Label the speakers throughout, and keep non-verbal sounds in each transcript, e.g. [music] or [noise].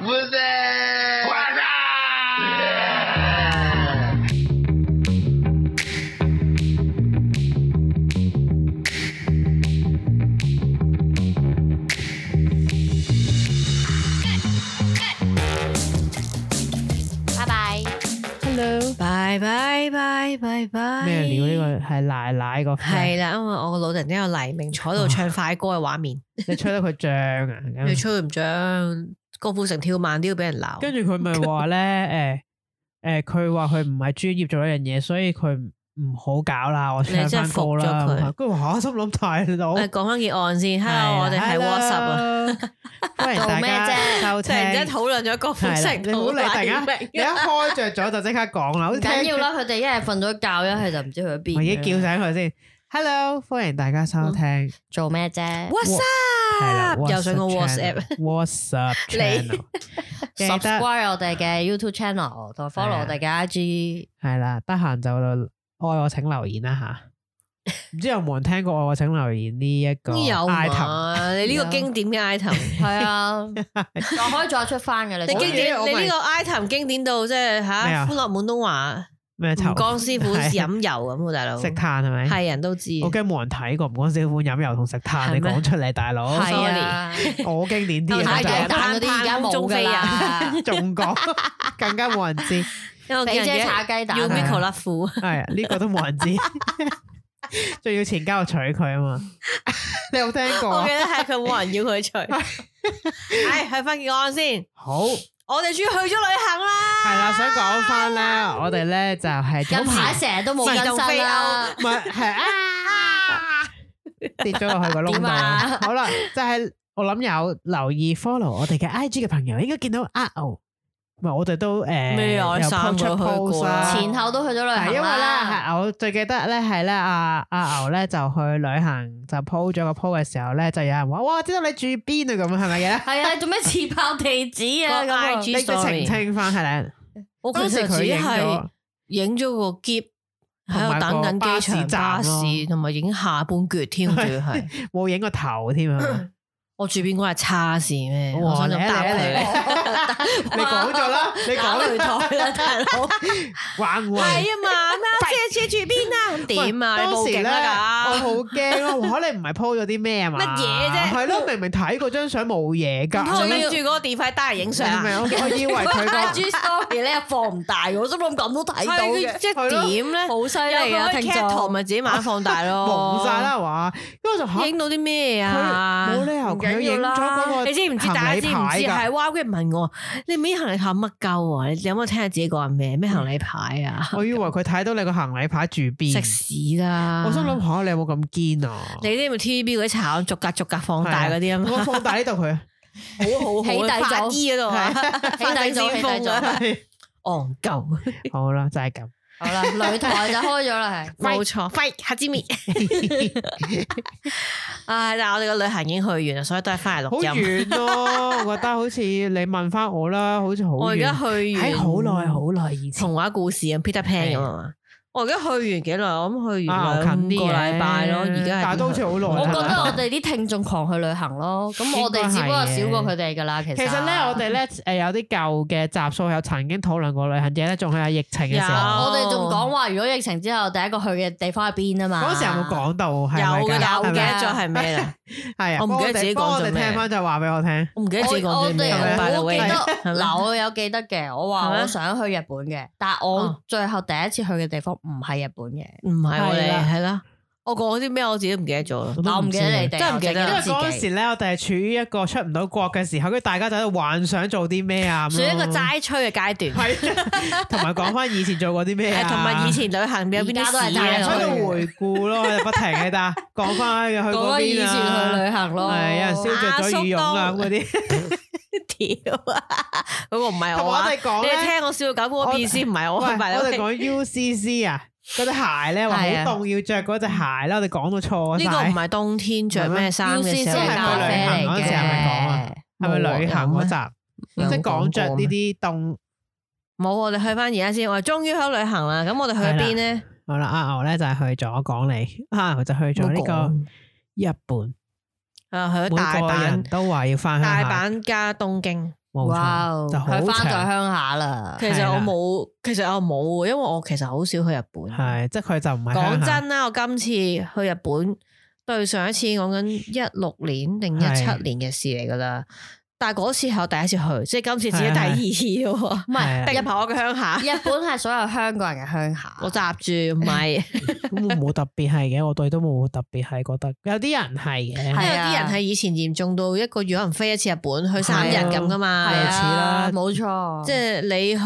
Speaker 1: Vous êtes...
Speaker 2: 拜拜。
Speaker 3: Hello，
Speaker 4: 拜拜拜拜拜。
Speaker 3: 咩料呢個係奶奶個 friend，
Speaker 4: 係啦，因為我個腦突然間有黎明坐喺度唱快歌嘅畫面，
Speaker 3: 你吹得佢漲啊！
Speaker 4: 你吹佢唔漲，郭富城跳慢都要俾人鬧。
Speaker 3: 跟住佢咪話咧，诶诶，佢話佢唔係專業做一樣嘢，所以佢唔唔好搞啦，我唱
Speaker 4: 你真係
Speaker 3: 翻
Speaker 4: 服
Speaker 3: 歌
Speaker 4: 咗
Speaker 3: 啦。咁啊跟
Speaker 4: 佢
Speaker 3: 住我吓心諗大佬，
Speaker 4: 誒講翻件案先，Hello，我哋係 WhatsApp
Speaker 3: [laughs]
Speaker 4: 啊。
Speaker 3: 啊，欢迎
Speaker 2: 做
Speaker 3: 大
Speaker 2: 咩啫
Speaker 3: 家收
Speaker 4: 突
Speaker 3: 聽。
Speaker 4: 然之間討論咗郭富
Speaker 3: 係啦
Speaker 4: 城
Speaker 3: 你唔好
Speaker 4: 同
Speaker 3: 理，突
Speaker 4: 黎
Speaker 3: 然間你一
Speaker 4: 明，
Speaker 3: 開着咗就即刻講啦，好
Speaker 2: 唔
Speaker 3: 似聽
Speaker 2: 緊要啦，佢哋一係瞓咗覺，一係就唔知去咗邊。
Speaker 3: 我已經叫醒佢先。Hello，歡迎大家收聽。係
Speaker 2: 做咩啫？
Speaker 3: 啦
Speaker 4: WhatsApp 又上個
Speaker 3: channel，WhatsApp
Speaker 4: WhatsApp。你
Speaker 3: channel，記
Speaker 4: [laughs]
Speaker 3: 得
Speaker 2: subscribe 我哋嘅 YouTube channel，同埋 follow 我哋嘅 IG。
Speaker 3: 係啦，得閒就愛我請留言啦吓。
Speaker 4: [laughs]
Speaker 3: 唔知有冇人聽過愛我請留言呢一個
Speaker 4: 有
Speaker 3: item？ [laughs]
Speaker 4: 嘛？你呢個經典嘅 item，
Speaker 2: 係啊，我可以再出翻嘅你
Speaker 4: 你
Speaker 2: 知唔
Speaker 4: 經
Speaker 2: 知。
Speaker 4: 典，
Speaker 3: 我
Speaker 4: 你
Speaker 3: 咪
Speaker 4: 呢個 item 經典到即係
Speaker 3: 咩
Speaker 4: 吓
Speaker 3: 啊
Speaker 4: 歡樂滿東華，
Speaker 3: 咩
Speaker 4: 吳
Speaker 3: 頭
Speaker 4: 江師傅
Speaker 3: 係
Speaker 4: 飲油咁喎，大佬
Speaker 3: 食炭係咪？
Speaker 4: 係人都知。
Speaker 3: 我驚冇人睇過唔講小款飲油同食炭，
Speaker 4: 係
Speaker 3: 你
Speaker 4: 咩
Speaker 3: 講出嚟，大佬，
Speaker 4: 係啊
Speaker 2: 啊，
Speaker 3: 我經典啲
Speaker 4: 太
Speaker 3: 啊
Speaker 4: 多
Speaker 2: 太
Speaker 3: 真係，
Speaker 2: 雞蛋嗰啲而家冇㗎 [laughs] 啦，
Speaker 3: 仲講 [laughs] 更加冇人知，
Speaker 4: 因為我
Speaker 2: 肥
Speaker 4: 見
Speaker 2: 姐
Speaker 4: 人
Speaker 2: 炒
Speaker 4: 嘅
Speaker 2: 雞蛋
Speaker 4: 要
Speaker 2: 啊。
Speaker 3: 咩
Speaker 4: Michael 甩褲。
Speaker 3: 係啊呢個都冇人知， [laughs] 仲要前交我娶佢啊
Speaker 4: [laughs]
Speaker 3: 嘛，你有聽過
Speaker 4: 我
Speaker 3: 啊
Speaker 4: 記？得係佢冇人要佢除。
Speaker 3: [laughs]
Speaker 4: 唉，去翻件案先，
Speaker 3: 好係
Speaker 4: 我哋終於去咗旅行啦。
Speaker 3: 啦，想講翻咧，
Speaker 4: [laughs]
Speaker 3: 我哋咧就係早
Speaker 2: 近排
Speaker 3: 排
Speaker 2: 成日都冇
Speaker 4: 自
Speaker 2: 更
Speaker 4: 動
Speaker 2: 新
Speaker 4: 飛
Speaker 2: 啦。
Speaker 3: 唔係係啊，跌咗落去個窿
Speaker 2: 點
Speaker 3: 度。
Speaker 2: 啊
Speaker 3: 好啦，就係我諗有留意 follow 我哋嘅 IG 嘅朋友，應該見到啊哦，唔係我哋都誒
Speaker 4: 咩啊我哋
Speaker 3: 有
Speaker 4: 三
Speaker 3: po 出
Speaker 4: 個去過
Speaker 3: post 啦，
Speaker 2: 前後都去咗旅
Speaker 4: 啊
Speaker 3: 係
Speaker 2: 行
Speaker 3: 因為咧
Speaker 2: 啦，
Speaker 3: 係我最記得咧係咧阿阿啊牛咧就去旅行就 po 咗個 po 嘅時候咧，就有人話哇知道你住邊啊咁樣係咪嘅？
Speaker 2: 係啊，你做咩自爆地址啊？
Speaker 4: 個
Speaker 2: 咁啊
Speaker 4: IG
Speaker 3: 你都澄清翻係咧，
Speaker 4: 我
Speaker 3: 當
Speaker 4: 其
Speaker 3: 時
Speaker 4: 實
Speaker 3: 佢
Speaker 4: 只
Speaker 3: 影
Speaker 4: 係
Speaker 3: 咗
Speaker 4: 影咗個箧喺度
Speaker 3: 同埋個
Speaker 4: 等緊機場巴
Speaker 3: 巴士站
Speaker 4: 士，
Speaker 3: 咯
Speaker 4: 同埋影下半橛添，仲要係。
Speaker 3: [laughs] 冇影個頭添啊！
Speaker 4: 我住邊嗰係叉事咩？我
Speaker 3: 哇
Speaker 4: 想
Speaker 3: 你
Speaker 4: 咁
Speaker 3: 啊
Speaker 4: 答
Speaker 3: 你
Speaker 4: 佢。
Speaker 3: 啊 [laughs] 你啊你講咗啦，你
Speaker 4: 打擂
Speaker 3: 講啦，
Speaker 4: 台啦，大佬
Speaker 3: [laughs]
Speaker 4: [laughs]
Speaker 3: 玩
Speaker 4: 係
Speaker 3: 玩。
Speaker 4: 啊嘛，咩車車住邊啊？咁點啊？你
Speaker 3: 當
Speaker 4: 報
Speaker 3: 時
Speaker 4: 警
Speaker 3: 咧，
Speaker 4: 啦
Speaker 3: 我
Speaker 4: 㗎！
Speaker 3: 好驚
Speaker 4: [laughs]
Speaker 3: 咯！哇，你唔係 po 咗啲咩啊嘛？
Speaker 4: 乜嘢啫
Speaker 3: 係咯，明明睇過張相冇嘢㗎。
Speaker 4: 我拎住嗰個電快單嚟影相
Speaker 3: 你明
Speaker 4: 啊！
Speaker 3: 唔明我以為
Speaker 4: [laughs]
Speaker 3: 佢
Speaker 2: 佢
Speaker 3: 個
Speaker 2: IG story 咧放唔大喎，我心諗咁都睇到
Speaker 4: 係
Speaker 2: 嘅
Speaker 4: 佢，即係
Speaker 3: 係咯
Speaker 4: 點咧？
Speaker 2: 好犀利
Speaker 4: 有
Speaker 2: 啊！
Speaker 4: 個
Speaker 2: 聽
Speaker 4: cat 圖
Speaker 2: 眾
Speaker 4: 咪自己晚放大
Speaker 3: [laughs]
Speaker 4: 咯，
Speaker 3: 蒙晒啦，係嘛？跟住我就嚇
Speaker 4: 影到啲咩
Speaker 3: 佢
Speaker 4: 啊？
Speaker 3: 冇理由
Speaker 4: 唔
Speaker 3: 佢
Speaker 4: 緊要
Speaker 3: 影咗
Speaker 4: 啦
Speaker 3: 嗰個
Speaker 4: 你知唔知？
Speaker 3: 行李
Speaker 4: 大家知唔
Speaker 3: 牌
Speaker 4: 知？
Speaker 3: 㗎
Speaker 4: 係哇！佢問我：你唔影行李牌乜鳩啊？你有冇聽下自己講係咩？咩行李牌啊？
Speaker 3: 我以為佢睇到你個行李牌住
Speaker 4: 食
Speaker 3: 邊。
Speaker 4: 屎啦！
Speaker 3: 我心諗吓，你有冇咁堅啊？
Speaker 4: 你知唔知 TVB 嗰啲炒逐格逐格放大嗰啲啊嘛？
Speaker 3: 我放大呢度佢，
Speaker 4: [laughs]
Speaker 3: [laughs]
Speaker 4: 好
Speaker 3: 啊
Speaker 4: 好
Speaker 2: 起底
Speaker 4: 法
Speaker 2: 組
Speaker 4: 醫嗰度啊，
Speaker 2: 起底組起底組，
Speaker 3: 係
Speaker 4: 戇鳩，
Speaker 3: 好啦，就係咁。
Speaker 4: [laughs]
Speaker 2: 好啦，擂台就開咗啦，係
Speaker 4: 冇錯，快黑之面。 [laughs] 唉，但係我哋個旅行已經去完啦，所以都係翻嚟
Speaker 3: 好
Speaker 4: 錄音。
Speaker 3: 遠
Speaker 4: [laughs]
Speaker 3: 咯，我覺得好似你問翻我啦，好似好
Speaker 4: 我而家
Speaker 3: 遠，
Speaker 4: 去完
Speaker 3: 喺好耐好耐以前。
Speaker 4: 童話故事咁 Peter Pan 咁啊嘛。我而家去完幾耐？我諗去
Speaker 3: 啊
Speaker 4: 完
Speaker 3: 近
Speaker 4: 兩
Speaker 3: 啲
Speaker 4: 個
Speaker 3: 嘅
Speaker 4: 禮拜咯，而家係啊
Speaker 3: 但係都好似好耐
Speaker 2: 我覺
Speaker 3: 啦
Speaker 2: 得我哋啲聽眾狂去旅行咯，咁我哋只不過少過佢哋㗎啦，其實
Speaker 3: 其實咧，我哋咧誒有啲舊嘅集數有曾經討論過旅行者咧，仲係疫情嘅時
Speaker 4: 有
Speaker 3: 候，
Speaker 2: 我哋仲講話，如果疫情之後第一個去嘅地方係邊啊嘛？
Speaker 3: 嗰時有冇講到係咪
Speaker 4: 有
Speaker 3: 㗎
Speaker 4: 嘅，但係我
Speaker 3: 係
Speaker 4: 唔記得
Speaker 3: 咪
Speaker 2: 㗎
Speaker 4: 咗係
Speaker 3: [laughs]
Speaker 4: 咩啦。
Speaker 3: 係啊，
Speaker 4: 我唔
Speaker 3: 幫哋
Speaker 4: 記得自己講
Speaker 3: 幫我
Speaker 4: 咗
Speaker 3: 哋
Speaker 4: 咩
Speaker 3: 聽翻就話俾我聽。
Speaker 4: 我唔記得
Speaker 2: 我
Speaker 4: 自己講
Speaker 2: 我
Speaker 4: 咗咩啦。
Speaker 2: 哋
Speaker 4: by the
Speaker 2: 我
Speaker 4: way
Speaker 2: 記
Speaker 4: 係
Speaker 2: 得
Speaker 4: 咪
Speaker 2: 嗱，我有記得嘅，我話
Speaker 4: 係咩
Speaker 2: 我想去日本嘅，但係我
Speaker 4: 哦
Speaker 2: 最後第一次去嘅地方唔係日本嘅，
Speaker 4: 唔係我
Speaker 3: 係
Speaker 4: 哋
Speaker 3: 啦
Speaker 4: 係啦。我講啲咩我自己都唔記得咗啦。
Speaker 3: 都
Speaker 2: 但我唔記得
Speaker 3: 知啊
Speaker 2: 你哋，
Speaker 4: 真係唔
Speaker 2: 我
Speaker 4: 記得
Speaker 3: 因為
Speaker 2: 淨係
Speaker 3: 嗰
Speaker 2: 記
Speaker 3: 陣
Speaker 2: 得自
Speaker 3: 時
Speaker 2: 己。
Speaker 3: 咧，我哋係處於一個出唔到國嘅時候，跟住大家就喺度幻想做啲咩
Speaker 4: [laughs]
Speaker 3: 啊，
Speaker 4: 屬於一個齋吹嘅階段，
Speaker 3: 係啊，同埋講翻以前做過啲咩啊，
Speaker 4: 誒同埋以前旅行有邊啲
Speaker 2: 而家都係
Speaker 4: 事
Speaker 2: 齋
Speaker 4: 啊
Speaker 2: 吹
Speaker 3: 喺度回顧咯，不停嘅，但係講翻去
Speaker 2: 講
Speaker 3: 嗰
Speaker 2: 翻以前
Speaker 3: 邊
Speaker 2: 去
Speaker 3: 啊，
Speaker 2: 旅行咯，
Speaker 3: 係有人燒着咗羽絨啊咁嗰 [laughs] 啲，
Speaker 4: 屌啊！嗰個
Speaker 3: 同
Speaker 4: 唔係我
Speaker 3: 埋我
Speaker 4: 啊！
Speaker 3: 哋講
Speaker 4: 你
Speaker 3: 咧。
Speaker 4: 聽我笑搞嗰個
Speaker 3: 我
Speaker 4: B C 唔係我，
Speaker 3: 喂
Speaker 4: 唔係
Speaker 3: 我哋
Speaker 4: 你
Speaker 3: 講 UCC 啊，嗰隻鞋咧話好
Speaker 4: 係啊
Speaker 3: 凍要着嗰隻鞋啦，我哋講到錯
Speaker 4: 呢
Speaker 3: 晒。
Speaker 4: 個唔係冬天着咩衫嘅
Speaker 2: UCC
Speaker 4: 時
Speaker 2: 係
Speaker 4: 候
Speaker 3: 係
Speaker 2: 咖
Speaker 4: 咖
Speaker 2: 啡
Speaker 4: 啡
Speaker 2: 嚟
Speaker 3: 嗰陣時係咪講啊
Speaker 2: 嘅，
Speaker 3: 係咪旅行嗰集？即
Speaker 2: 有
Speaker 3: 係講着
Speaker 2: 過
Speaker 3: 呢
Speaker 2: 咩
Speaker 3: 啲凍。
Speaker 4: 冇，我哋去翻而家先。我哋終於喺旅行啦。咁我哋去邊咧？
Speaker 3: 好啦，阿牛咧就係去咗港你，阿牛就去咗呢個日本，
Speaker 4: 啊，去咗大
Speaker 3: 每個人
Speaker 4: 阪、
Speaker 3: 都話要翻鄉
Speaker 4: 大
Speaker 3: 下。
Speaker 4: 阪加東京。
Speaker 3: 冇
Speaker 2: 哇
Speaker 3: 錯，
Speaker 2: 哦！
Speaker 3: 就好
Speaker 2: 佢翻咗鄉
Speaker 3: 長。
Speaker 2: 下啦
Speaker 4: 其，實我
Speaker 3: 係啦
Speaker 4: 冇，其實我冇，因為我其實好少去日本。
Speaker 3: 係，即係佢就唔係鄉
Speaker 4: 講
Speaker 3: 下
Speaker 4: 真啦，我今次去日本對上一次講緊一六年定一七
Speaker 3: 係
Speaker 4: 年嘅事嚟噶啦，但係嗰次係我第一次去，即係今次只係第二喎。
Speaker 2: 唔係
Speaker 3: 係
Speaker 4: 定係我嘅鄉下，
Speaker 2: 日本係所有香港人嘅鄉 [laughs] 下。
Speaker 4: 我閘住唔
Speaker 3: [laughs]
Speaker 4: 係。
Speaker 3: 咁我冇特別係嘅，我對都冇特別係覺得，有啲人係嘅，
Speaker 4: [laughs]
Speaker 2: 係
Speaker 4: 因為
Speaker 2: 啊
Speaker 4: 啲人係以前嚴重到一個月可能飛一次日本，去三日咁噶嘛。
Speaker 2: 係
Speaker 3: 類似啦
Speaker 2: 啊，冇錯，
Speaker 4: 即係你去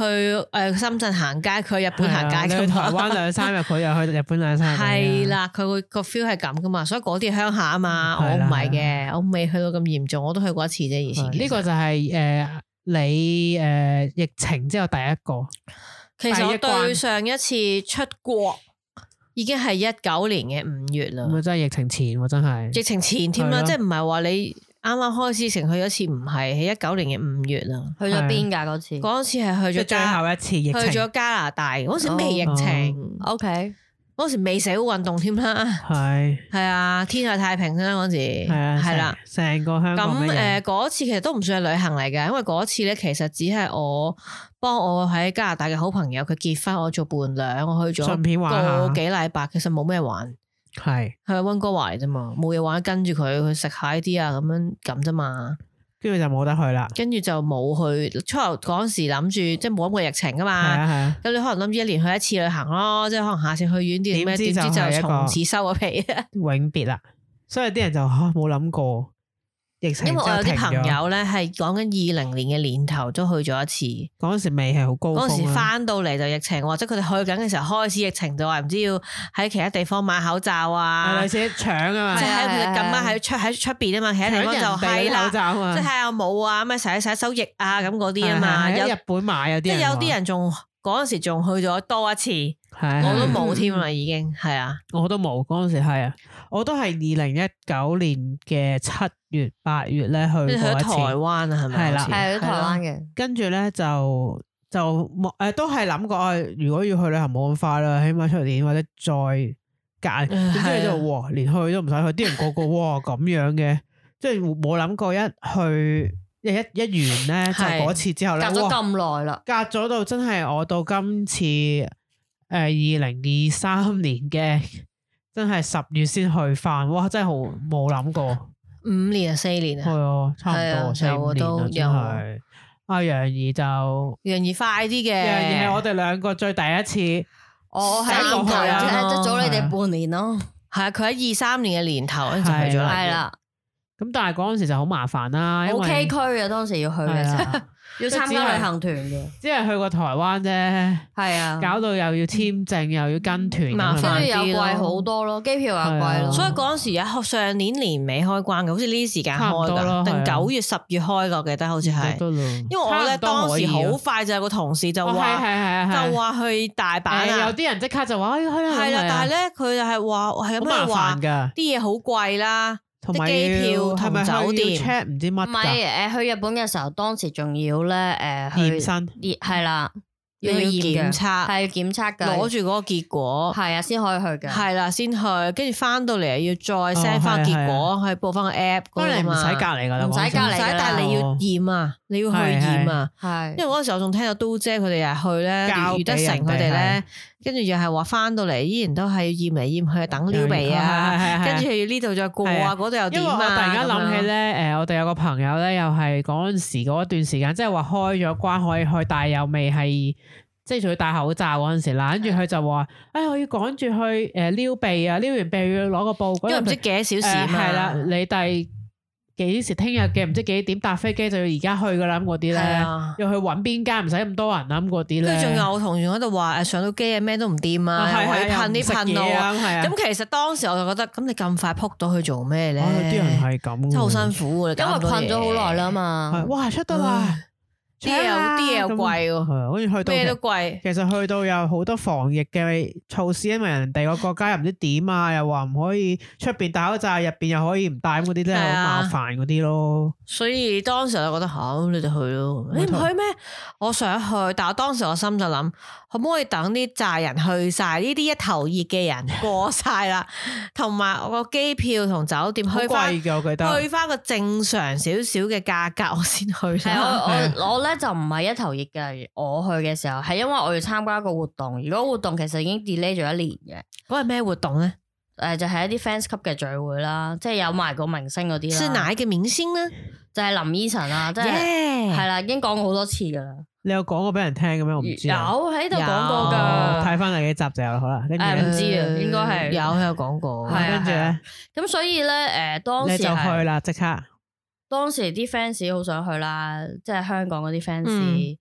Speaker 4: 誒深圳行街，佢去日本行
Speaker 3: 係啊啊
Speaker 4: 街
Speaker 3: 你
Speaker 4: 咁
Speaker 3: 去台灣
Speaker 4: [laughs]
Speaker 3: 兩三日，佢又去日本兩三日咁樣，
Speaker 4: 係啦，佢會個 feel 係咁噶嘛，所以嗰啲係鄉下啊嘛，我
Speaker 3: 係啦
Speaker 4: 唔係嘅，我未去到咁嚴重，我都去過一次啫。以前
Speaker 3: 係。
Speaker 4: 其實
Speaker 3: 呢個就係誒你誒疫情之後第一個，
Speaker 4: 其實
Speaker 2: 第
Speaker 4: 我
Speaker 2: 一關
Speaker 4: 對上一次出國已經係一九年嘅五月啦，
Speaker 3: 咁真係疫情前喎，真係
Speaker 4: 疫情前添
Speaker 3: 係
Speaker 4: 啦，
Speaker 3: 咯
Speaker 4: 即係唔係話你啱啱開始疫情去咗一次，唔係喺一九年嘅五月啦，
Speaker 2: 去咗邊
Speaker 3: 啊
Speaker 2: 㗎嗰次
Speaker 4: 嗰次係
Speaker 3: 嗯即
Speaker 4: 去
Speaker 3: 係
Speaker 4: 咗
Speaker 3: 最
Speaker 4: 加
Speaker 3: 後一次疫
Speaker 4: 去
Speaker 3: 情哦
Speaker 4: 咗，加拿大，嗰時未疫情，
Speaker 2: ？O K，
Speaker 4: 嗰時未社會運動添啦，
Speaker 3: 係
Speaker 4: 係啊，天下太平啦嗰時，
Speaker 3: 係啊，
Speaker 4: 係啦。
Speaker 3: 成，成個香港
Speaker 4: 咁
Speaker 3: 乜
Speaker 4: 誒
Speaker 3: 嘢
Speaker 4: 嗰次其實都唔算係旅行嚟嘅，因為嗰次咧其實只係我幫我喺加拿大嘅好朋友佢結婚，我做伴娘，我去咗
Speaker 3: 順便玩下
Speaker 4: 個幾禮拜，其實冇咩玩，
Speaker 3: 係，
Speaker 4: 係温哥華嚟啫嘛，冇嘢玩，跟住佢去食蟹啲啊咁樣咁啫嘛，
Speaker 3: 跟住就冇得去啦，
Speaker 4: 跟住就冇去。初頭嗰陣時諗住即係冇咁嘅疫情啊
Speaker 3: 係
Speaker 4: 嘛。
Speaker 3: 啊係啊，
Speaker 4: 咁你可能諗住一年去一次旅行咯，即係可能下次去遠啲定
Speaker 3: 點
Speaker 4: 咩，
Speaker 3: 知
Speaker 4: 點知
Speaker 3: 就係
Speaker 4: 就
Speaker 3: 一個
Speaker 4: 從此收咗皮。
Speaker 3: 永別啦，所以啲人就嚇冇諗過疫 [laughs] 情
Speaker 4: 因為
Speaker 3: 之後
Speaker 4: 我有
Speaker 3: 停
Speaker 4: 啲朋
Speaker 3: 咗，
Speaker 4: 友咧係講緊二零年嘅年頭都去咗一次，
Speaker 3: 嗰陣時未係好高
Speaker 4: 嗰
Speaker 3: 峰
Speaker 4: 陣
Speaker 3: 啊
Speaker 4: 時
Speaker 3: 啦，
Speaker 4: 翻到嚟就疫情，或者佢哋去緊嘅時候開始疫情，就話唔知要喺其他地方買口罩啊
Speaker 3: 係類，似搶啊
Speaker 4: 即
Speaker 3: 嘛
Speaker 4: 係
Speaker 2: 係，
Speaker 4: 喺佢哋
Speaker 2: 係
Speaker 4: 咁啱喺出喺出邊啊嘛，其他地
Speaker 3: 搶
Speaker 4: 方就
Speaker 3: 人哋
Speaker 4: 係
Speaker 3: 啲
Speaker 4: 啦
Speaker 3: 口，罩啊嘛
Speaker 4: 即係。睇下有冇啊，咩洗洗手液啊咁嗰啲啊嘛，
Speaker 3: 係係
Speaker 4: 有
Speaker 3: 喺日本買啊有啲
Speaker 4: 即係
Speaker 3: 人
Speaker 4: 有啲人仲嗰陣時仲去咗多一次，
Speaker 3: 話，
Speaker 4: 我
Speaker 3: 我
Speaker 4: 都
Speaker 3: 都
Speaker 4: 冇添啦，已經係啊。
Speaker 3: 我都冇嗰陣時係啊，我都係二零一九年嘅七月八月咧去過
Speaker 4: 你去咗
Speaker 3: 一
Speaker 4: 台
Speaker 3: 次，
Speaker 4: 灣啊，係咪？
Speaker 3: 係啦
Speaker 2: 嗯係去台灣嘅，
Speaker 3: 跟住咧就就冇誒、都係諗過，啊如果要去旅行冇咁快啦，起碼出年或者再隔，
Speaker 4: 嗯
Speaker 3: 點知就哇連去都唔使去，啲人個個哇咁樣嘅，即係冇諗過一去一一一完咧就
Speaker 4: 係
Speaker 3: 嗰次之後
Speaker 2: 隔
Speaker 3: 咧，
Speaker 2: 咗
Speaker 3: 哇
Speaker 2: 咁耐啦，
Speaker 3: 隔咗到真係我到今次誒二零二三年嘅，真係十月先去翻，哇！真係好冇諗過，
Speaker 4: 五年啊，四年啊，
Speaker 3: 係啊，差唔
Speaker 4: 係啊
Speaker 3: 多四五
Speaker 4: 有
Speaker 3: 年
Speaker 4: 都
Speaker 3: 啦，真
Speaker 4: 有
Speaker 3: 係。阿楊怡就楊
Speaker 4: 楊怡快啲嘅。
Speaker 3: 怡係我哋兩個最第一次，
Speaker 2: 我喺年頭
Speaker 3: 三個人
Speaker 2: 啫，即係早你哋
Speaker 3: 係啊
Speaker 2: 半年咯，
Speaker 4: 係啊，佢喺二三年嘅年頭咧就去咗
Speaker 3: 係
Speaker 4: 啦。
Speaker 2: 係啊啦，
Speaker 3: 咁但係嗰陣時就好麻煩啦，因
Speaker 2: 好
Speaker 3: 為
Speaker 2: K 區嘅當時要去嘅
Speaker 3: 係
Speaker 2: 時候，
Speaker 3: 啊，
Speaker 2: [laughs] 要參加旅行團嘅，
Speaker 3: 只係去過台灣啫，
Speaker 2: 係啊，
Speaker 3: 搞到又要簽證又要跟團咁樣，
Speaker 4: 嗯麻
Speaker 2: 跟
Speaker 4: 煩
Speaker 2: 住又貴好多咯，機票又貴
Speaker 3: 係啊
Speaker 2: 咯，
Speaker 4: 所以嗰陣時一上年年尾開關嘅，好似呢啲時間
Speaker 3: 差唔
Speaker 4: 開
Speaker 3: 多咯
Speaker 4: 㗎，定
Speaker 3: 係啊
Speaker 4: 九月十月開㗎，我記得好似係。因為我咧當時好快就有個同事就
Speaker 3: 係啊哦係
Speaker 4: 話
Speaker 3: 係係
Speaker 4: 就話去大阪
Speaker 3: 誒
Speaker 4: 啊
Speaker 3: 有，啲人即刻就話哎去啦，
Speaker 4: 係啦，但係咧佢就係話係
Speaker 3: 好
Speaker 4: 咁樣
Speaker 3: 麻
Speaker 4: 話
Speaker 3: 煩㗎。
Speaker 4: 啲嘢好貴啦，
Speaker 3: 同埋
Speaker 4: 啲機票
Speaker 3: 要係咪
Speaker 4: 同酒
Speaker 3: 去要
Speaker 4: 店
Speaker 3: check 唔知乜
Speaker 2: 唔係
Speaker 3: 㗎
Speaker 2: 誒去日本嘅時候，當時仲要咧誒去
Speaker 3: 驗身，
Speaker 2: 驗係啦，
Speaker 4: 要
Speaker 2: 去
Speaker 4: 檢
Speaker 2: 驗嘅，
Speaker 4: 測，
Speaker 2: 係要檢測㗎，
Speaker 4: 攞住嗰個結果。
Speaker 2: 係啊先可以去嘅，
Speaker 4: 係啦，先去，跟住翻到嚟又要再 send
Speaker 3: 哦
Speaker 4: 翻
Speaker 3: 係
Speaker 4: 結
Speaker 3: 啊
Speaker 4: 果，去報翻個 app
Speaker 3: 當
Speaker 4: 嗰
Speaker 3: 然
Speaker 4: 度
Speaker 3: 唔
Speaker 4: 嘛
Speaker 3: 使隔離㗎啦，
Speaker 2: 唔使隔
Speaker 4: 唔
Speaker 2: 離
Speaker 4: 使，
Speaker 2: 㗎啦
Speaker 4: 但係你要驗啊，你要去驗啊。
Speaker 2: 係
Speaker 4: 因為嗰陣時我仲聽到都姐佢哋日去咧，
Speaker 3: 交俾
Speaker 4: 余德成佢哋咧，跟住又係話翻到嚟依然都係要驗嚟驗去，等撩鼻啊，
Speaker 3: 啊
Speaker 4: 跟住又要呢度再過
Speaker 3: 係
Speaker 4: 啊，
Speaker 3: 啊
Speaker 4: 嗰度又
Speaker 3: 因
Speaker 4: 點
Speaker 3: 為
Speaker 4: 啊。
Speaker 3: 我突然間諗起
Speaker 4: 咁樣，
Speaker 3: 咧，誒，我哋有個朋友咧，又係嗰陣時嗰段時間，即係話開咗關可以去，但係又未係。即係仲要戴口罩嗰陣時啦，跟住佢就話：，哎，我要趕住去誒撩鼻啊，撩完鼻要攞個報告，
Speaker 4: 因為唔知幾多小時啊
Speaker 3: 誒
Speaker 4: 嘛
Speaker 3: 係啦，你第幾時聽日嘅唔知幾點搭飛機就要而家去噶啦，咁嗰啲
Speaker 4: 係
Speaker 3: 咧，
Speaker 4: 啊。
Speaker 3: 要去揾邊間唔使咁多人啦，咁嗰啲
Speaker 4: 跟
Speaker 3: 咧，
Speaker 4: 住仲有我同事喺度話誒上到機啊咩都唔掂啊，
Speaker 3: 啊係
Speaker 4: 又
Speaker 3: 係
Speaker 4: 要噴啲噴
Speaker 3: 又唔食嘢
Speaker 4: 霧啊。
Speaker 3: 啊，係啊，
Speaker 4: 咁其實當時我就覺得，咁你咁快撲到去做咩咧？
Speaker 3: 哦啊有啲人係咁，
Speaker 4: 真係好辛苦喎，你
Speaker 2: 因
Speaker 4: 搞
Speaker 2: 為
Speaker 4: 咁多
Speaker 2: 困咗好耐啦
Speaker 4: 嘢。
Speaker 2: 嘛
Speaker 3: 係。，哇出得啦，
Speaker 4: 啲嘢又啲嘢又貴喎，
Speaker 3: 係啊，跟住去到
Speaker 4: 咩
Speaker 3: 其
Speaker 4: 都貴。
Speaker 3: 其實去到有好多防疫嘅措施，因為人哋個國家又唔知點啊，又話唔可以出邊戴口罩，入邊又可以唔戴咁嗰啲，真係好麻煩嗰啲咯。
Speaker 4: 所以當時我就覺得吓、咁你哋去咯，你唔
Speaker 3: 冇錯
Speaker 4: 去咩？我想去，但我當時我心就諗，可唔可以等啲炸人去晒，呢啲一頭熱嘅人過晒啦， [laughs] 同埋我個機票同酒店
Speaker 3: 好
Speaker 4: 去翻
Speaker 3: 貴嘅，我記
Speaker 4: 去
Speaker 3: 得。
Speaker 4: 翻個正常少少嘅價格，我先去
Speaker 2: 系
Speaker 4: [laughs] 啦。
Speaker 2: 啊
Speaker 3: 啊
Speaker 2: 我我我咧就唔係一頭熱嘅，我去嘅時候係因為我要參加一個活動，如果活動其實已經 delay 咗一年嘅。
Speaker 4: 嗰係咩活動咧？
Speaker 2: 誒、就係一啲 fans 級嘅聚會啦，即係有埋個明星嗰啲
Speaker 4: 是
Speaker 2: 啦，
Speaker 4: 哪一個明星呢？
Speaker 2: 就係林依晨啊，即啊係係
Speaker 4: 耶！
Speaker 2: 啦，已經講過好多次噶啦，
Speaker 3: 你有講過俾人聽嘅咩？我唔
Speaker 2: 有
Speaker 3: 知啊。
Speaker 2: 喺度講
Speaker 4: 有
Speaker 2: 過
Speaker 3: 哦
Speaker 2: 㗎，
Speaker 3: 睇翻嚟嘅集就有啦，好啦，跟住
Speaker 2: 誒唔
Speaker 3: 咧
Speaker 2: 知啊應該係
Speaker 4: 嗯有有講過，
Speaker 2: 係啊
Speaker 3: 跟住咧，
Speaker 2: 咁所以咧誒、當
Speaker 3: 你
Speaker 2: 時
Speaker 3: 就去
Speaker 2: 係
Speaker 3: 啦，即刻。
Speaker 2: 當時啲 fans 好想去啦，即係香港嗰啲 fans，
Speaker 4: 嗯
Speaker 2: 咁、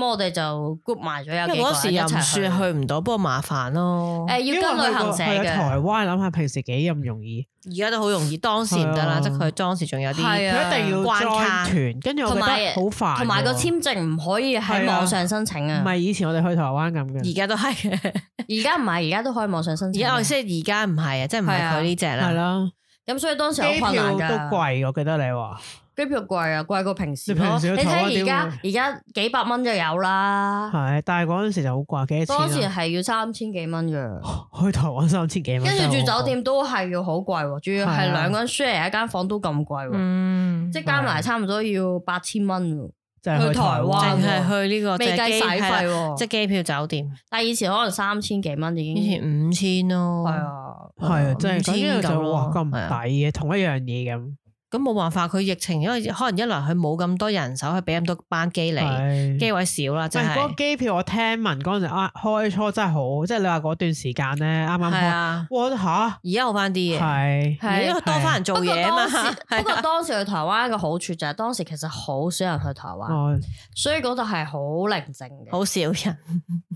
Speaker 2: 我哋就 group 埋咗有
Speaker 4: 因
Speaker 2: 幾
Speaker 4: 為
Speaker 2: 個
Speaker 4: 嗰時
Speaker 2: 人一
Speaker 4: 又唔
Speaker 2: 齊去，
Speaker 4: 算
Speaker 2: 誒、
Speaker 4: 去唔到，不過麻煩咯。
Speaker 2: 要跟旅行社
Speaker 3: 因為去過去咗台
Speaker 2: 嘅，
Speaker 3: 灣諗下平時幾咁容易，
Speaker 4: 而家都好容易，當時唔得
Speaker 3: 係啊
Speaker 4: 啦，即係佢當時仲有啲
Speaker 2: 係
Speaker 3: 佢
Speaker 2: 啊
Speaker 3: 一定要
Speaker 4: 關
Speaker 3: join
Speaker 4: 卡
Speaker 3: 團，跟住我覺
Speaker 2: 同
Speaker 3: 得
Speaker 2: 埋
Speaker 3: 好煩喎。
Speaker 2: 同埋個簽證唔可以喺
Speaker 3: 係啊
Speaker 2: 網上申請
Speaker 3: 唔
Speaker 2: 啊，
Speaker 3: 係以前我哋去台灣咁嘅
Speaker 4: 而。家都係嘅，
Speaker 2: 而家唔係，而家都可以網上申
Speaker 4: 而
Speaker 2: 請嘅。
Speaker 4: 家我先而家唔係啊，即係唔係佢呢只
Speaker 3: 係
Speaker 4: 啦。
Speaker 3: 啦，
Speaker 2: 咁所以當時好
Speaker 3: 機
Speaker 2: 困
Speaker 3: 票
Speaker 2: 難
Speaker 3: 都
Speaker 2: 㗎。
Speaker 3: 貴，我記得你話
Speaker 2: 機票貴啊，貴過平時
Speaker 3: 你
Speaker 2: 咯。
Speaker 3: 平時去
Speaker 2: 你
Speaker 3: 台灣
Speaker 2: 睇而
Speaker 3: 點
Speaker 2: 家而家幾百蚊就有啦，
Speaker 3: 係，但係嗰陣時就好貴，幾多
Speaker 2: 當啊時
Speaker 3: 錢啊？
Speaker 2: 係要三千幾蚊嘅，
Speaker 3: 去台灣三千幾蚊，
Speaker 2: 跟住
Speaker 3: 真
Speaker 2: 住
Speaker 3: 係好
Speaker 2: 酒店都係要好貴喎，仲要
Speaker 3: 係
Speaker 2: 係
Speaker 3: 啊
Speaker 2: 兩個人 share 一間房都咁貴喎，
Speaker 4: 嗯，
Speaker 2: 即
Speaker 4: 即
Speaker 2: 係加埋差唔多要八千蚊喎，
Speaker 3: 貴就係
Speaker 2: 去台
Speaker 3: 灣
Speaker 2: 灣
Speaker 4: 淨係去呢個
Speaker 2: 未計使費，
Speaker 4: 係啦
Speaker 2: 喎。
Speaker 4: 即係
Speaker 2: 即
Speaker 4: 機票酒店，
Speaker 2: 但係以前可能三千幾蚊已
Speaker 4: 以
Speaker 2: 經
Speaker 4: 前五千咯。
Speaker 2: 係啊，
Speaker 3: 係啊，真係
Speaker 4: 五千
Speaker 3: 咁樣
Speaker 4: 咁
Speaker 3: 就
Speaker 4: 咯
Speaker 3: 哇咁唔
Speaker 4: 係啊
Speaker 3: 抵嘅，同一樣嘢咁。
Speaker 4: 咁冇辦法，佢疫情，因為可能一來佢冇咁多人手去俾咁多班機嚟，
Speaker 3: 係
Speaker 4: 機位少啦，
Speaker 3: 唔
Speaker 4: 真
Speaker 3: 係嗰個
Speaker 4: 係。
Speaker 3: 機票，我聽聞嗰陣時啊，開初真係好，即係你話嗰段時間咧，啱啱
Speaker 4: 係
Speaker 3: 開，
Speaker 4: 啊，
Speaker 3: 我嚇
Speaker 4: 而家好翻啲嘅，
Speaker 3: 係
Speaker 2: 係
Speaker 4: 因為多翻人做
Speaker 2: 不過
Speaker 4: 嘢啊嘛
Speaker 2: 當。時不過當時去台灣嘅好處就係當時其實好少人去台灣，
Speaker 3: 哦，
Speaker 2: 所以嗰度係好寧靜嘅。
Speaker 4: 好少人，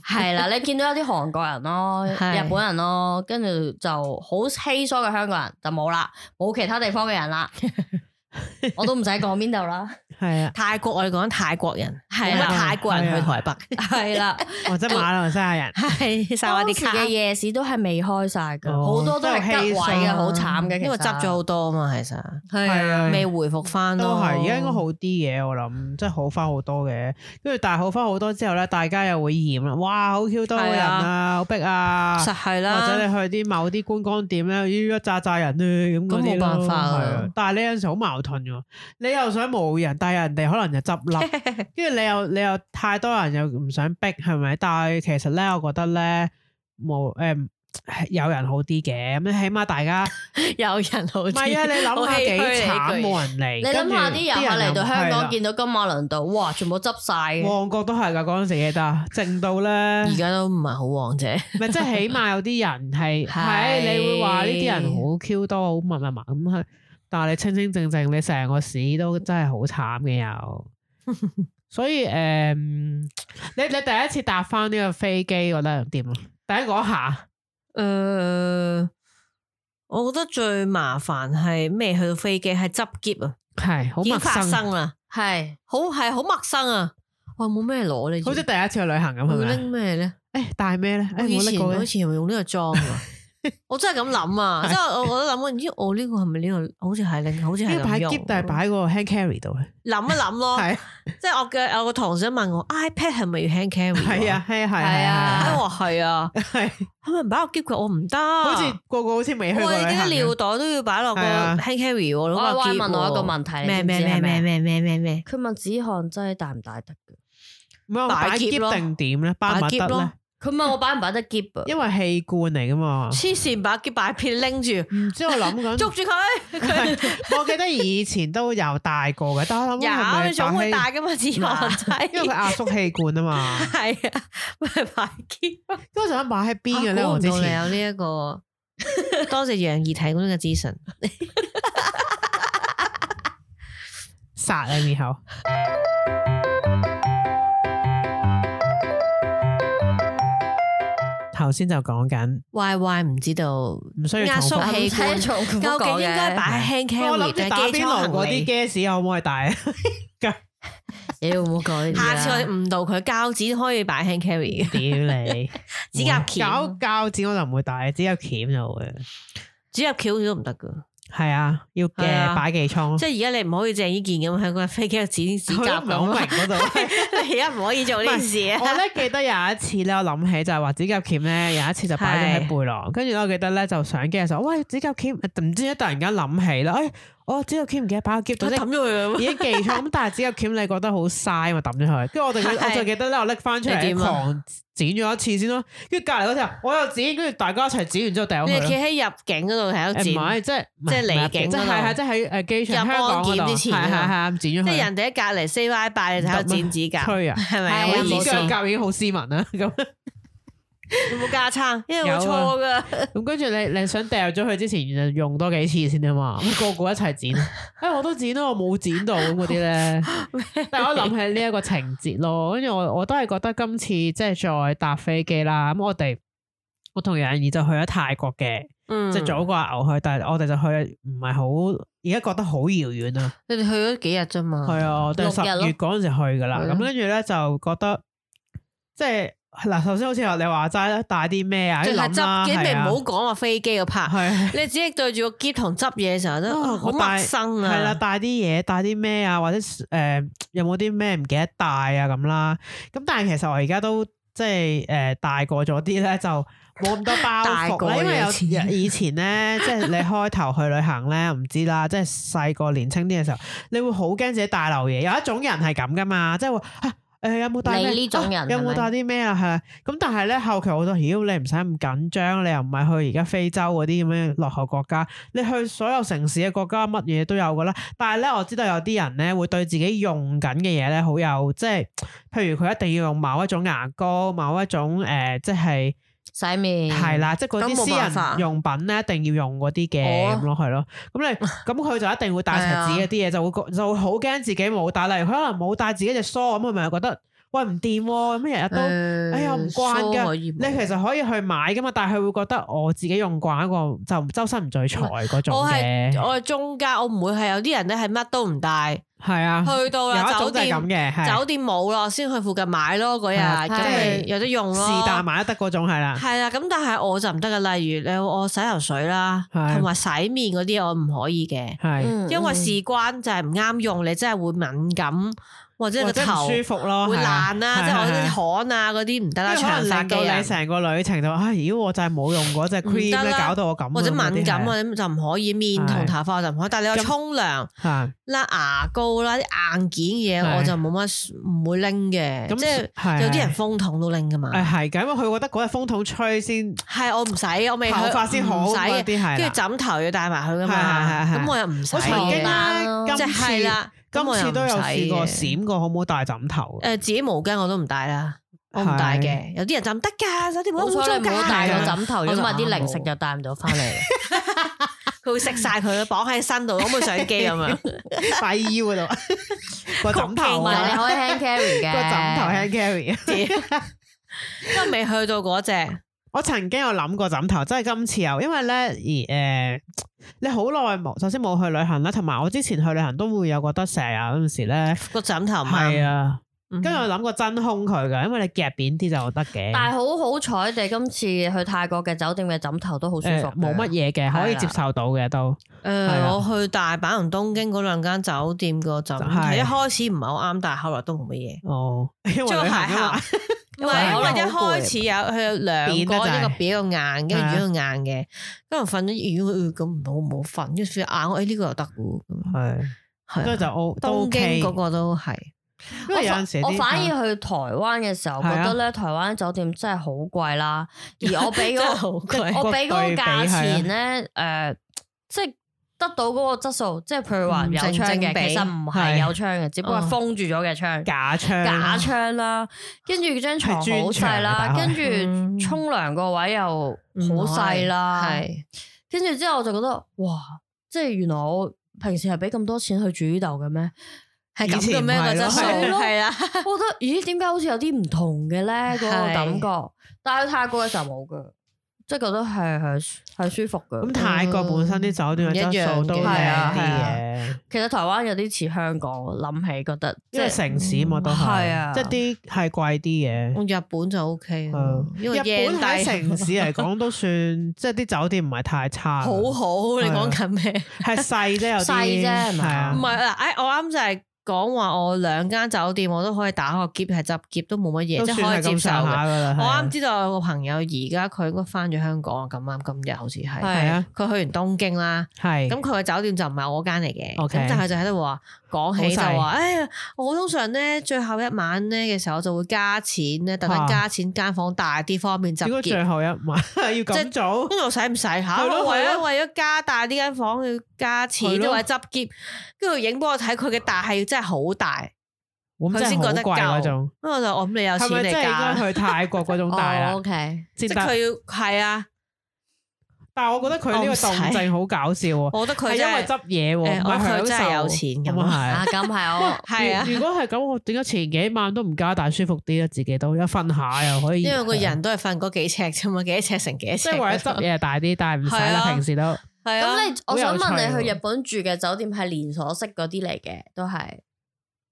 Speaker 2: 係啦，你見到有啲韓國人咯、
Speaker 4: 係
Speaker 2: 日本人咯，跟住就好稀疏嘅香港人就冇啦，冇其他地方嘅人啦。我都唔使講邊度啦，
Speaker 3: 係啊。
Speaker 4: [laughs] 泰國我哋講緊泰國人，
Speaker 2: 係
Speaker 4: 冇乜
Speaker 2: 啦
Speaker 4: 泰國人去台北，
Speaker 2: 係 [laughs] 啦，
Speaker 3: 或者馬來西亞
Speaker 4: [laughs]
Speaker 3: 人，
Speaker 4: 係沙
Speaker 2: 當
Speaker 4: 瓦
Speaker 2: 時
Speaker 4: 啲卡
Speaker 2: 嘅夜市都係未開晒㗎，
Speaker 3: 哦
Speaker 2: 好多都係吉位啊
Speaker 3: 真
Speaker 4: 啊
Speaker 2: 嘅，好慘嘅，
Speaker 4: 因為執咗好多啊嘛，其實
Speaker 2: 好，係
Speaker 3: 係
Speaker 2: 啊，
Speaker 3: 啊，
Speaker 4: 未回復翻
Speaker 3: 都
Speaker 4: 咯。
Speaker 3: 係，而家應該好啲嘅，我諗，即係好翻好多嘅。跟住但係好翻好多之後咧，大家又會嫌啦，哇，好 Q 多人
Speaker 4: 係
Speaker 3: 啊，好逼啊，
Speaker 4: 實係啦，
Speaker 3: 或者你去啲某啲觀光點咧，要一扎扎人咧，咁嗰啲
Speaker 4: 咁冇
Speaker 3: 咯
Speaker 4: 辦法啊
Speaker 3: 係但係你有陣時好矛盾喎，你又想冇人，但係人哋可能就執笠，跟住你又你又太多人又唔想逼，係咪？但係其實咧，我覺得咧冇誒。有人好啲嘅，咁起碼大家唔
Speaker 4: 有人好似
Speaker 3: 係啊！你諗下幾慘，冇人嚟。
Speaker 2: 你諗下啲遊
Speaker 3: 跟
Speaker 2: 客
Speaker 3: 住人
Speaker 2: 嚟到
Speaker 3: 又
Speaker 2: 香
Speaker 3: 係
Speaker 2: 港
Speaker 3: 啦
Speaker 2: 見到金馬倫道，哇，全部執晒嘅，
Speaker 3: 旺角都係噶，嗰陣時記得，靜到咧，
Speaker 4: 而家都唔係好旺啫，
Speaker 3: [laughs] 咪即係起碼有啲人係係
Speaker 4: 係
Speaker 3: 你會話呢啲人好 Q 多好密密麻咁係，但係你清清靜靜，你成個市都真係好慘嘅
Speaker 4: [laughs]
Speaker 3: 又。所以誒、嗯你你第一次搭翻呢個飛機，覺得點啊？第一嗰下
Speaker 4: 誒、我覺得最麻煩係咩？去到飛機係執篋啊，
Speaker 3: 係好
Speaker 4: 已經
Speaker 3: 陌
Speaker 4: 發
Speaker 3: 生，
Speaker 4: 生啦，
Speaker 2: 係
Speaker 4: 好係好陌生啊！我冇咩攞咧，
Speaker 3: 好似第一次去旅行咁係
Speaker 4: 會
Speaker 3: 咪？
Speaker 4: 拎咩咧？
Speaker 3: 誒帶咩咧？誒
Speaker 4: 我以
Speaker 3: 冇拎
Speaker 4: 前
Speaker 3: 過
Speaker 4: 好
Speaker 3: 嘅
Speaker 4: 似係咪用呢個裝啊？我真係咁諗啊！即係我我都諗，唔知我呢個係咪呢個？好似係拎，好似
Speaker 3: 呢
Speaker 4: 係
Speaker 3: 個擺
Speaker 4: 咁用。
Speaker 3: 篋定係擺個 hand carry 度咧？
Speaker 4: 諗一諗咯，
Speaker 3: 係
Speaker 4: 即係我嘅我個同事問我 iPad 係咪要 hand carry？ [laughs]
Speaker 3: 係啊，係啊係
Speaker 2: 係啊
Speaker 3: 啊
Speaker 4: 哎，我話係啊，
Speaker 3: 係
Speaker 4: 係咪唔擺落篋佢？我唔得，
Speaker 3: 好似個個好似未去過
Speaker 4: 我哋
Speaker 3: 旅行
Speaker 4: 啲
Speaker 3: 嘅
Speaker 4: 尿袋都要擺落個
Speaker 3: 係啊
Speaker 4: hand carry 喎，攞
Speaker 2: 我
Speaker 4: 個
Speaker 2: 話
Speaker 4: 篋
Speaker 2: 問我一個問題，
Speaker 4: 喎咩
Speaker 2: 你知唔
Speaker 4: 咩
Speaker 2: 知係啊
Speaker 4: 咩咩
Speaker 2: 咩
Speaker 4: 咩咩咩咩，
Speaker 2: 佢問止汗劑帶唔帶得嘅？
Speaker 3: 唔係我
Speaker 4: 擺
Speaker 3: 擺
Speaker 4: 篋
Speaker 3: 篋
Speaker 4: 咯
Speaker 3: 定點咧？擺
Speaker 4: 擺
Speaker 3: 唔得
Speaker 4: 篋
Speaker 3: 咧
Speaker 4: 咯？
Speaker 2: 佢問我擺唔擺得篋啊？
Speaker 3: 因為器官嚟噶嘛。
Speaker 4: 黐線把篋擺撇拎住，
Speaker 3: 唔知我諗
Speaker 4: 捉 [laughs]
Speaker 3: 緊，
Speaker 4: 住佢，
Speaker 3: 係我記得以前都有戴過嘅，但我諗係
Speaker 4: 有
Speaker 3: 咪
Speaker 4: 你總會
Speaker 3: 擺
Speaker 4: 大噶嘛，止汗
Speaker 3: 喺因為佢
Speaker 4: 劑。
Speaker 3: 壓縮器官啊嘛。
Speaker 4: [laughs] 係啊，咪擺篋。
Speaker 3: 咁我想擺喺邊嘅咧？
Speaker 4: 啊估
Speaker 3: 我
Speaker 4: 唔
Speaker 3: 之
Speaker 4: 到你
Speaker 3: 前
Speaker 4: 有呢一個， [laughs] 多謝楊怡提供呢個資訊。
Speaker 3: 殺你面口。頭先就講緊，
Speaker 4: Y Y 唔知道
Speaker 3: 唔需要
Speaker 4: 壓
Speaker 3: 重
Speaker 4: 縮
Speaker 3: 複。
Speaker 4: 器官
Speaker 2: 唔使重複
Speaker 4: 究竟
Speaker 2: 講嘅
Speaker 4: 應該擺喺 hand
Speaker 3: 我
Speaker 4: carry
Speaker 3: 諗
Speaker 4: 定
Speaker 3: 住打
Speaker 4: 係機
Speaker 3: 邊
Speaker 4: 艙
Speaker 3: 爐
Speaker 4: 行
Speaker 3: 嗰啲
Speaker 4: 李？
Speaker 3: gas 可唔可以帶啊？
Speaker 2: 屌唔好講呢啲
Speaker 4: 下次我哋
Speaker 2: 啦。
Speaker 4: 誤導佢，膠紙可以擺 hand carry 嘅，
Speaker 3: 屌 [laughs] 你，
Speaker 4: 指甲鉗
Speaker 3: 搞膠紙我就唔會帶，指甲鉗就會。
Speaker 4: 指甲鉗都唔得噶。
Speaker 3: 係啊，要嘅
Speaker 4: 係啊
Speaker 3: 擺寄倉。
Speaker 4: 即係而家你唔可以鄭伊健咁喺個飛機度剪指
Speaker 3: 我都
Speaker 4: 甲
Speaker 3: 唔係好
Speaker 4: 咁
Speaker 3: 明
Speaker 4: 啊！
Speaker 3: 嗰度。
Speaker 4: [laughs] 你而家唔可以做呢件事啊！
Speaker 3: 我咧記得有一次咧，我諗起就係話指甲鉗咧，有一次就擺咗喺背囊，跟住咧我記得咧就上機嘅時候，喂指甲鉗，唔知點解突然間諗起啦，哎我指甲鉗唔記得擺喺個箧度，即係
Speaker 4: 咗佢
Speaker 3: 已經記錯，咁但係指甲鉗你覺得好嘥嘛，抌咗佢，跟住我就記
Speaker 4: 係
Speaker 3: 我就記得咧，我拎翻出
Speaker 4: 你
Speaker 3: 嚟
Speaker 4: 點啊
Speaker 3: 狂剪咗一次先咯，跟住隔離嗰條我又剪，跟住大家一齊剪完之後掉咗
Speaker 4: 你
Speaker 3: 佢
Speaker 4: 係
Speaker 3: 咯。
Speaker 4: 企喺入境嗰度喺
Speaker 3: 誒
Speaker 4: 度
Speaker 3: 唔
Speaker 4: 剪，
Speaker 3: 係，即係唔
Speaker 4: 即係
Speaker 3: 係
Speaker 4: 離
Speaker 3: 唔係
Speaker 4: 境
Speaker 3: 即係
Speaker 4: 嗰度
Speaker 3: 係係即係喺誒機場
Speaker 4: 入
Speaker 3: 香港嗰
Speaker 4: 安檢
Speaker 3: 度，
Speaker 4: 之前啊
Speaker 3: 係係係剪咗佢。
Speaker 4: 即係人哋喺隔離 say bye bye，你就喺度剪指甲，
Speaker 3: 吹啊！
Speaker 4: 係咪
Speaker 2: 係
Speaker 4: 啊？
Speaker 2: 啊
Speaker 4: 有
Speaker 2: 冇
Speaker 3: 我
Speaker 4: 冇
Speaker 3: 指
Speaker 2: 錯
Speaker 3: 甲夾已經好斯文啦，咁
Speaker 4: 有冇架撐？因為
Speaker 3: 有啊
Speaker 4: 好錯噶，
Speaker 3: 咁跟住你你想掉咗佢之前，就用多幾次先啊
Speaker 4: [laughs]
Speaker 3: 嘛，咁個個一齊剪。哎，我都剪啦，我冇剪到咁嗰啲
Speaker 4: [laughs]
Speaker 3: 咧。但係我諗起呢一個情節咯，跟住我我都係覺得今次即係再搭飛機啦，咁我哋。我同楊怡就去咗泰國嘅，
Speaker 4: 嗯
Speaker 3: 即係早過牛去，但係我哋就去唔係好，而家覺得好遙遠啊。
Speaker 4: 你哋去咗幾日啫嘛？
Speaker 3: 係啊，我哋十
Speaker 2: 六日咯
Speaker 3: 月嗰陣時去噶啦，
Speaker 4: 係啊
Speaker 3: 咁
Speaker 4: 咯
Speaker 3: 跟住咧就覺得即係嗱，首先好似你話齋啦，帶啲咩啊？
Speaker 4: 淨
Speaker 3: 啲
Speaker 4: 係
Speaker 3: 諗啦
Speaker 4: 執機，
Speaker 3: 係
Speaker 4: 你唔
Speaker 3: 啊
Speaker 4: 好講話飛機個 part，
Speaker 3: 係
Speaker 4: 你只係對住個機同執嘢嘅時候都
Speaker 3: 啊
Speaker 4: 啊好
Speaker 3: 我
Speaker 4: 陌
Speaker 3: 帶
Speaker 4: 生
Speaker 3: 係啦，
Speaker 4: 啊！
Speaker 3: 帶啲嘢，帶啲咩啊？或者誒、呃有冇啲咩唔記得帶啊？咁啦，咁但係其實我而家都即係誒、呃大個咗啲咧，就冇咁多包
Speaker 4: 大個
Speaker 3: 袱啦。因為
Speaker 4: 有錢
Speaker 3: 有以前咧，即係你開頭去旅行咧，唔知啦，即係細個年青啲嘅時候，你會好驚自己帶漏嘢。有一種人係咁噶嘛，即係話啊。誒有冇帶咩
Speaker 2: 你呢種人
Speaker 3: 啊有
Speaker 2: 係
Speaker 3: 冇
Speaker 2: 咪
Speaker 3: 帶啲咩啊？係啊咁，但係咧後期我覺得，妖你唔使咁緊張，你又唔係去而家非洲嗰啲咁樣落後國家，你去所有城市嘅國家乜嘢都有噶啦。但係咧，我知道有啲人咧會對自己用緊嘅嘢咧好有，即係譬如佢一定要用某一種牙膏、某一種誒、呃即係
Speaker 2: 洗面
Speaker 3: 係，啦，即係嗰
Speaker 4: 嗯咁
Speaker 3: 啲
Speaker 4: 冇
Speaker 3: 私
Speaker 4: 辦法
Speaker 3: 人用品咧一定要用嗰啲嘅
Speaker 4: 我
Speaker 3: 咁咯，係咯。咁
Speaker 4: [laughs]
Speaker 3: 你咁佢就一定會帶
Speaker 4: 係
Speaker 3: 齊
Speaker 4: 啊
Speaker 3: 自己一啲嘢，就會覺就會好驚自己冇帶。例如佢可能冇帶自己隻梳，咁佢咪覺得喂唔掂喎，咁日日都。
Speaker 4: 哎
Speaker 3: 哎呀唔慣㗎你其實可以去買噶嘛，但係佢會覺得我自己用慣一個就周身唔聚財嗰種
Speaker 4: 我係
Speaker 3: 嘅，
Speaker 4: 我係中間，我唔會係有啲人咧係乜都唔帶，
Speaker 3: 係啊，
Speaker 4: 去到
Speaker 3: 有
Speaker 4: 啦
Speaker 3: 一
Speaker 4: 酒
Speaker 3: 種就係
Speaker 4: 店
Speaker 3: 咁嘅，係
Speaker 4: 酒店冇咯，先去附近買咯嗰
Speaker 3: 係
Speaker 4: 日，咁咪
Speaker 2: 係
Speaker 4: 有得用咯。
Speaker 3: 是但買得嗰種係啦，
Speaker 4: 係啦，咁但係我就唔得噶。例如你我洗頭水啦，
Speaker 3: 係
Speaker 4: 同埋洗面嗰啲我唔可以嘅，
Speaker 3: 係
Speaker 2: 嗯
Speaker 4: 因為事關就係唔啱用，你真係會敏感或者
Speaker 3: 或
Speaker 4: 個
Speaker 3: 者唔
Speaker 4: 頭
Speaker 3: 舒服咯，
Speaker 4: 會
Speaker 3: 係啊
Speaker 4: 爛啦，即係我
Speaker 3: 係啊
Speaker 4: 啲汗啊嗰啲唔得啦，
Speaker 3: 因為可
Speaker 4: 長
Speaker 3: 能
Speaker 4: 髮
Speaker 3: 令
Speaker 4: 嘅
Speaker 3: 到你
Speaker 4: 人
Speaker 3: 成個旅程就啊，咦，我就係冇用嗰隻 cream
Speaker 4: 唔得
Speaker 3: 咧，
Speaker 4: 啦
Speaker 3: 搞到我咁啊
Speaker 4: 或者
Speaker 3: 嗰啲
Speaker 4: 敏感
Speaker 3: 係
Speaker 4: 啊，咁就唔可以面同
Speaker 3: 係
Speaker 4: 頭髮我就唔可以。但係你有
Speaker 3: 咁
Speaker 4: 沖涼。
Speaker 3: 嚇
Speaker 4: 啦、牙膏啦、啲硬件嘢，
Speaker 3: 係
Speaker 4: 我就冇乜唔會拎嘅，
Speaker 3: 咁
Speaker 4: 即係
Speaker 3: 係
Speaker 4: 有啲人風筒都拎噶嘛。
Speaker 3: 誒係嘅，因為佢覺得嗰隻風筒吹先
Speaker 4: 係我唔使，我未去
Speaker 3: 頭髮先好
Speaker 4: 唔使
Speaker 3: 嗰
Speaker 4: 嘅，
Speaker 3: 啲係
Speaker 4: 跟
Speaker 3: 啦
Speaker 4: 住。枕頭要帶埋去噶
Speaker 3: 係係
Speaker 4: 嘛。
Speaker 3: 係係
Speaker 4: 咁我又唔使
Speaker 3: 我曾經
Speaker 2: 經
Speaker 4: 嘅，
Speaker 2: 啦
Speaker 3: 咧，
Speaker 4: 即
Speaker 3: 今次
Speaker 4: 係啦。咁
Speaker 3: 今
Speaker 4: 我又
Speaker 3: 次
Speaker 4: 唔
Speaker 3: 都有
Speaker 4: 使
Speaker 3: 試過
Speaker 4: 嘅。
Speaker 3: 閃過，好唔好帶枕頭？
Speaker 4: 誒自己毛巾我都唔帶啦，我唔帶
Speaker 3: [laughs]
Speaker 4: 嘅。有啲人就唔得㗎，手啲好
Speaker 2: 好
Speaker 4: 污糟
Speaker 2: 彩你唔好
Speaker 4: 㗎。
Speaker 2: 帶
Speaker 3: 個
Speaker 2: 個枕頭，
Speaker 4: 我
Speaker 2: 因
Speaker 4: 就
Speaker 2: 為
Speaker 4: 啱
Speaker 2: 啲零
Speaker 4: 冇
Speaker 2: 食就帶唔到翻 [laughs] 嚟。
Speaker 4: 佢會食晒佢，綁喺身度，可唔可以上機咁樣？
Speaker 3: 擺腰
Speaker 4: [laughs]
Speaker 3: 嗰度個枕頭
Speaker 2: 唔
Speaker 4: 好
Speaker 2: 係你
Speaker 3: 啊，
Speaker 2: 可以 hand carry 嘅
Speaker 3: 個枕頭 hand carry。 [laughs]
Speaker 4: 因為未去到嗰只，
Speaker 3: 我曾經有諗過枕頭，真係今次有，因為咧而誒、呃你好耐冇，首先冇去旅行啦，同埋我之前去旅行都會有覺得成日嗰陣時咧，
Speaker 4: 個枕頭唔
Speaker 3: 係
Speaker 4: 啱。
Speaker 3: 啊，
Speaker 4: 嗯
Speaker 3: 跟住我諗過真空佢噶，因為你夾扁啲就得嘅，
Speaker 2: 但係好好彩地，今次去泰國嘅酒店嘅枕頭都好舒
Speaker 3: 誒
Speaker 2: 服，
Speaker 3: 冇乜。嘢嘅，可以
Speaker 2: 係啦
Speaker 3: 接受到嘅都係
Speaker 4: 誒、
Speaker 3: 啊
Speaker 4: 我去大阪同東京嗰兩間酒店個枕頭，
Speaker 3: 係
Speaker 4: 一開始唔係好啱，但係後來都冇乜嘢。
Speaker 3: 哦，因為
Speaker 4: 即係
Speaker 3: 旅行啊
Speaker 4: 鞋
Speaker 3: 嘛，
Speaker 4: 唔
Speaker 3: [laughs]
Speaker 2: 因為
Speaker 4: 係
Speaker 2: 可
Speaker 4: 因
Speaker 2: 能
Speaker 4: 為一
Speaker 2: 好攰
Speaker 4: 開始有佢有兩個，一
Speaker 3: 扁得滯
Speaker 4: 個比較硬，跟住
Speaker 3: 係啊
Speaker 4: 如果佢硬嘅，跟住瞓咗，如果咁唔好唔好瞓，跟住瞓硬，我誒呢個又得喎，咁
Speaker 3: 係，所
Speaker 4: 係
Speaker 3: 以
Speaker 4: 啊。
Speaker 3: 就 O 都
Speaker 4: 東
Speaker 3: OK，
Speaker 4: 京嗰個都係，
Speaker 3: 因為有陣時
Speaker 2: 我
Speaker 3: 啲啊
Speaker 2: 反而去台灣嘅時候，
Speaker 3: 係
Speaker 2: 覺
Speaker 3: 啊
Speaker 2: 得咧台灣酒店真係好貴啦，
Speaker 3: [laughs]
Speaker 2: 而我俾
Speaker 4: [laughs] 真係好
Speaker 2: 嗰
Speaker 4: 貴
Speaker 2: 我
Speaker 3: 個對
Speaker 2: 俾嗰個
Speaker 3: 比
Speaker 2: 價錢
Speaker 3: 係啊
Speaker 2: 咧，誒，即係得到嗰個質素，即係譬如話
Speaker 3: 嗯
Speaker 4: 唔
Speaker 2: 有窗
Speaker 4: 成正
Speaker 2: 嘅，
Speaker 4: 比
Speaker 2: 其實唔係
Speaker 3: 係嗯
Speaker 2: 有窗嘅，只不過係
Speaker 4: 哦
Speaker 2: 封住咗嘅窗。
Speaker 3: 假槍
Speaker 2: 假窗啦，跟住張床好細啦，
Speaker 3: 係
Speaker 2: 跟
Speaker 3: 專
Speaker 4: 長嘅
Speaker 2: 住沖涼個位又好
Speaker 4: 唔
Speaker 2: 細啦，
Speaker 4: 係
Speaker 2: 跟住之後我就覺得哇，即係原來我平時係俾咁多錢去住呢度嘅咩？
Speaker 4: 係
Speaker 3: 以
Speaker 4: 咁
Speaker 3: 前
Speaker 4: 嘅
Speaker 3: 唔
Speaker 4: 咩
Speaker 3: 係
Speaker 4: 個
Speaker 3: 咯
Speaker 4: 質素
Speaker 2: 係咯
Speaker 4: 係啦，
Speaker 2: 我覺得咦，點解好似有啲唔同嘅咧？嗰個
Speaker 4: 係
Speaker 2: 感覺，但係去泰國嘅時候冇噶，即係覺得係係係舒服嘅。
Speaker 3: 咁泰國本身啲酒店嘅質素都靚啲
Speaker 4: 嗯一樣嘅
Speaker 2: 係啊
Speaker 3: 嘅，
Speaker 2: 其實台灣有啲似香港，諗起覺得即
Speaker 3: 因為
Speaker 2: 係
Speaker 3: 城市嘛都
Speaker 2: 係
Speaker 3: 係
Speaker 2: 啊，
Speaker 3: 即係啲係貴啲嘅。
Speaker 4: 日本就 O K，
Speaker 3: 嗯
Speaker 4: 因
Speaker 3: 日
Speaker 4: 為
Speaker 3: 本喺
Speaker 4: yen 低
Speaker 3: 城市嚟講都
Speaker 4: [laughs]
Speaker 3: 算，即係啲酒店唔係太差，
Speaker 4: 好好。你講緊咩？
Speaker 3: 係啊細啫，有啲
Speaker 2: 細啫係
Speaker 3: 係
Speaker 2: 咪
Speaker 3: 啊
Speaker 4: 唔，係嗱，誒，我啱就係講話我兩間酒店我都可以打個劫，係執劫都冇乜嘢，
Speaker 3: 都
Speaker 4: 即係可
Speaker 3: 算
Speaker 4: 以
Speaker 3: 係
Speaker 4: 接
Speaker 3: 咁
Speaker 4: 受
Speaker 3: 上
Speaker 4: 嘅。
Speaker 3: 下噶啦。係
Speaker 4: 我
Speaker 3: 啊
Speaker 4: 啱知道有個朋友而家佢應該翻咗香港啊，咁啱今日好似係，
Speaker 3: 係啊，
Speaker 4: 佢去完東京啦，
Speaker 3: 係
Speaker 4: 咁佢嘅酒店就唔係我間嚟嘅，咁
Speaker 3: OK
Speaker 4: 但係就喺度話講起就
Speaker 3: 好
Speaker 4: 話，哎呀，我通常咧最後一晚咧嘅時候，我就會加錢咧，特登
Speaker 3: 啊
Speaker 4: 加錢間房大啲，方便
Speaker 3: 點
Speaker 4: 執
Speaker 3: 解
Speaker 4: 劫
Speaker 3: 最。後一晚 [laughs] 要咁早？
Speaker 4: 跟住我使唔使吓？
Speaker 3: 係咯
Speaker 4: 我為
Speaker 3: 係
Speaker 4: 咗
Speaker 3: 咯
Speaker 4: 為咗加大呢間房要加錢，
Speaker 3: 係
Speaker 4: 因
Speaker 3: 咯
Speaker 4: 為執劫，跟住影俾我睇，佢嘅大係真係好大，
Speaker 3: 咁真係好貴嗰種，
Speaker 4: 咁我就我諗你有錢
Speaker 3: 係咪
Speaker 4: 嚟
Speaker 3: 真係應該
Speaker 4: 㗎，
Speaker 3: 去泰國嗰種大
Speaker 2: 哦
Speaker 3: 啦？
Speaker 2: ，OK，
Speaker 3: 先
Speaker 4: 即係
Speaker 3: 得。
Speaker 4: 佢要係啊，
Speaker 3: 但係我覺得佢呢個動靜好搞笑喎，
Speaker 4: 我覺得
Speaker 3: 係
Speaker 4: 哦佢
Speaker 3: 因
Speaker 4: 真
Speaker 3: 為
Speaker 4: 係
Speaker 3: 執嘢喎，唔
Speaker 4: 誒我
Speaker 3: 係
Speaker 4: 佢真係有
Speaker 3: 享受
Speaker 4: 錢咁
Speaker 3: 咁啊
Speaker 2: 啊咁係我
Speaker 3: 係。
Speaker 4: 係啊
Speaker 3: 如，如果係咁，我點解前幾晚都唔加大舒服啲咧？自己都一瞓下又可以，
Speaker 4: 因為個人都係瞓嗰幾尺啫嘛，幾多尺乘幾多尺
Speaker 3: 即係為咗執嘢大啲，但係唔使
Speaker 4: 係
Speaker 3: 啦，
Speaker 4: 啊
Speaker 3: 平時都。
Speaker 4: [laughs] 係啊，
Speaker 2: 咁你我
Speaker 3: 好有
Speaker 2: 想問
Speaker 3: 趣喎
Speaker 2: 你去日本住嘅酒店係連鎖式嗰啲嚟嘅，都係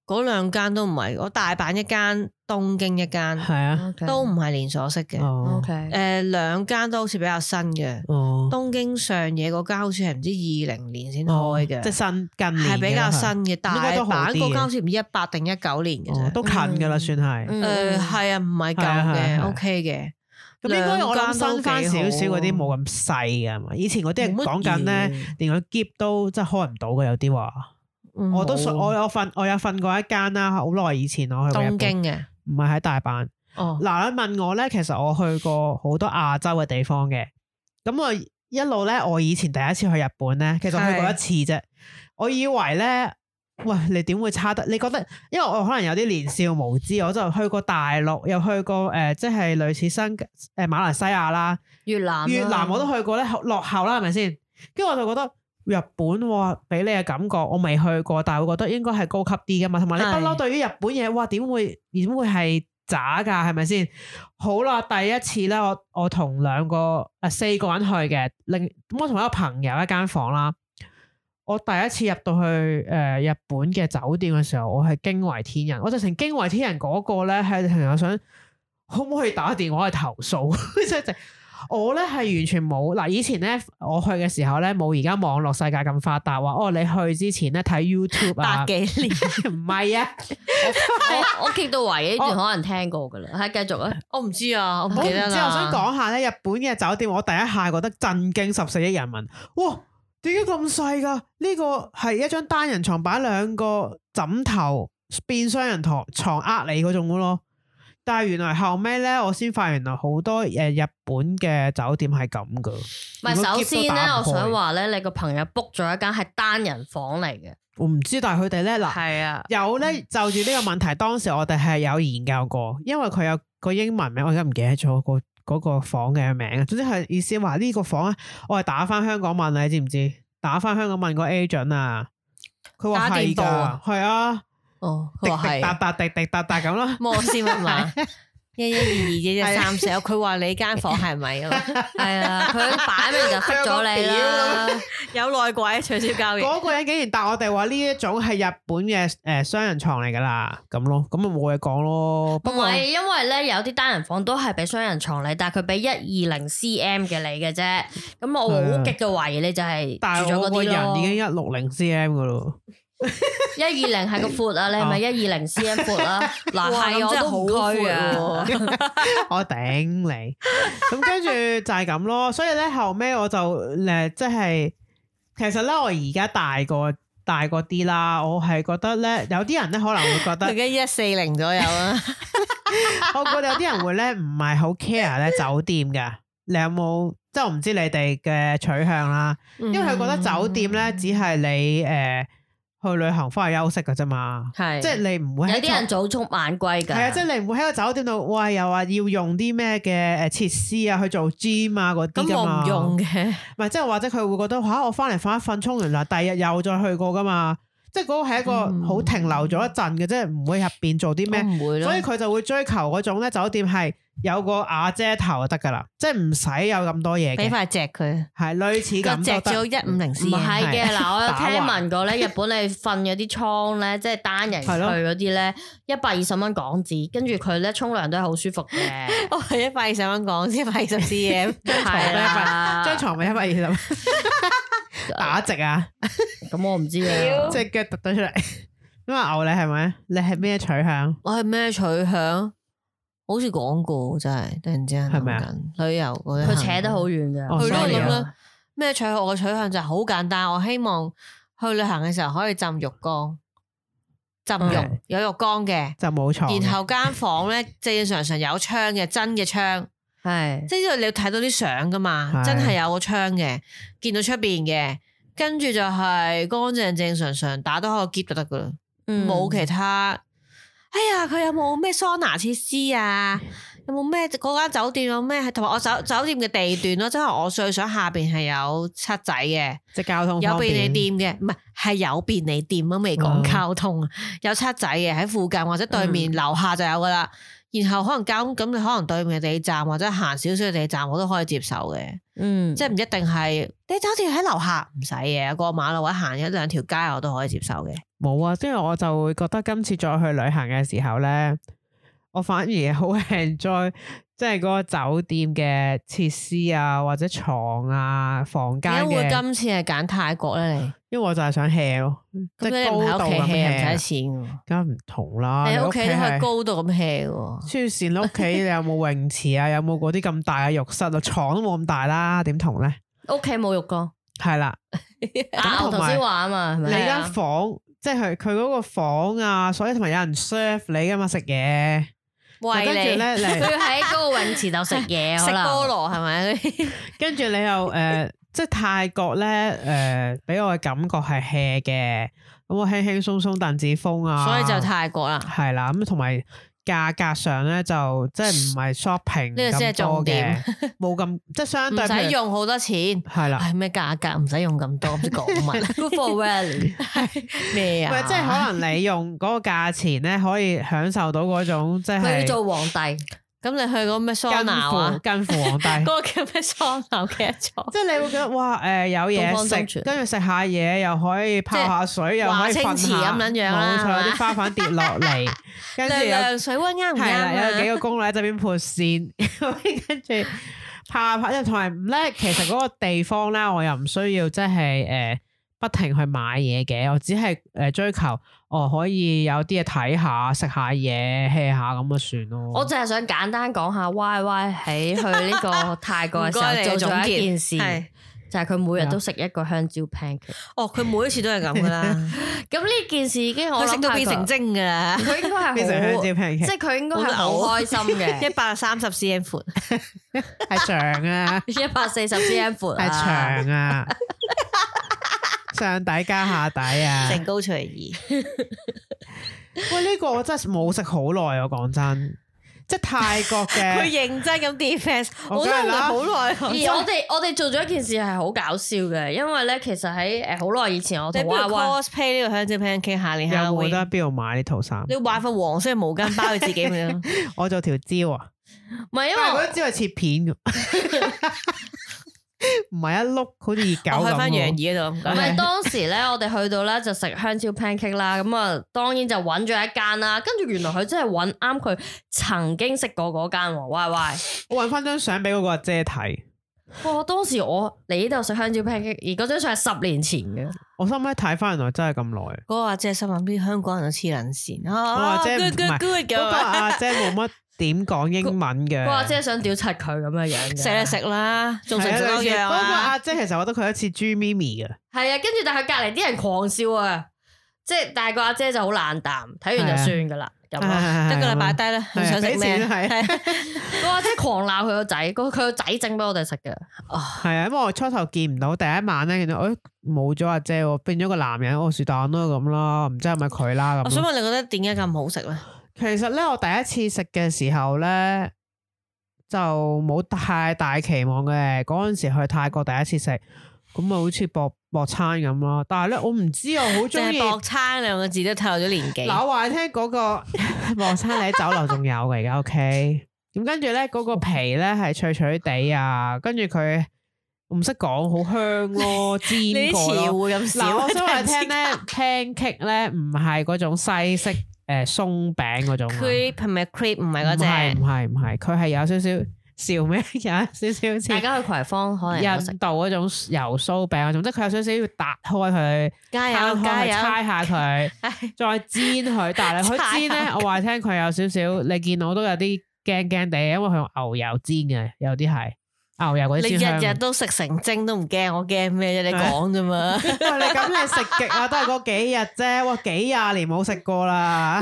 Speaker 4: 嗰兩間都唔係，我大阪一間，東京一間，
Speaker 3: 係啊，
Speaker 4: 都唔係連鎖式嘅。
Speaker 3: 哦，
Speaker 2: 嗯 OK。
Speaker 4: 誒兩間都好似比較新嘅，
Speaker 3: 哦，
Speaker 4: 東京上野嗰間好似係唔知二零年先開
Speaker 3: 哦即係
Speaker 4: 嘅，
Speaker 3: 新近年
Speaker 4: 係比較
Speaker 3: 嘅啦
Speaker 4: 新嘅。大
Speaker 3: 該都好
Speaker 4: 阪
Speaker 3: 啲
Speaker 4: 嗰
Speaker 3: 嘅
Speaker 4: 間好似唔知一八定一九年嘅
Speaker 3: 哦
Speaker 4: 啫。
Speaker 3: 都近㗎啦，
Speaker 2: 嗯
Speaker 3: 算係。
Speaker 4: 誒係啊，唔係
Speaker 3: 係啊
Speaker 4: 舊
Speaker 3: 係啊係啊
Speaker 4: 嘅，OK 嘅。
Speaker 3: 咁應該我諗新翻少少嗰啲
Speaker 4: 兩間都幾好
Speaker 3: 冇咁細嘅係嘛，以前嗰啲係
Speaker 4: 冇乜
Speaker 3: 講緊咧，
Speaker 4: 嘢
Speaker 3: 連個篋都真係開唔到嘅，有啲話。
Speaker 4: 嗯
Speaker 3: 我都
Speaker 4: 冇
Speaker 3: 信我有瞓，我有瞓過一間啦，好耐以前我去過日
Speaker 4: 東
Speaker 3: 本
Speaker 4: 京嘅，
Speaker 3: 唔係喺大阪。
Speaker 4: 哦，
Speaker 3: 嗱，你問我咧，其實我去過好多亞洲嘅地方嘅。咁我一路咧，我以前第一次去日本咧，其實我去過一次啫。我以為咧，喂，你點會差得？你覺得？因為我可能有啲年少無知，我就去過大陸，又去過誒、呃即係類似新誒、呃、馬來西亞啦、
Speaker 2: 越南啊
Speaker 3: 越南我都去過咧，落後啦，係咪先？跟住我就覺得。日本喎，俾你嘅感覺，我未去過，但係我覺得應該係高級啲噶嘛。同埋你
Speaker 4: 係
Speaker 3: 不嬲對於日本嘢，哇點會點會係渣㗎？係咪先？好啦，第一次咧，我我同兩個啊四個人去嘅，另咁我同一個朋友一間房啦。我第一次入到去誒、呃日本嘅酒店嘅時候，我係驚為天人，我就成驚為天人嗰個咧係朋友想可唔可以打電話去投訴， [laughs] 即係直我咧係完全冇嗱，以前咧我去嘅時候咧冇而家網絡世界咁發達，話哦你去之前咧睇 YouTube
Speaker 4: 八
Speaker 3: 啊，
Speaker 4: 幾年。
Speaker 3: [laughs] 唔係啊，
Speaker 2: [laughs] 我我 kick 到圍呢段可能聽過噶啦，係繼續啊。
Speaker 4: 我唔知啊，我唔
Speaker 3: 我唔
Speaker 4: 記
Speaker 3: 知，
Speaker 4: 得
Speaker 3: 我
Speaker 4: 啦。
Speaker 3: 想講下咧，日本嘅酒店，我第一下覺得震驚十四億人民，哇！點解咁細㗎？呢個係一張單人床擺兩個枕頭變雙人床床呃你嗰種咯。但係原來後尾咧，我先發現原來好多呃誒日本嘅酒店係咁㗎。
Speaker 2: 唔係
Speaker 3: 如果
Speaker 2: 首
Speaker 3: keep
Speaker 2: 先
Speaker 3: 都
Speaker 2: 咧，
Speaker 3: 打
Speaker 2: 我
Speaker 3: 唔開
Speaker 2: 想話咧，你個朋友 book 咗一間係單人房嚟嘅，
Speaker 3: 我唔知，但係佢哋咧嗱。
Speaker 2: 係啊，
Speaker 3: 有咧，
Speaker 4: 嗯
Speaker 3: 就住呢個問題，當時我哋係有研究過，因為佢有個英文名，我而家唔記得咗個嗰個房嘅名。啊總之係意思話呢個房咧，我係打翻香港問你知唔知？打翻香港問個 agent 啊，佢話
Speaker 4: 打
Speaker 3: 係
Speaker 4: 電報啊
Speaker 3: 㗎，係啊，
Speaker 4: 哦，
Speaker 3: 滴
Speaker 4: 佢
Speaker 2: [laughs]
Speaker 4: 話
Speaker 3: 滴答
Speaker 4: 係
Speaker 3: 答，滴滴答答
Speaker 4: [laughs]
Speaker 3: 咁啦。
Speaker 4: 摩斯密
Speaker 3: [laughs]
Speaker 4: 碼一一二二一一三四，佢話你間房係咪啊 [laughs] 嘛？
Speaker 2: 係啊，佢擺明就逼
Speaker 4: [laughs]
Speaker 2: 咗你啦。
Speaker 4: 有內鬼，啊取消交易。
Speaker 3: 嗰個人竟然答我哋話呢一種係日本嘅誒雙人床嚟㗎啦，咁咯，咁咪冇嘢講咯。
Speaker 2: 唔
Speaker 3: 不過
Speaker 2: 係，因為咧有啲單人房都係俾雙人床你，但係佢俾一二零 cm 嘅你嘅啫。咁我
Speaker 3: 係啊
Speaker 2: 好極嘅懷疑你就係
Speaker 3: 但
Speaker 2: 住
Speaker 3: 係
Speaker 2: 咗
Speaker 3: 我
Speaker 2: 嗰
Speaker 3: 個
Speaker 2: 啲
Speaker 3: 人
Speaker 2: 咯
Speaker 3: 已。經一六零 cm 㗎咯。
Speaker 2: 一二零係個闊啊，你
Speaker 3: [laughs]
Speaker 2: 係咪一二零 cm 闊啊？嗱，
Speaker 4: 哇
Speaker 2: 係
Speaker 4: 咁
Speaker 2: 我
Speaker 4: 真係
Speaker 2: 都唔區啊
Speaker 4: 好。闊喎
Speaker 3: [laughs] 我頂你。咁跟住就係咁咯，所以咧後尾我就誒、即係其實咧我而家大個大個啲啦，我係覺得咧有啲人咧可能會覺
Speaker 4: 佢
Speaker 3: 得，
Speaker 4: 而
Speaker 2: [laughs]
Speaker 4: 家一四零左
Speaker 3: [laughs]
Speaker 4: 右啦，
Speaker 3: 我覺得有啲人會咧唔係好 care 咧酒店㗎。你有冇即係我唔知你哋嘅取向啦，
Speaker 4: 因
Speaker 3: 因為佢覺得酒店
Speaker 2: 嗯
Speaker 3: 咧只係你誒、呃去旅行翻去休息㗎啫嘛，
Speaker 4: 係
Speaker 3: 即係你唔會
Speaker 2: 有
Speaker 3: 喺
Speaker 2: 啲人
Speaker 3: 酒
Speaker 2: 早出晚歸㗎。
Speaker 3: 係啊，即係你唔會喺個酒店度，喂又話要用啲咩嘅誒設施啊去做 gym 啊嗰啲
Speaker 4: 咁
Speaker 3: 㗎
Speaker 4: 我唔
Speaker 3: 嘛。
Speaker 4: 用嘅，
Speaker 3: 唔係，即係或者佢會覺得吓、我翻嚟瞓一瞓，沖完涼，第二日又再去過噶嘛。即係嗰個係一個好停留咗一陣嘅，即係唔會入邊做啲咩，
Speaker 4: 嗯唔會咯
Speaker 3: 所以。佢就會追求嗰種咧酒店係有個瓦遮頭就得㗎啦，即係唔使有咁多嘢
Speaker 4: 俾
Speaker 3: 嘅，
Speaker 4: 塊隻佢，
Speaker 3: 係類似
Speaker 4: 個
Speaker 3: 咁
Speaker 4: 隻
Speaker 3: 就
Speaker 4: 只
Speaker 3: 得。
Speaker 4: 一五零 C
Speaker 2: 唔係
Speaker 3: 係
Speaker 2: 嘅，嗱，我有
Speaker 3: 打橫
Speaker 2: 聽聞過咧，日本你瞓嗰啲倉咧，即係單人去
Speaker 3: 係咯
Speaker 2: 嗰啲咧，一百二十蚊港紙，跟住佢咧沖涼都係好舒服嘅，
Speaker 3: [laughs]
Speaker 4: 我係一百二十蚊港先，一百二十 cm，
Speaker 2: 係啦。
Speaker 3: 張床咪一百二十蚊，
Speaker 4: [laughs]
Speaker 3: 打直啊，
Speaker 2: 咁我唔知啊，
Speaker 3: 隻腳突咗出嚟。咁啊牛你係咪？你係咩取向？
Speaker 4: 我係咩取向？好似講過真係，突然之間
Speaker 3: 係咪啊
Speaker 4: 諗緊旅遊嗰啲
Speaker 2: 佢扯得好遠嘅，
Speaker 3: 哦
Speaker 4: 去咯
Speaker 3: sorry
Speaker 4: 咁
Speaker 3: 啊
Speaker 4: 啦。咩取向？我嘅取向就係好簡單，我希望去旅行嘅時候可以浸浴缸，浸浴
Speaker 3: 嗯
Speaker 4: 有浴缸嘅，
Speaker 3: 就冇床嘅。
Speaker 4: 然後間房咧正常常有窗嘅，真嘅窗。
Speaker 2: 係
Speaker 4: 即係你要睇到啲相噶嘛，
Speaker 3: 係
Speaker 4: 真係有個窗嘅，見到出邊嘅，跟住就係乾淨正常常打多開個篋就得噶啦，
Speaker 2: 嗯
Speaker 4: 冇、其他。哎呀，佢有冇咩桑拿設施啊？有冇咩嗰間酒店有咩？同埋我酒酒店嘅地段咯，即係我最想下邊係有七仔嘅，
Speaker 3: 即係交通
Speaker 4: 有
Speaker 3: 方便
Speaker 4: 便利店嘅，唔係係有便利店都未講
Speaker 3: 嗯
Speaker 4: 交通啊，有七仔嘅喺附近或者對面樓下就有噶啦。然後可能交通咁，你可能對面嘅地鐵站或者行少少嘅地鐵站，我都可以接受嘅，
Speaker 2: 嗯，
Speaker 4: 即係唔一定係你酒店喺樓下唔使嘅，過馬路或者行一兩條街我都可以接受嘅。
Speaker 3: 冇啊，即係我就會覺得今次再去旅行嘅時候咧，我反而好 enjoy 即係嗰個酒店嘅設施啊，或者床啊、房間
Speaker 4: 點解會
Speaker 3: 嘅，
Speaker 4: 今次係揀泰國咧？你
Speaker 3: 因為我就係想 hea 咯，即
Speaker 4: 咁你
Speaker 3: 係
Speaker 4: 唔喺
Speaker 3: 高
Speaker 4: 屋
Speaker 3: 度
Speaker 4: 企
Speaker 3: 咁
Speaker 4: hea 唔
Speaker 3: hea，
Speaker 4: 使錢嘅喎，
Speaker 3: 梗係唔同啦。
Speaker 4: 你喺屋企都可以
Speaker 3: 係
Speaker 4: 高度咁 hea 嘅喎。
Speaker 3: 黐線，你屋企你有冇泳池啊？有冇嗰啲咁大嘅浴室啊？床都冇咁大啦，點同咧？
Speaker 2: 屋企冇浴缸，
Speaker 3: 係啦，
Speaker 2: 啊
Speaker 3: 同
Speaker 2: 我頭
Speaker 3: 埋
Speaker 2: 先話啊嘛，係
Speaker 3: 你
Speaker 2: 咪啊
Speaker 3: 間房即係佢佢嗰個房啊，所以同埋有人 serve 你噶嘛食嘢，
Speaker 4: 喂
Speaker 3: 跟住
Speaker 4: 你
Speaker 3: 咧你
Speaker 2: 佢。要喺嗰個泳池度食嘢，
Speaker 4: 食
Speaker 2: 可能
Speaker 4: 菠蘿係咪？
Speaker 3: 跟住你
Speaker 4: [laughs]
Speaker 3: 又诶、呃即係泰國咧诶，俾、我嘅感覺係 hea 嘅，咁我輕輕鬆鬆鄧子峰啊，
Speaker 4: 所以就泰國啦。
Speaker 3: 係啦，咁同埋價格上咧就即係唔係 shopping
Speaker 4: 呢個先係
Speaker 3: 咁多
Speaker 4: 重點
Speaker 3: 嘅，冇咁即係相
Speaker 4: 唔
Speaker 3: 對譬
Speaker 4: 使
Speaker 3: 如啊
Speaker 4: 用啊好多錢，
Speaker 3: 係啦。
Speaker 4: 唉咩價格唔使用咁多，唔知講乜
Speaker 2: [laughs] good for value， [laughs]
Speaker 4: 咩
Speaker 3: 喂
Speaker 4: 啊？
Speaker 3: 即係可能你用嗰個價錢咧，可以享受到嗰種即
Speaker 2: 佢
Speaker 3: 係
Speaker 2: 要做皇帝，
Speaker 4: 咁你去嗰咩桑拿啊？
Speaker 3: 近乎近乎皇帝
Speaker 4: 嗰。個叫咩桑拿嘅座？ [laughs]
Speaker 3: 即係你會覺得哇誒、有
Speaker 2: 東方
Speaker 3: 嘢
Speaker 2: 神
Speaker 3: 食，
Speaker 2: 泉
Speaker 3: 跟住食下嘢又可以泡下水，又可以
Speaker 4: 華
Speaker 3: 瞓
Speaker 4: 清池
Speaker 3: 下
Speaker 4: 咁樣樣
Speaker 3: 冇
Speaker 4: 啦係嘛
Speaker 3: 錯，有啲花粉跌落嚟，
Speaker 4: [laughs]
Speaker 3: 跟住
Speaker 4: 涼
Speaker 3: 有
Speaker 4: 涼水温啱唔
Speaker 3: 係啦，有幾
Speaker 4: 啱啊？
Speaker 3: 個公女喺側邊潑線， [laughs] 跟住泡下泡，因為同埋咧，其實嗰個地方咧，我又唔需要即係誒不停去買嘢嘅，我只係誒追求哦可以有啲嘢睇下，食下嘢 hea 下咁就算咯。
Speaker 2: 我淨係想簡單講下 Y Y 喺去呢個泰國嘅時
Speaker 4: 唔該你嘅
Speaker 2: 候做咗一件事，
Speaker 4: 總結係
Speaker 2: 就係佢每日都食一個香蕉 pancake。
Speaker 4: 哦，佢每一次都係咁噶啦，
Speaker 2: 咁呢件事已經我
Speaker 4: 佢食
Speaker 2: 諗
Speaker 4: 到
Speaker 2: 係
Speaker 4: 變成
Speaker 2: 佢
Speaker 4: 精噶啦，
Speaker 2: [laughs] 佢應該係
Speaker 3: 變成香
Speaker 2: 好
Speaker 3: 蕉，
Speaker 2: 即
Speaker 3: pancake
Speaker 2: 係佢應該係好開心 [laughs]
Speaker 4: 一 [laughs]
Speaker 2: 嘅，
Speaker 4: 百三十 cm 闊，
Speaker 3: 係長啊，
Speaker 2: 一百四十 cm 闊
Speaker 3: 係
Speaker 2: 啊，
Speaker 3: 長啊，上底加下底啊。
Speaker 4: 成高除二。
Speaker 3: 喂，呢、個我真係冇食好耐啊！講真，即係泰國
Speaker 4: [laughs] 佢
Speaker 3: 嘅，
Speaker 4: 認真咁 defence，
Speaker 3: 我
Speaker 4: 我都
Speaker 3: 梗係
Speaker 4: 係
Speaker 3: 啦
Speaker 4: 好耐 [laughs]
Speaker 2: 而
Speaker 4: 喎。
Speaker 2: 我哋我哋做咗一件事係好搞笑嘅，因為咧其實喺誒好啊耐以前我
Speaker 4: 你
Speaker 2: 同
Speaker 4: 不
Speaker 2: Y
Speaker 4: 如啊
Speaker 2: Y
Speaker 4: cosplay 呢個香蕉 pancake 下年
Speaker 3: 有
Speaker 4: 下
Speaker 3: 冇得
Speaker 4: 會，
Speaker 3: 邊度買呢套衫？
Speaker 4: 啊你買份黃色嘅毛巾包佢自己咪得咯。
Speaker 3: 我做條蕉啊，
Speaker 2: 唔係因
Speaker 3: 因為
Speaker 2: 為
Speaker 3: 嗰啲蕉係切片嘅， [laughs] 唔係一碌好似熱狗
Speaker 4: 我去
Speaker 3: 咁
Speaker 4: 翻楊
Speaker 3: 喎。
Speaker 4: 怡嗰度，唔
Speaker 2: 唔
Speaker 4: 該
Speaker 2: 係當時咧，我哋去到咧就食香蕉 pancake 啦，咁啊當然就揾咗一間啦，跟住原來佢真係揾啱佢曾經食過嗰間喎，Y Y。
Speaker 3: 我揾翻張相俾嗰個阿姐睇，
Speaker 2: 哇！當時我嚟呢度食香蕉 pancake，而嗰張相係十年前嘅，
Speaker 3: 我心諗睇翻原來真係咁耐。
Speaker 4: 嗰個阿姐心諗啲香港人都黐撚線，啊
Speaker 3: 阿姐唔
Speaker 4: good good
Speaker 3: 係
Speaker 4: good
Speaker 3: 嗰個
Speaker 4: 咁，
Speaker 3: 阿姐冇乜點講英文嘅。
Speaker 2: 哇！即係想屌柒佢咁嘅樣嘅。
Speaker 4: 食啦食啦，仲食唔食
Speaker 3: 係啊
Speaker 4: 多
Speaker 3: 類似
Speaker 4: 樣
Speaker 3: 嗰個
Speaker 4: 啊？
Speaker 3: 阿姐其實我覺得佢一似豬咪咪嘅，
Speaker 2: 係啊，跟住但係隔離啲人狂笑啊，即係但係個阿姐就好冷淡，睇完
Speaker 3: 啊
Speaker 2: 就算噶啦咁啊咯。
Speaker 3: 得
Speaker 4: 得個禮拜低啦，你
Speaker 3: 係啊
Speaker 4: 想食
Speaker 3: 俾
Speaker 4: 咩？
Speaker 3: 錢係啊
Speaker 4: 係
Speaker 2: 個阿姐狂鬧佢個仔，個佢個仔整俾我哋食嘅。
Speaker 3: 系啊，因為我初頭見唔到，第一晚咧見到，诶冇咗阿姐喎，變咗個男人，我是但啦咁啦，唔知係咪佢啦
Speaker 4: 我想
Speaker 3: 咁。
Speaker 4: 問你覺得點解咁好食咧？
Speaker 3: 其實咧，我第一次食嘅時候咧，就冇太大期望嘅。嗰阵时去泰國第一次食，咁啊咪好似薄薄餐咁咯。但係咧，我唔知我好
Speaker 4: 淨
Speaker 3: 中
Speaker 4: 係
Speaker 3: 意。
Speaker 4: 薄餐兩個字都透露咗年紀。
Speaker 3: 嗱，我話你聽嗰 [laughs] 個薄餐喺酒樓仲有嘅，而家 OK。咁跟住咧，嗰個皮咧係脆脆地啊，跟住佢我唔識講，好香 [laughs] 咯，
Speaker 4: 你
Speaker 3: 煎
Speaker 4: 啲
Speaker 3: 過
Speaker 4: 詞
Speaker 3: 咯。
Speaker 4: 彙咁少，
Speaker 3: 嗱，我想話你聽
Speaker 4: 突然之間
Speaker 3: 咧，pancake 咧唔係嗰種西式誒鬆餅嗰種啊，
Speaker 4: creep 係咪 creep 唔係嗰
Speaker 3: 唔係唔
Speaker 4: 只？
Speaker 3: 係唔係，佢係有少 [laughs] 少笑咩？有少少似
Speaker 2: 大家去葵芳可能有食
Speaker 3: 印度嗰種油酥餅嗰種，即係佢有少少要搭開佢。
Speaker 4: 加
Speaker 3: 加
Speaker 4: 油
Speaker 3: 油
Speaker 4: 加
Speaker 3: 加油，
Speaker 4: 油！
Speaker 3: 猜下佢，再煎佢。但係佢煎
Speaker 4: [laughs] 猜
Speaker 3: 咧，
Speaker 4: 下
Speaker 3: 我話聽佢有少少，你見我都有啲驚驚地，因為佢用牛油煎嘅，有啲係牛油嗰啲
Speaker 4: 你
Speaker 3: 先香。
Speaker 4: 日日都食成精都唔驚，我驚咩啫？你講啫嘛。 [laughs]
Speaker 3: 喂你咁你食極啊，都係嗰幾日啫，哇幾廿年冇食過
Speaker 4: [laughs]
Speaker 3: 啦。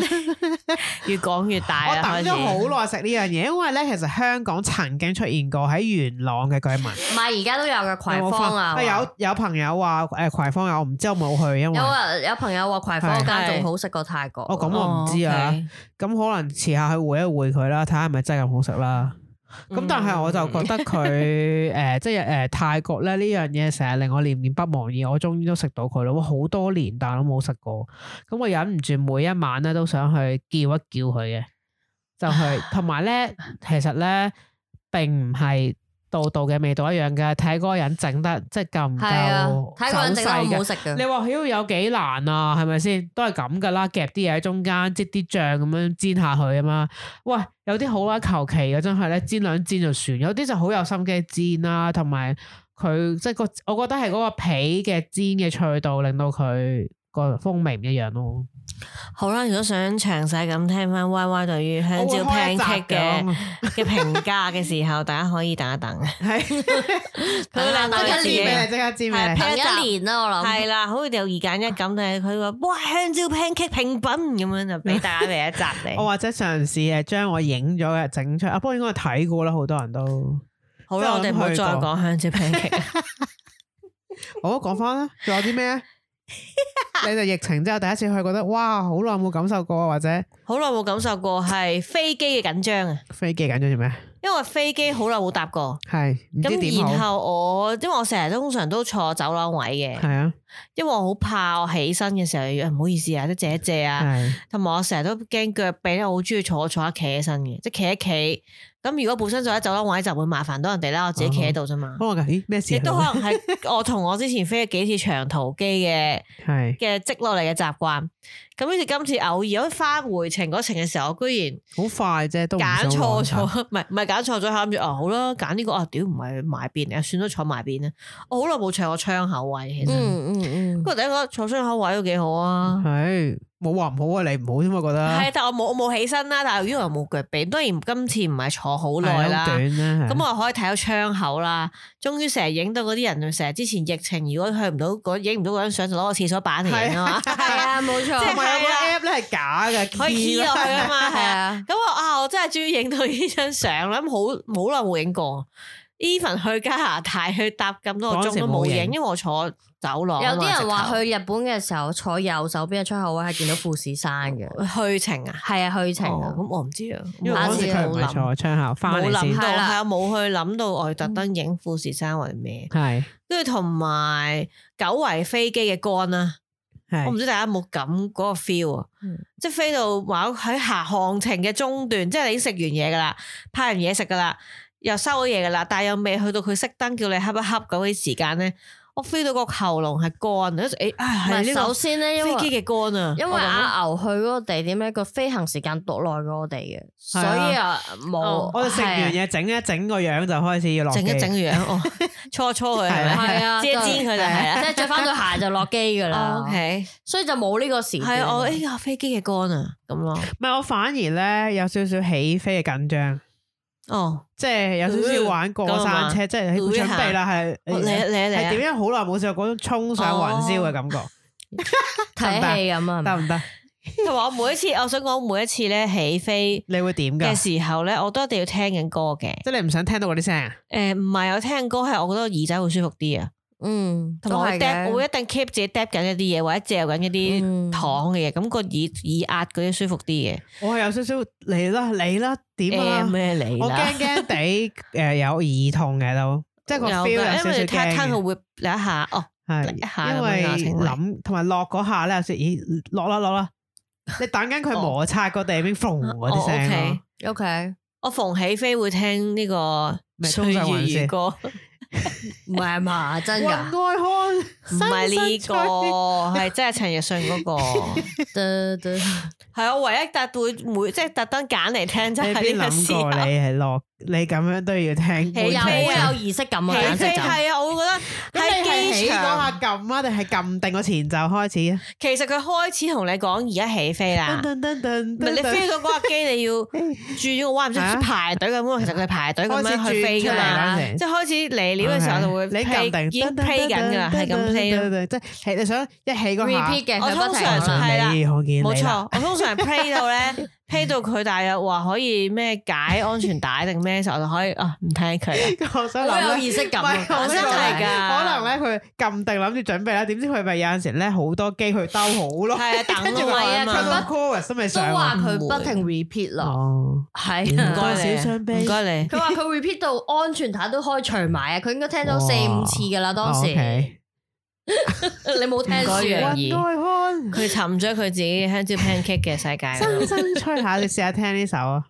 Speaker 4: 越講越大
Speaker 3: 我
Speaker 4: 啦，
Speaker 3: 等
Speaker 4: 開始
Speaker 3: 咗好耐食呢樣嘢，因為咧其實香港曾經出現過喺元朗嘅居民。
Speaker 2: 唔係而家都有嘅葵
Speaker 3: 有冇
Speaker 2: 芳啊，
Speaker 3: 分
Speaker 2: 話
Speaker 3: 有有朋友話誒葵芳有，我唔知我冇去，因為
Speaker 2: 有啊有朋友話葵芳嗰
Speaker 4: 係
Speaker 2: 間仲好食過泰國。
Speaker 3: 哦咁我唔知啊
Speaker 4: 哦，OK。
Speaker 3: 咁可能遲下去會一會佢啦，睇下係咪真係咁好食啦。
Speaker 2: 嗯
Speaker 3: 咁但係我就覺得佢
Speaker 2: [laughs]
Speaker 3: 誒、呃即係誒、呃泰國咧呢樣嘢成日令我念念不忘，而我終於都食到佢啦！哇，好多年但係都冇食過，咁我忍唔住每一晚咧都想去叫一叫佢嘅，就
Speaker 2: [laughs]
Speaker 3: 去。同埋咧，其實咧並唔係度度嘅味道一樣嘅，睇嗰個人整得即係夠唔
Speaker 2: 係啊，泰國
Speaker 3: 夠手
Speaker 2: 人整得好
Speaker 3: 勢
Speaker 2: 唔好
Speaker 3: 嘅。
Speaker 2: 食嘅
Speaker 3: 你。話妖有幾難啊？係咪先？都係咁噶啦，夾啲嘢喺中間，擠啲醬咁樣煎下佢啊嘛。喂，有啲好啦，求其嘅真係咧，煎兩煎就算。有啲就好有心機煎啦，同埋佢即係個，我覺得係嗰個皮嘅煎嘅脆度，令到佢個風味唔一樣咯。
Speaker 4: 好啦，如果想詳細咁聽翻 Y Y 對於香蕉
Speaker 3: 我會開一集
Speaker 4: pancake 嘅 [laughs]
Speaker 3: 嘅
Speaker 4: 嘅評價嘅時候，大家可以等
Speaker 3: [laughs]
Speaker 4: 一等。
Speaker 3: 係
Speaker 2: 等下
Speaker 4: 佢
Speaker 2: 等
Speaker 4: 兩
Speaker 2: 一
Speaker 3: 即刻煎俾
Speaker 4: 對
Speaker 2: 年
Speaker 3: 你，即刻煎俾
Speaker 4: 係
Speaker 3: 你。
Speaker 2: 等一年啦，我諗。
Speaker 4: 係啦，好似有二揀一咁，但係佢話哇香蕉 pancake 平品咁樣就俾大家嚟一集
Speaker 3: [laughs] 我
Speaker 4: 嚟。
Speaker 3: 或者嘗試誒將我影咗嘅整出，啊不過應該睇過啦，好多人都。
Speaker 4: 好啦，我哋唔好再講香
Speaker 3: [laughs]
Speaker 4: 蕉 pancake。
Speaker 3: 好，講翻啦，仲有啲咩
Speaker 4: [laughs]
Speaker 3: 啊？你哋疫情之後第一次去，覺得哇，好耐冇感受過，或者
Speaker 4: 好耐冇感受過係飛機嘅緊張啊，
Speaker 3: 飛機緊張做咩？
Speaker 4: 因為飛機好耐冇搭過。
Speaker 3: 係唔知點
Speaker 4: 咁然
Speaker 3: 好，
Speaker 4: 後我，因為我成日通常都坐走廊位嘅，
Speaker 3: 係啊，
Speaker 4: 因為我好怕我起身嘅時候，哎唔好意思啊，即係借一借啊，
Speaker 3: 係
Speaker 4: 同埋我成日都驚腳痹咧，我好中意坐坐一企起身嘅，即係企一企。咁如果本身坐喺走廊位就會麻煩到人哋啦，我自己企
Speaker 3: 哦
Speaker 4: 喺度啫嘛。
Speaker 3: 可能咦咩事
Speaker 4: 亦
Speaker 3: 啊？
Speaker 4: 都可能
Speaker 2: [laughs]
Speaker 4: 係我同我之前飛咗幾次長途機嘅
Speaker 3: 係
Speaker 4: 嘅積落嚟嘅習慣。咁於是今次偶爾我翻回程嗰程嘅時候，我居然
Speaker 3: 好快啫，都唔
Speaker 4: 揀
Speaker 3: 想
Speaker 4: 錯
Speaker 3: 玩
Speaker 4: 咗， [laughs] 唔係唔係揀錯咗，諗住哦好啦，揀呢個啊屌唔係埋邊啊，算咗坐埋邊啦。我好耐冇坐過窗口啊位，其實
Speaker 2: 嗯嗯嗯
Speaker 4: [laughs] 不。過第一個坐窗口位都幾好啊。
Speaker 3: 係冇話唔好啊，你唔好啫嘛，覺得
Speaker 4: 係，但我冇我冇起身啦，但係因為我冇腳臂，當然今次唔係坐好
Speaker 3: 好
Speaker 4: 耐啦。
Speaker 3: 短啦，
Speaker 4: 咁
Speaker 3: 係
Speaker 4: 我可以睇到窗口啦，終於成日影到嗰啲人，成日之前疫情，如果去唔到嗰影唔到嗰張相，就攞個廁所板嚟影啊嘛，
Speaker 2: 係啊，冇錯。
Speaker 4: 係
Speaker 3: 同埋有個
Speaker 4: 係啊
Speaker 3: app 咧係假嘅，
Speaker 4: [laughs] 可以 key 落去啊嘛，係
Speaker 2: 係
Speaker 4: 啊。
Speaker 2: 啊，
Speaker 4: 咁我啊，我真係終於影到呢張相啦，咁好冇耐冇影過。even 去加拿大去搭咁多個鐘都冇影，因為我坐走廊
Speaker 2: 有
Speaker 4: 啊嘛。
Speaker 2: 啲人話
Speaker 4: 直
Speaker 2: 去日本嘅時候坐右手邊嘅窗口位係見到富士山嘅，
Speaker 4: 頭去程啊，
Speaker 2: 係啊，去程
Speaker 4: 哦
Speaker 2: 啊。
Speaker 4: 咁我唔知啊，
Speaker 3: 因為
Speaker 2: 下
Speaker 3: 嗰
Speaker 2: 次
Speaker 3: 時佢唔係坐窗口，翻嚟
Speaker 4: 冇諗
Speaker 3: 先
Speaker 4: 到，係
Speaker 2: 係啦
Speaker 4: 啊，冇去諗到我要特登影富士山為咩，
Speaker 3: 係
Speaker 4: 跟住同埋久違飛機嘅杆啊啦。我唔
Speaker 3: 係
Speaker 4: 知大家有冇咁嗰個 feel 啊，
Speaker 2: 嗯
Speaker 4: 即係飛到某喺下航程嘅中段，即係你已經食完嘢噶啦，派完嘢食噶啦，又收咗嘢噶啦，但係又未去到佢熄燈叫你恰一恰嗰啲時間咧，我 feel 到個喉嚨係乾，跟住誒啊
Speaker 2: 唔
Speaker 4: 係
Speaker 2: 係
Speaker 4: 呢
Speaker 2: 首
Speaker 4: 個
Speaker 2: 先咧，因為
Speaker 4: 飛機嘅乾啊，
Speaker 2: 因
Speaker 4: 我
Speaker 2: 為
Speaker 4: 諗
Speaker 2: 阿牛去嗰個地點咧，個飛行時間獨耐過我哋嘅，所
Speaker 3: 係啊
Speaker 2: 以啊
Speaker 4: 哦
Speaker 2: 冇。
Speaker 3: 我哋食完嘢整一整個樣就開始要落
Speaker 4: 整一
Speaker 3: 機
Speaker 4: 整個樣， [laughs] 哦，搓一搓佢係咪？
Speaker 2: 係
Speaker 4: [laughs]
Speaker 2: 啊，
Speaker 4: 遮一
Speaker 2: 就
Speaker 4: 煎佢就係
Speaker 2: 即
Speaker 4: 啦。
Speaker 2: 係着翻對鞋就落機噶
Speaker 4: 哦
Speaker 2: 啦，
Speaker 4: ，OK，
Speaker 2: 所以就冇呢個時段。
Speaker 4: 係啊我哎呀飛機嘅乾啊，咁咯，
Speaker 3: 唔係我反而咧有少少起飛嘅緊張，
Speaker 4: 哦，
Speaker 3: 即係有少少玩過
Speaker 4: 啊
Speaker 3: 山車，即係準備啦，係
Speaker 4: 哦你你
Speaker 3: 哎係
Speaker 4: 你啊哦
Speaker 3: 點樣好耐冇試過嗰種衝上雲霄嘅感覺，
Speaker 2: 睇戲咁啊，
Speaker 3: 得唔得？
Speaker 4: 同埋我每一次，我想講每一次咧起飛。
Speaker 3: 你會點㗎？
Speaker 4: 嘅時候咧，我都一定要聽緊歌嘅。
Speaker 3: 即係你唔想聽到嗰啲聲啊？
Speaker 4: 誒，唔係我聽緊歌，係我覺得耳仔會舒服啲啊。
Speaker 2: 嗯，
Speaker 4: 同埋我
Speaker 2: 都係
Speaker 4: d
Speaker 2: 嘅
Speaker 4: 我會一定 keep 自己 d 緊一啲嘢，或者嚼緊一啲
Speaker 2: 嗯
Speaker 4: 糖嘅嘢，咁個耳耳壓嗰啲舒服啲嘅。
Speaker 3: 我係有少少你啦，你啦，點
Speaker 4: 誒
Speaker 3: 啊？
Speaker 4: 咩嚟
Speaker 3: 我
Speaker 4: 啦
Speaker 3: 驚？驚地誒有耳痛嘅都，即係個
Speaker 4: 有
Speaker 3: feel 有
Speaker 4: 嘅，
Speaker 3: 少
Speaker 4: 因
Speaker 3: 少
Speaker 4: 為睇吞佢
Speaker 3: 驚嘅。
Speaker 4: 會你一下哦，
Speaker 3: 係
Speaker 4: 力一下
Speaker 3: 因
Speaker 4: 咁樣啊
Speaker 3: 為
Speaker 4: 請你
Speaker 3: 諗同埋落嗰下咧，有時咦落啦落啦，你等緊佢
Speaker 4: 哦
Speaker 3: 摩擦個地面縫嗰啲聲
Speaker 4: 哦
Speaker 3: 咯
Speaker 4: ，OK。
Speaker 2: O K，
Speaker 4: 我逢起飛會聽呢個
Speaker 3: 咩衝
Speaker 4: 歲
Speaker 3: 上雲
Speaker 4: 月
Speaker 3: 霄
Speaker 4: 如歌，
Speaker 2: 唔係嘛，真
Speaker 3: 雲
Speaker 2: 噶。
Speaker 3: 外看。
Speaker 4: 唔係
Speaker 3: 新
Speaker 4: 呢個，
Speaker 3: 春
Speaker 4: 係真係陳奕迅嗰個，
Speaker 3: [laughs]
Speaker 2: 得得
Speaker 4: 係我唯一特會每即係特登揀嚟聽，真
Speaker 3: 你
Speaker 4: 係
Speaker 3: 邊
Speaker 4: 呢個時
Speaker 3: 諗
Speaker 4: 候
Speaker 3: 過啊你係落，你咁樣都要聽
Speaker 4: 起
Speaker 3: 觀
Speaker 2: 有
Speaker 3: 眾
Speaker 2: 好
Speaker 4: 飛啊
Speaker 2: 有儀式感啊，
Speaker 4: 起
Speaker 2: 簡直
Speaker 4: 飛
Speaker 2: 就
Speaker 4: 係啊，我會覺
Speaker 3: 咁你
Speaker 4: 得
Speaker 3: 係起
Speaker 4: 喺
Speaker 3: 嗰
Speaker 4: 機場，
Speaker 3: 下撳啊，定係撳定個前奏開始啊？
Speaker 4: 其實佢開始同你講而家起飛啦。
Speaker 3: 噔噔噔
Speaker 4: 唔係你飛到嗰架機，
Speaker 3: [laughs]
Speaker 4: 你要轉咗個彎，唔
Speaker 3: 啊
Speaker 4: 知排隊咁喎。其實佢係排隊咁樣去
Speaker 3: 開
Speaker 4: 飛
Speaker 3: 始轉
Speaker 4: 㗎嘛，
Speaker 3: 出嚟嗰陣時
Speaker 4: 即係開始嚟料嘅時候就會
Speaker 3: 你撳
Speaker 4: play-
Speaker 3: 定，
Speaker 4: 已經 play 緊㗎啦，係咁 play 咯。
Speaker 3: 咯。即係你想一起嗰下，
Speaker 2: repeat 嘅，
Speaker 4: 我
Speaker 2: 佢
Speaker 4: 通
Speaker 2: 不停
Speaker 4: 常
Speaker 2: 可能
Speaker 4: 係啦
Speaker 3: 你看見你啦
Speaker 4: 冇錯，我通常 play 到咧 [laughs] ，play 到佢大約話可以咩解安全帶定咩時候就可以啊，唔聽佢啦。
Speaker 3: 我想
Speaker 2: 好有
Speaker 3: 諗
Speaker 2: 儀
Speaker 3: 咧。
Speaker 2: 式感
Speaker 3: 唔
Speaker 2: 啊，
Speaker 3: 係我
Speaker 4: 真係㗎
Speaker 3: 可能咧佢撳定諗住準備啦，點知佢咪有陣時咧好多機佢兜好咯，
Speaker 4: 係啊，等
Speaker 3: 跟住
Speaker 4: 我
Speaker 3: 話
Speaker 4: 啊
Speaker 2: 係
Speaker 3: 佢
Speaker 2: 佢
Speaker 4: 嘛
Speaker 3: 個
Speaker 2: 不。
Speaker 3: chorus 都未
Speaker 2: 都
Speaker 3: 上
Speaker 2: 話
Speaker 3: 喎。
Speaker 2: 佢不停 repeat 啦，
Speaker 3: 哦，
Speaker 2: 係
Speaker 4: 唔
Speaker 2: 啊
Speaker 3: 多
Speaker 4: 該
Speaker 3: 少傷
Speaker 4: 你，
Speaker 3: 悲
Speaker 4: 唔該你。
Speaker 3: [laughs]
Speaker 2: 佢話佢 repeat 到安全帶都可以除埋啊！佢應該聽到四五次㗎啦，當
Speaker 3: 啊
Speaker 2: 時
Speaker 3: OK
Speaker 2: [laughs] 你冇聽
Speaker 3: [laughs]
Speaker 4: 唔該
Speaker 2: 書啊
Speaker 4: 楊？
Speaker 3: 雲外看。
Speaker 4: 佢沉咗佢自己香蕉 pancake 嘅世界
Speaker 3: 真
Speaker 4: 咯。
Speaker 3: 真吹下，你試下聽呢首
Speaker 4: [laughs]
Speaker 3: 啊。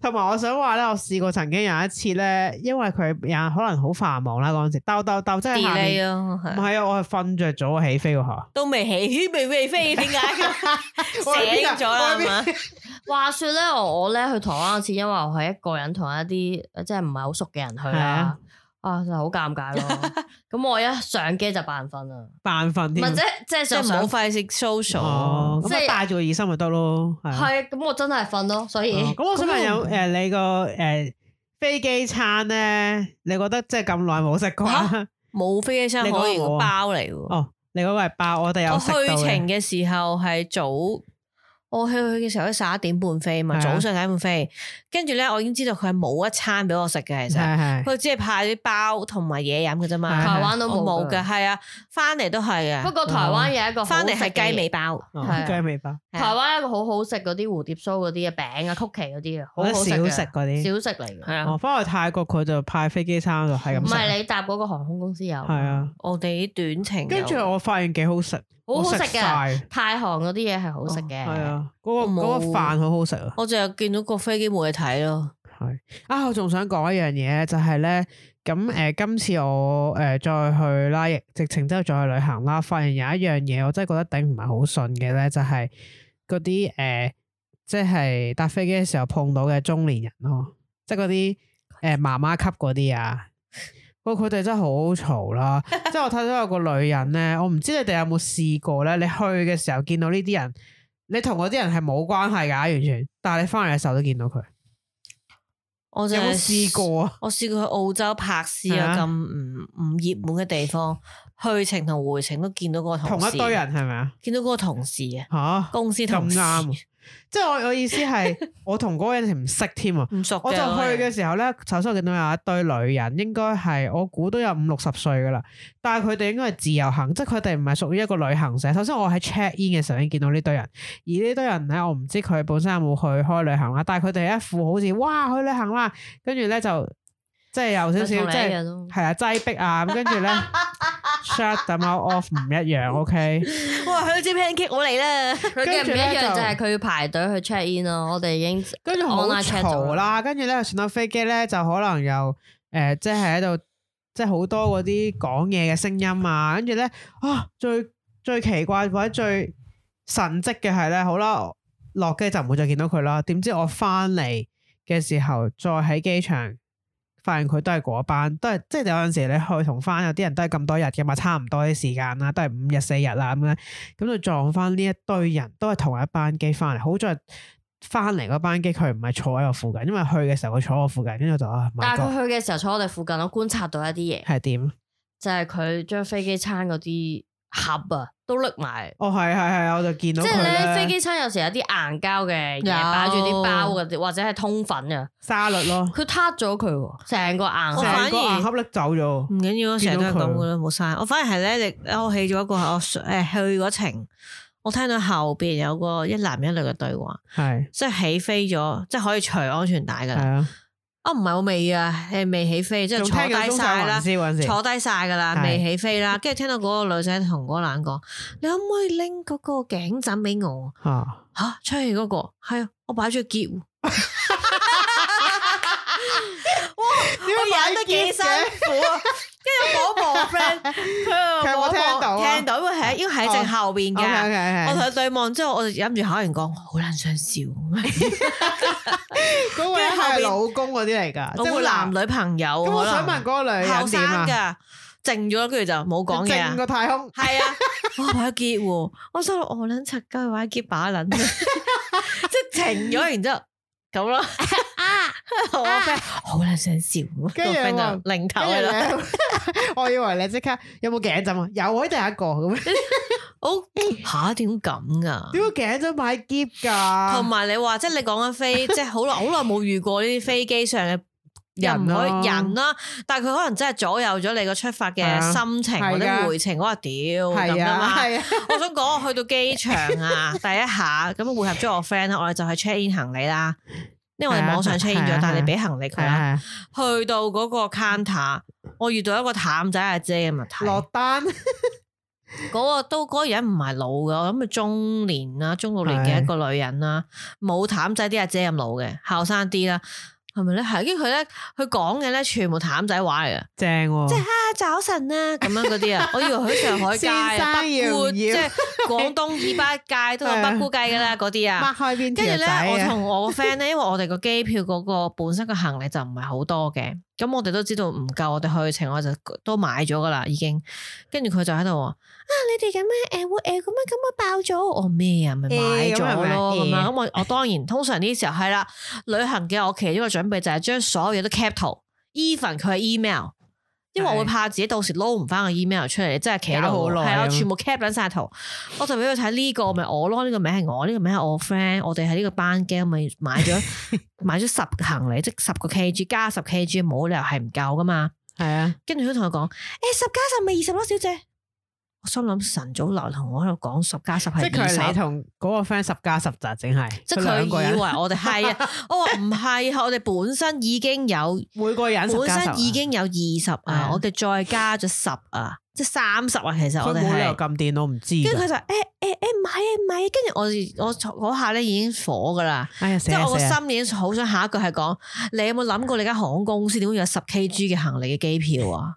Speaker 3: 同埋我想話咧，我試過曾經有一次咧，因為佢有可能好繁忙啦嗰陣時，兜兜兜，即係下
Speaker 4: delay
Speaker 3: 面
Speaker 4: 咯，
Speaker 3: 唔
Speaker 4: 係
Speaker 3: 係啊，我係瞓着咗起飛嗰下，
Speaker 4: 都未起，未未飛，點解？
Speaker 3: [laughs] 我喺邊
Speaker 4: 醒
Speaker 3: 啊
Speaker 4: 咗啦，
Speaker 3: 我喺
Speaker 4: 係
Speaker 3: 邊
Speaker 4: 嘛？
Speaker 2: 話說咧，我我咧去台灣嗰次，因為我係一個人同一啲呃即係唔係好熟嘅人去
Speaker 3: 係
Speaker 2: 啦
Speaker 3: 啊，
Speaker 2: 啊就好尷
Speaker 3: [laughs]
Speaker 2: 尬咯。咁我一上機就扮瞓啊，
Speaker 3: 扮瞓
Speaker 2: 唔係
Speaker 3: 添
Speaker 2: 即。即係
Speaker 4: 即係唔
Speaker 2: 上
Speaker 4: 好
Speaker 2: 上
Speaker 4: 費事 social。
Speaker 3: 哦，
Speaker 2: 即
Speaker 3: 咁
Speaker 2: 係
Speaker 3: 我戴住個耳塞咪得咯，係啊。
Speaker 2: 係咁我真係瞓咯，所以
Speaker 3: 哦咁我想問
Speaker 2: [laughs]
Speaker 3: 有誒你個誒飛機餐咧，你覺得即係咁耐冇食過
Speaker 4: 嚇
Speaker 3: 啦？
Speaker 4: 冇飛機餐
Speaker 3: 你
Speaker 4: 可
Speaker 3: 嗰個
Speaker 4: 以
Speaker 3: 冇啊
Speaker 4: 包嚟喎。
Speaker 3: 哦， [laughs] 你嗰個係包，我哋有
Speaker 4: 我
Speaker 3: 食
Speaker 4: 去
Speaker 3: 到嘅
Speaker 4: 程嘅時候係早，我去去嘅時候咧十一點半飛嘛，
Speaker 3: 係啊
Speaker 4: 早上十一點半飛，跟住咧我已經知道佢係冇一餐俾我食嘅，其實
Speaker 3: 係係
Speaker 4: 佢只係派啲包同埋嘢飲嘅啫嘛，
Speaker 3: 係係
Speaker 2: 台灣都
Speaker 4: 我
Speaker 2: 冇
Speaker 4: 冇嘅，
Speaker 2: 㗎。
Speaker 4: 係啊，翻嚟都係
Speaker 2: 不
Speaker 4: 嘅，
Speaker 2: 過台灣有一個好
Speaker 4: 翻嚟
Speaker 2: 食嘅
Speaker 4: 係雞
Speaker 2: 嘢
Speaker 4: 尾包，
Speaker 2: 係啊
Speaker 3: 哦雞尾包，
Speaker 4: 係啊
Speaker 2: 台灣有一個好好食嗰啲蝴蝶酥嗰啲嘅餅啊、曲奇嗰啲啊，
Speaker 3: 我
Speaker 2: 好好
Speaker 3: 覺得
Speaker 2: 食
Speaker 3: 少食
Speaker 2: 嘅，
Speaker 3: 嗰啲。
Speaker 2: 小食嚟嘅。
Speaker 4: 係啊
Speaker 3: 我，翻哦去泰國佢就派飛機餐就係
Speaker 2: 唔
Speaker 3: 咁食，啊
Speaker 2: 係你搭嗰個航空公司有，
Speaker 3: 係啊。
Speaker 4: 我哋啲短程有，
Speaker 3: 跟住我發現幾好食，
Speaker 2: 好好
Speaker 3: 我
Speaker 2: 食
Speaker 3: 晒
Speaker 2: 嘅。泰航嗰啲嘢係好食嘅，
Speaker 3: 係啊，嗰個
Speaker 4: 我
Speaker 3: 嗰
Speaker 4: 冇
Speaker 3: 個飯好好食啊。
Speaker 4: 我就係見到個飛機冇嘢睇咯，
Speaker 3: 係啊，我仲想講一樣嘢就係咧，咁誒今次我誒再去啦，疫直情之後再去旅行啦，發現有一樣嘢我真係覺得頂唔係好順嘅咧，就係嗰啲誒，即係搭飛機嘅時候碰到嘅中年人咯，即係嗰啲誒媽媽級嗰啲啊。不過佢哋真係好嘈啦，即係我睇到有個女人咧，我唔知你哋有冇試過咧？你去嘅時候見到呢啲人，你同嗰啲人係冇關係㗎，完全。但係你翻嚟嘅時候都見到佢。
Speaker 4: 我就
Speaker 3: 有冇
Speaker 4: 係
Speaker 3: 試過啊？
Speaker 4: 我試過去澳洲拍攝
Speaker 3: 係
Speaker 4: 啊
Speaker 3: 啊
Speaker 4: 咁唔唔熱門嘅地方，去程同回程都見到嗰個
Speaker 3: 同
Speaker 4: 同事，
Speaker 3: 一堆人係咪啊？
Speaker 4: 見到嗰個同事啊。
Speaker 3: 吓
Speaker 4: 公司同
Speaker 3: 咁
Speaker 4: 事
Speaker 3: 啱，即係我我意思係我同嗰個人唔識添啊！
Speaker 4: 唔熟嘅
Speaker 3: 我就去嘅時候咧，首先我見到有一堆女人，應該係我估都有五六十歲噶啦，但係佢哋應該係自由行，即係佢哋唔係屬於一個旅行社。首先我喺 check in 嘅時候已經見到呢堆人，而呢堆人咧，我唔知佢本身有冇去開旅行啦，但係佢哋一副好似哇去旅行啦，跟住咧就即係有少少即
Speaker 2: 咪同你一
Speaker 3: 係
Speaker 2: 樣咯
Speaker 3: 係啊擠逼啊，咁跟住咧 shut them out off 唔一樣，OK。
Speaker 4: 哇，佢支 pancake 我嚟
Speaker 3: [laughs]
Speaker 4: 啦，
Speaker 2: 佢嘅
Speaker 3: 跟
Speaker 2: 唔
Speaker 3: 住
Speaker 2: 一
Speaker 3: 咧
Speaker 2: 樣
Speaker 3: 就
Speaker 2: 就係佢要排隊去 check in 咯，我哋已經
Speaker 3: 跟住好
Speaker 2: online check 咗
Speaker 3: 嘈啦，Oh 跟住咧上到飛機咧就可能又誒、呃即係喺度即係好多嗰啲講嘢嘅聲音啊，跟住咧啊最最奇怪或者最神蹟嘅係咧，好啦落機就唔會再見到佢啦。點知我翻嚟嘅時候再喺機場。發現佢都係嗰班，都係即係有陣時你去同翻有啲人都係咁多日嘅嘛，差唔多啲時間啦，都係五日四日啦咁樣，咁就撞翻呢一堆人都係同一班機翻嚟，好在翻嚟嗰班機佢唔係坐喺我附近，因為去嘅時候佢坐我附近，跟住我就啊，
Speaker 2: 但係
Speaker 3: 係
Speaker 2: 佢去嘅時候坐我哋附近，我觀察到一啲嘢，
Speaker 3: 係點？
Speaker 2: 就係佢將飛機餐嗰啲盒啊都拎埋。
Speaker 3: 哦，係係係，我就見到
Speaker 2: 即係
Speaker 3: 佢
Speaker 2: 咧，
Speaker 3: 咧
Speaker 2: 飛機餐有時有啲硬膠嘅嘢
Speaker 4: 有
Speaker 2: 擺住啲包嘅，或者係通粉嘅，
Speaker 3: 沙律咯，
Speaker 2: 佢撻咗佢喎，成個硬
Speaker 4: 我反而
Speaker 3: 成個硬盒拎走咗
Speaker 4: 唔。緊要，我成日都係
Speaker 3: 見到
Speaker 4: 咁
Speaker 3: 佢
Speaker 4: 噶啦，冇嘥。我反而係咧，你我起咗一個係我誒去嗰程，我聽到後邊有個一男一女嘅對話，
Speaker 3: 係
Speaker 4: 即係起飛咗，即係可以除安全帶噶
Speaker 3: 係
Speaker 4: 啦。
Speaker 3: 啊，
Speaker 4: 啊，唔係我未啊，係未起飛，即係
Speaker 3: 仲
Speaker 4: 坐
Speaker 3: 聽緊
Speaker 4: 低
Speaker 3: 中
Speaker 4: 晒
Speaker 3: 上
Speaker 4: 啦
Speaker 3: 環，先嗰陣時，
Speaker 4: 坐低晒噶啦，
Speaker 3: 係
Speaker 4: 未起飛啦。跟住聽到嗰個女仔同嗰個男講：你可唔可以拎嗰個頸枕俾 [laughs] 我？
Speaker 3: 啊
Speaker 4: 吓，出去嗰個係啊，我擺咗去
Speaker 3: [laughs]
Speaker 4: 結喎。我忍得幾 [laughs] 辛苦啊！跟住我摸一摸 friend，佢
Speaker 3: 佢
Speaker 4: 又
Speaker 3: 有
Speaker 4: 摸
Speaker 3: 冇
Speaker 4: 一摸
Speaker 3: 聽到啊哦
Speaker 4: 聽到，因為係因為喺正後邊
Speaker 3: ？OK
Speaker 4: 嘅。我同佢對望之後，我就忍住口型講，好撚想笑，
Speaker 3: 啊嗰個
Speaker 4: 跟住後
Speaker 3: 係
Speaker 4: 邊
Speaker 3: 老公嗰啲嚟㗎，即係
Speaker 4: 我
Speaker 3: 會
Speaker 4: 男。女朋友
Speaker 3: 咁我
Speaker 4: 可
Speaker 3: 想問嗰個
Speaker 4: 能
Speaker 3: 女
Speaker 4: 後
Speaker 3: 人點
Speaker 4: 生
Speaker 3: 啊？
Speaker 4: 㗎，靜咗，跟住就冇講嘢啊
Speaker 3: 正。個太空，
Speaker 4: 系啊，哇擺結喎，我心諗我撚柒鳩佢擺結把撚，
Speaker 3: [laughs]
Speaker 4: 即係停咗，然之後咁咯。我 friend 好撚想笑，
Speaker 3: 跟住
Speaker 4: 個 friend
Speaker 3: 話
Speaker 4: 就擰頭
Speaker 3: 跟住
Speaker 4: 啦。
Speaker 3: 你 [laughs] 我以為你即刻有冇頸針啊？有，我一定有一個
Speaker 4: [laughs]
Speaker 3: 咁。
Speaker 4: 我
Speaker 3: [laughs]
Speaker 4: 吓點咁噶？
Speaker 3: 點解頸針買夾㗎？
Speaker 4: 同埋你話即係你講緊
Speaker 3: [laughs]
Speaker 4: 飛，即係好耐好耐冇遇過呢啲飛機上嘅。又唔可以
Speaker 3: 人咯
Speaker 4: 人啦，但係佢可能真係左右咗你個出發
Speaker 3: 係
Speaker 4: 嘅
Speaker 3: 啊
Speaker 4: 心情或
Speaker 3: 係
Speaker 4: 者
Speaker 3: 㗎
Speaker 4: 回程。我話屌咁
Speaker 3: 係
Speaker 4: 啊
Speaker 3: 啊，
Speaker 4: 嘛，
Speaker 3: 係啊，
Speaker 4: 我想講，我去到機場
Speaker 3: [laughs]
Speaker 4: 啊，第一下咁會合咗我 friend 啦，我哋就去 check in 行李啦，因為我哋網上 check in
Speaker 3: 係
Speaker 4: 咗
Speaker 3: 啊，
Speaker 4: 但係你俾行李佢
Speaker 3: 係
Speaker 4: 啦。
Speaker 3: 啊，
Speaker 4: 去到嗰個 counter，我遇到一個淡仔阿姐嘅物體，
Speaker 3: 落單
Speaker 4: 嗰個都嗰個人唔係老嘅，我諗佢中年啦，中老年嘅一個女人啦，冇淡仔啲阿姐咁老嘅，後生啲啦。係咪咧？係，跟住佢咧，佢講嘅咧，全部淡仔話嚟嘅。
Speaker 3: 正喎，
Speaker 4: 啊，早晨啊，咁樣嗰
Speaker 3: [laughs]
Speaker 4: 啲啊，我以為佢上海街
Speaker 3: 先
Speaker 4: 啊、
Speaker 3: 生
Speaker 4: 北
Speaker 3: 要唔
Speaker 4: 姑，
Speaker 3: 要
Speaker 4: 即係廣東以北界都有
Speaker 3: [laughs]
Speaker 4: 北姑計噶啦，嗰啲啊。
Speaker 3: 擘開邊
Speaker 4: 跟住
Speaker 3: 條仔
Speaker 4: 咧，我
Speaker 3: 啊？
Speaker 4: 同我個 friend 咧，因為我哋個機票嗰個本身個行李就唔係好多嘅，咁我哋都知道唔夠，我哋去程我就都買咗噶啦，已經。跟住佢就喺度話：啊，你哋咁樣誒會誒咁樣咁樣爆咗，我咩啊？咪買
Speaker 3: 誒咁係
Speaker 4: 咗
Speaker 3: 咪
Speaker 4: 咯咁樣。
Speaker 3: 誒
Speaker 4: 咁我我當然通常呢時候係啦，旅行嘅我其中一個準備就係將所有嘢都 cap 圖，even 佢係 email。因為我會
Speaker 3: 係
Speaker 4: 怕自己到時撈唔翻個 email 出嚟，真係企喺
Speaker 3: 搞
Speaker 4: 度，
Speaker 3: 好耐
Speaker 4: 係
Speaker 3: 咁
Speaker 4: 啊，我全部 cap 撚晒圖，我就俾佢睇呢個咪我咯，呢個名係我，呢個名係我 friend，我哋喺呢個班 game 咪買咗
Speaker 3: [laughs]
Speaker 4: 買咗十行李，即十個 kg 加十 kg，冇理由係唔夠噶嘛。
Speaker 3: 係啊，
Speaker 4: 跟住佢同我講，誒十加十咪二十咯，小姐。我心諗晨早流同我喺度講十加十
Speaker 3: 即係
Speaker 4: 係
Speaker 3: 佢係
Speaker 4: 二
Speaker 3: 你
Speaker 4: 十。
Speaker 3: 同嗰個 friend 十加十咋，整係
Speaker 4: 即
Speaker 3: 佢
Speaker 4: 係佢
Speaker 3: 兩個
Speaker 4: 以
Speaker 3: 人
Speaker 4: 為，我哋係啊，
Speaker 3: [laughs]
Speaker 4: 我話唔係啊，我哋本身已經有
Speaker 3: 每個人十
Speaker 4: 本
Speaker 3: 加十啊
Speaker 4: 身已經有二十
Speaker 3: 係
Speaker 4: 啊
Speaker 3: 啊，
Speaker 4: 我哋再加咗十啊，即係三十啊。其實
Speaker 3: 佢
Speaker 4: 我哋
Speaker 3: 冇理由
Speaker 4: 係，
Speaker 3: 撳電腦唔知
Speaker 4: 跟住
Speaker 3: 㗎。
Speaker 4: 佢就誒誒誒唔係啊唔係啊，跟住我我嗰下咧已經火噶啦，
Speaker 3: 哎呀，死
Speaker 4: 即係
Speaker 3: 啊
Speaker 4: 我個
Speaker 3: 死啊！
Speaker 4: 心已經好想下一句係講，你有冇諗過你間航空公司點會有十 kg 嘅行李嘅機票
Speaker 3: [laughs]
Speaker 4: 啊？